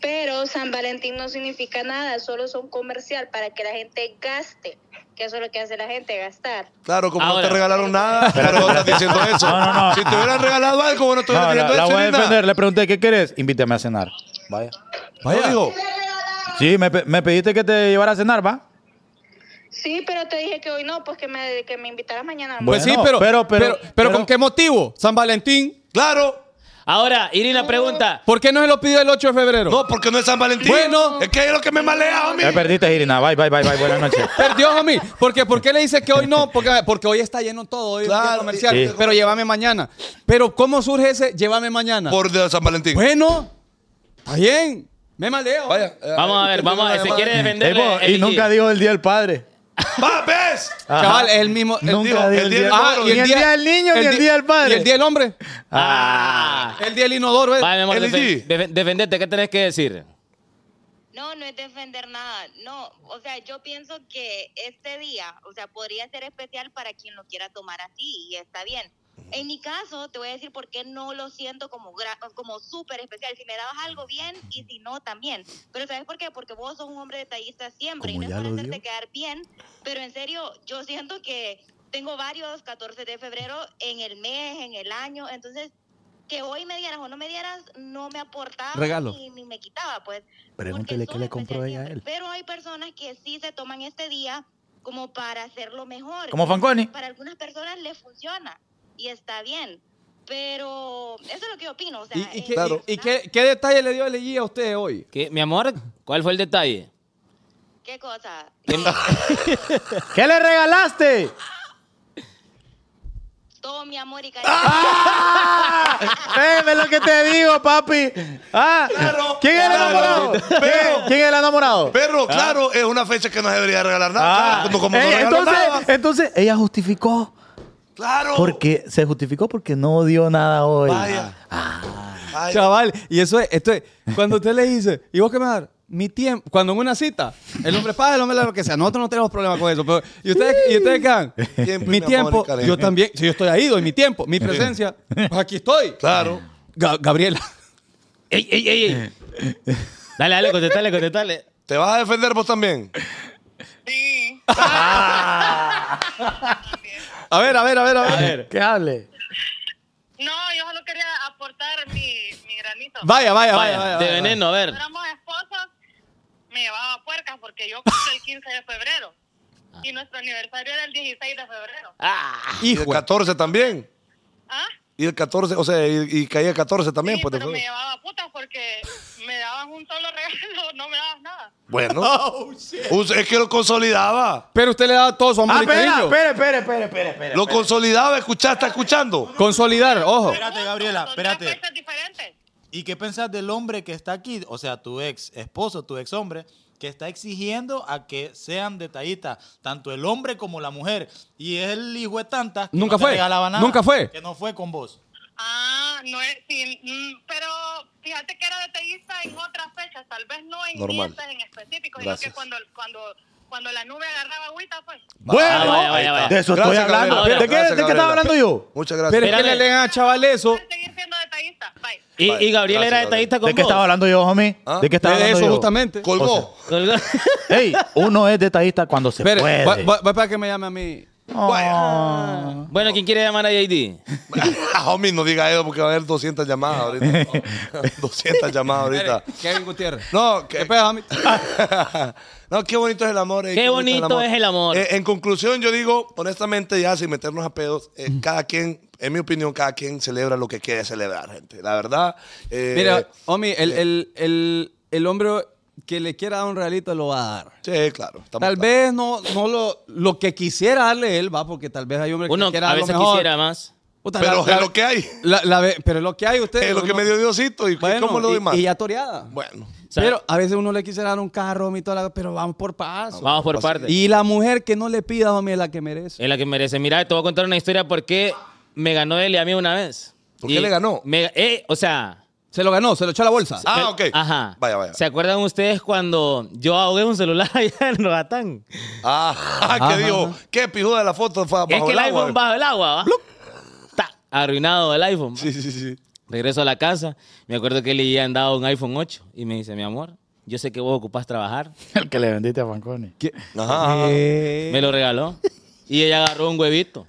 pero San Valentín no significa nada, solo son comercial para que la gente gaste, que eso es lo que hace la gente, gastar.
Claro,
Ah,
como no
Ahora.
te regalaron nada, pero no estás diciendo eso.
No, no, no.
Si te hubieran regalado algo, vos no
No,
estuvieras
la,
diciendo
la
eso.
voy a
Nina.
defender. Le pregunté, ¿qué quieres? Invítame a cenar. Vaya.
Vaya.
Sí, me, pe- me pediste que te llevara a cenar, ¿va?
Sí, pero te dije que hoy no, pues que me, que me invitarás mañana.
Bueno,
Pues sí, pero,
pero-
pero,
pero-
pero, ¿con qué motivo? ¿San Valentín?
Claro.
Ahora, Irina
Ah.
pregunta.
¿Por qué no se lo pidió el 8 de febrero?
No, porque no es San Valentín.
Bueno.
Es que es lo que me malea, homie.
Me perdiste, Irina. Bye, bye, bye, bye. Buenas noches.
Perdió, homie. Porque, ¿Por qué le dice que hoy no? Porque, porque hoy está lleno todo, hoy es día
Claro,
comercial.
sí.
Pero llévame mañana. Pero ¿cómo surge ese llévame mañana?
Por de San Valentín.
Bueno, está bien. Me maleo.
Vaya. eh,
Vamos a ver, vamos a ver, se quiere defender.
Ey, vos, y nunca dijo el día del padre.
¡Va, ves!
Ajá.
Chaval, es el mismo. el-
Nunca
digo,
dio el día-
Ah, y
ni el día del niño, ni el
di-
día del padre.
Y el día del hombre.
Ah.
El día del inodoro, ¿ves?
Va, mi amor,
El
defe- defe- defendete, ¿qué tenés que decir?
No, no es defender nada. No, o sea, yo pienso que este día, o sea, podría ser especial para quien lo quiera tomar así y está bien. En mi caso, te voy a decir por qué no lo siento como, gra- como súper especial. Si me dabas algo bien y si no, también. Pero ¿sabes por qué? Porque vos sos un hombre detallista siempre y no es para hacerte quedar bien. Pero en serio, yo siento que tengo varios 14 de febrero en el mes, en el año. Entonces, que hoy me dieras o no me dieras, no me aportaba
Regalo.
Ni, ni me quitaba, pues.
Pregúntele qué le compró ella a él.
Pero hay personas que sí se toman este día como para hacerlo mejor.
Como Fanconi.
Para algunas personas les funciona y está bien. Pero eso es lo que yo opino. O sea,
¿Y, y
eh,
qué, y- y qué- qué detalle le dio el guía a usted hoy?
¿Qué, mi amor, ¿cuál fue el detalle?
¿qué cosa? Eh,
¿Qué le regalaste?
Todo mi amor y cariño.
¡Ah! Eh, ve lo que te digo, papi. Ah, ¿Quién es el enamorado? ¿Quién, quién es el enamorado?
Perro, claro, es una fecha que no se debería regalar nada.
Ah.
Claro, como no
Ey,
regalan
entonces,
nada.
entonces, ella justificó.
Claro.
Porque se justificó porque no dio nada hoy.
Vaya.
Ah.
Ay.
Chaval, y eso es, esto es, cuando usted le dice, ¿y vos qué me vas a dar? Mi tiempo, cuando en una cita, el hombre paga, el hombre le da lo que sea, nosotros no tenemos problema con eso, pero, y ustedes, y ustedes quedan,
Tiempo y
mi
mi
tiempo,
amor y cariño.
yo también, si yo estoy ahí, doy mi tiempo, mi presencia, pues aquí estoy.
Claro.
Ga- Gabriela,
Ey, ey, ey, ey. Dale, dale, contestale, contestale.
¿Te vas a defender vos también?
a ver, a ver, a ver, a ver.
Que hable.
No, yo solo quería aportar mi, mi granito.
Vaya, vaya, vaya,
Vaya,
vaya,
de
vaya.
veneno, a ver.
Cuando éramos esposos, me llevaba puercas porque yo cumplo el 15 de febrero. Y nuestro aniversario era el 16 de febrero.
Ah.
Y el
Hijo,
14 también.
¿Ah?
Y el 14, o sea, y, y caía el 14 también. pues, de
pero me
fuego.
llevaba puta porque me daban un solo regalo, no me dabas nada.
Bueno.
Oh, shit.
Us- es que lo consolidaba.
Pero usted le daba todo
Ah,
su
amor
y cariño.
Ah, espera, espera, espera, Lo consolidaba, escuchá, está escuchando.
Consolidar, ojo.
Ah,
Espérate, Gabriela, espérate. ¿Y qué pensás del hombre que está aquí? O sea, tu ex esposo, tu ex hombre, que está exigiendo a que sean detallistas, tanto el hombre como la mujer. Y el hijo de tanta que
Nunca
no te
fue,
regalaba nada,
nunca fue.
Que no fue con vos.
Ah, no es, sí, mm, pero fíjate que era detallista en otras fechas, tal vez no en
Normal.
dietas en específico, sino
Gracias.
que cuando, cuando, cuando la nube agarraba agüita, pues.
Bueno,
vaya, vaya, vaya.
de eso
Gracias,
estoy hablando.
Gabriela.
¿De qué-
Gracias,
de qué
Gabriela.
estaba hablando yo?
Muchas
Pero es
gracias.
que le legan a chaval eso.
Y, y Gabriel era detallista con
¿De qué
vos.
estaba hablando yo, homie? ¿De qué estaba
Ah, De
hablando
eso
yo?
justamente.
Colgó. Ey, uno es detallista cuando se
Espere,
puede.
va, va- va para que me llame a mí.
Bueno, ¿quién quiere llamar a JD?
Ah, Homie, no diga eso porque va a haber 200 llamadas ahorita. 200 llamadas ahorita.
Kevin Gutiérrez.
No, que, no, qué bonito es el amor. eh,
Qué bonito es el amor.
Eh, en conclusión, yo digo, honestamente, ya sin meternos a pedos, eh,
Mm.
cada quien, en mi opinión, cada quien celebra lo que quiere celebrar, gente. La verdad. eh,
Mira, homie, el, el, el, el hombre que le quiera dar un realito lo va a dar.
Sí, claro. estamos
Tal
claros.
vez no, no lo, lo que quisiera darle él, va, porque tal vez hay hombres
Uno
que quieran
a veces
algo mejor.
quisiera más.
Puta,
Pero
la-
es
la-
lo que hay.
la- la ve- pero lo que hay usted.
Es lo que
uno-
me dio Diosito. ¿Y
Bueno,
cómo lo
y-
doy más?
Y ya toreada.
Bueno.
Eh,
Pero a veces uno le quisiera dar un carro, homie, toda la- pero vamos por paso.
Ah,
Vamos por partes.
Y la mujer que no le pida, homie, es la que merece.
Es la que merece. Mira, te voy a contar una historia porque me ganó él y a mí una vez.
¿Por qué le ganó?
me- eh, o sea.
Se lo ganó, se lo echó a la bolsa.
Ah, ok.
Ajá.
Vaya, vaya.
¿Se acuerdan ustedes cuando yo ahogué un celular allá en Roatán?
Ah,
Ajá,
que dijo,
ajá.
qué pijuda la foto fa- bajo
Es que
el
el
agua.
iPhone bajo el agua, ¿va? Ta, arruinado el iPhone. Sí,
sí, sí.
Regreso a la casa, me acuerdo que le han dado un iPhone 8 y me dice, mi amor, yo sé que vos ocupás trabajar.
El que le vendiste a Fanconi.
Ajá, ajá.
Eh.
Me lo regaló. Y ella agarró un huevito.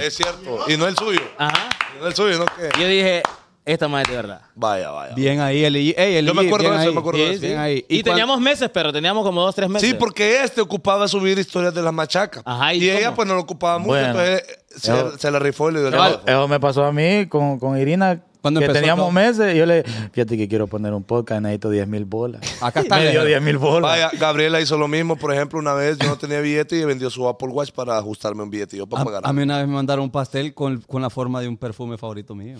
Es cierto. Y no el suyo.
Ajá.
Y no el suyo, ¿no? Que...
Yo dije, esta madre de verdad.
Vaya, vaya.
Bien ahí, el Ey, el
Yo me
Lee,
acuerdo
bien
de eso,
ahí.
me acuerdo de
Sí,
eso.
bien ahí.
Y,
cuan-
teníamos meses, pero teníamos como dos, tres meses.
Sí, porque este ocupaba subir historias de las machacas. y ella,
cómo?
pues, no lo ocupaba mucho.
Bueno.
Entonces, eh,
Yo-
se, se la rifó y le dio el
Eso,
teléfono.
eso me pasó a mí con, con Irina.
¿Cuándo
que
empezó
teníamos
todo?
meses. Y yo le fíjate que quiero poner un podcast, necesito 10 mil bolas.
Acá está.
Me dio
Leo.
10 mil bolas.
Vaya, Gabriela hizo lo mismo. Por ejemplo, una vez yo no tenía billete y vendió su Apple Watch para ajustarme un billete. y Yo para pagar.
A, a mí una vez me mandaron un pastel con, con la forma de un perfume favorito mío.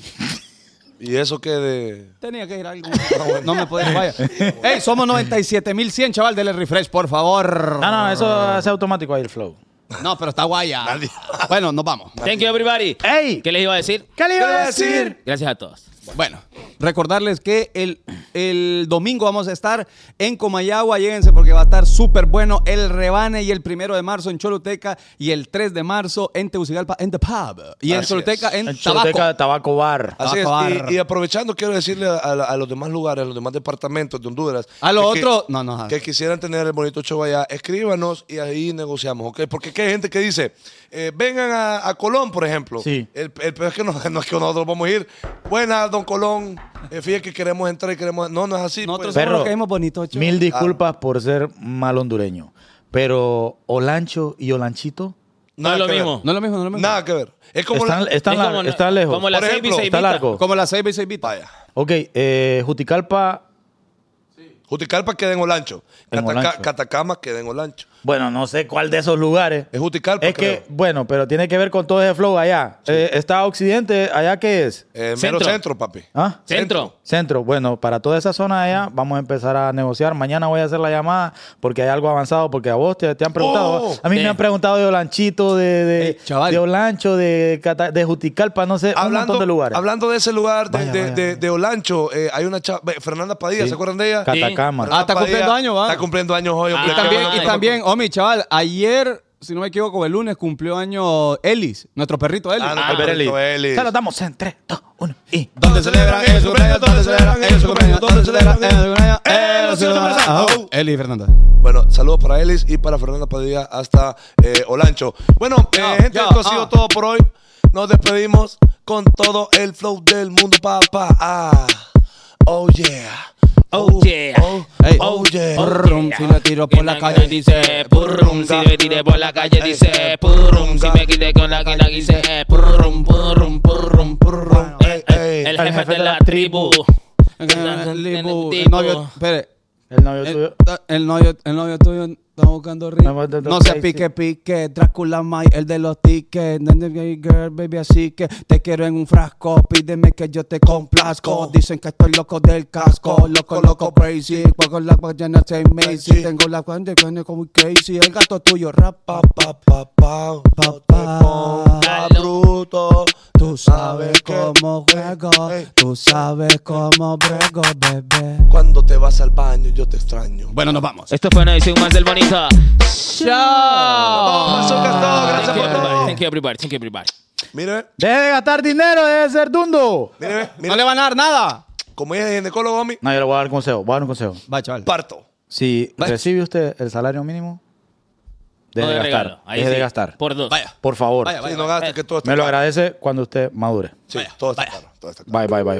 Y eso que de...
Tenía que ir algo. No me podía, vaya. Ey, somos 97.100, chaval, dele refresh, por favor.
No, no, eso hace automático ahí el flow.
No, pero está guaya. Bueno, nos vamos.
Thank you, everybody.
¡Ey!
¿Qué les iba a decir?
¿Qué le iba
a
a decir?
Gracias a todos.
Bueno, recordarles que el, el domingo vamos a estar en Comayagua. Lléguense porque va a estar súper bueno el rebane y el primero de marzo en Choluteca y el 3 de marzo en Tegucigalpa, en The Pub. Y en
Así
Choluteca,
es.
en,
En
Tabaco.
Choluteca, Tabaco Bar.
Así es.
Acabar.
Y, y aprovechando, quiero decirle a, a- a los demás lugares, a los demás departamentos de Honduras.
A Ah, lo
que-
otro, no, no.
que quisieran tener el bonito show allá, escríbanos y ahí negociamos, ¿ok? Porque que hay gente que dice, eh, vengan a, a Colón, por ejemplo.
Sí.
El, el peor es que no, no es que nosotros vamos a ir. Buenas, don Colón. Eh, fíjate que queremos entrar y queremos. No, no es así.
Nosotros
pues.
somos los
Perro,
que hemos bonito, chavo.
Mil disculpas por ser mal hondureño. Pero Olancho y Olanchito
No es lo
que ver.
mismo.
No es lo mismo, no es lo mismo.
Nada que ver. Es como
están,
la-
están
es
lar-
como-
están lejos.
como la
Por
seis
ejemplo,
y seis
está
vita.
largo.
Como las 6 y 6 bitas.
Vaya.
Ok, eh, Juticalpa,
Juticalpa queda en Olancho.
En
Cataca-
Olancho.
Catacama queda en Olancho.
bueno, no sé cuál de esos lugares.
Es Juticalpa,
Es
creo.
que, bueno, pero tiene que ver con todo ese flow allá. Eh, está Occidente, ¿allá qué es?
Eh,
Centro.
Mero centro, papi.
¿Ah?
Centro.
Centro, bueno, para toda esa zona de allá vamos a empezar a negociar. Mañana voy a hacer la llamada porque hay algo avanzado, porque a vos te, te han preguntado.
Oh,
a mí
sí.
me han preguntado de Olanchito, de, de,
Ey, chaval.
de Olancho, de, Cata- de Juticalpa, no sé, un montón de lugares.
hablando de ese lugar, de,
Vaya,
de-
vaya,
de-
vaya.
de Olancho, eh, hay una chava, ve, Fernanda Padilla,
Sí.
¿se acuerdan de ella?
Sí.
Catacama.
Fernanda
Ah, está
Padilla
cumpliendo años, va.
Está cumpliendo años hoy. hombre,
Y
qué
también,
bueno que
y
me
también, homie, chaval, ayer, si no me equivoco, el lunes cumplió año Ellis, nuestro perrito Ellis.
Ah, no,
Ah,
Alberto
Eli.
Eli.
Se lo damos en 3, 2, 1 y.
¿Dónde celebran ellos su cumpleaños? ¿Dónde celebran ellos su cumpleaños? ¿Dónde celebran ellos su cumpleaños? Ellos celebran- Ah, oh, Eli Fernanda.
Bueno, saludos para Elis y para Fernanda Padilla hasta eh, Olancho. Bueno, eh,
Ya,
gente,
ya,
esto ha
ah.
sido todo por hoy. Nos despedimos con todo el flow del mundo, papá. Ah, oh yeah.
Oh, yeah.
Oh,
Ey.
oh, yeah.
Purrum, si me tiro por la calle
dice purrum, si me tiré por la calle dice purrum, si me quité con la quina dice purrum, purrum, purrum, purrum. de la tribu.
El novio, espere. El novio tuyo. Eh, El novio, el novio tuyo está buscando ritmo. No se pique, pique. Drácula Mike, el de los tickets. Nene, gay Girl, baby, así que te quiero en un frasco. Pídeme que yo te complazco. Dicen que estoy loco del casco. Loco, loco, crazy. Pago la guayana, soy Macy. Tengo la guayana, guayana como Casey. El gato tuyo, rapa, pa, pa, pa, pa, pa. bruto. Tú sabes cómo juego.
eh,
Tú sabes cómo brego, bebé.
Cuando te vas al baño, yo te extraño.
Bueno, nos vamos.
Esto fue una edición más del Bonita. ¡Chao!
Gracias por todo.
Oh, Thank you, everybody. Thank you, everybody.
Mire,
Deje de gastar dinero, deje de ser dundo.
mire, mire.
No le van a dar nada.
Como ella es ginecólogo, mami,
No, yo le voy a dar un consejo. Voy a dar un consejo.
Va, chaval.
parto.
Si
Va.
recibe usted el salario mínimo, deje
No
de
de
gastar.
regalo. Ahí
deje de
sí.
gastar.
Por dos.
Vaya.
Por favor.
Vaya, vaya.
Sí, no gastes, que todo está
Me lo
caro.
agradece cuando usted madure.
Sí, todo está caro. Todo está caro.
Bye, bye, bye.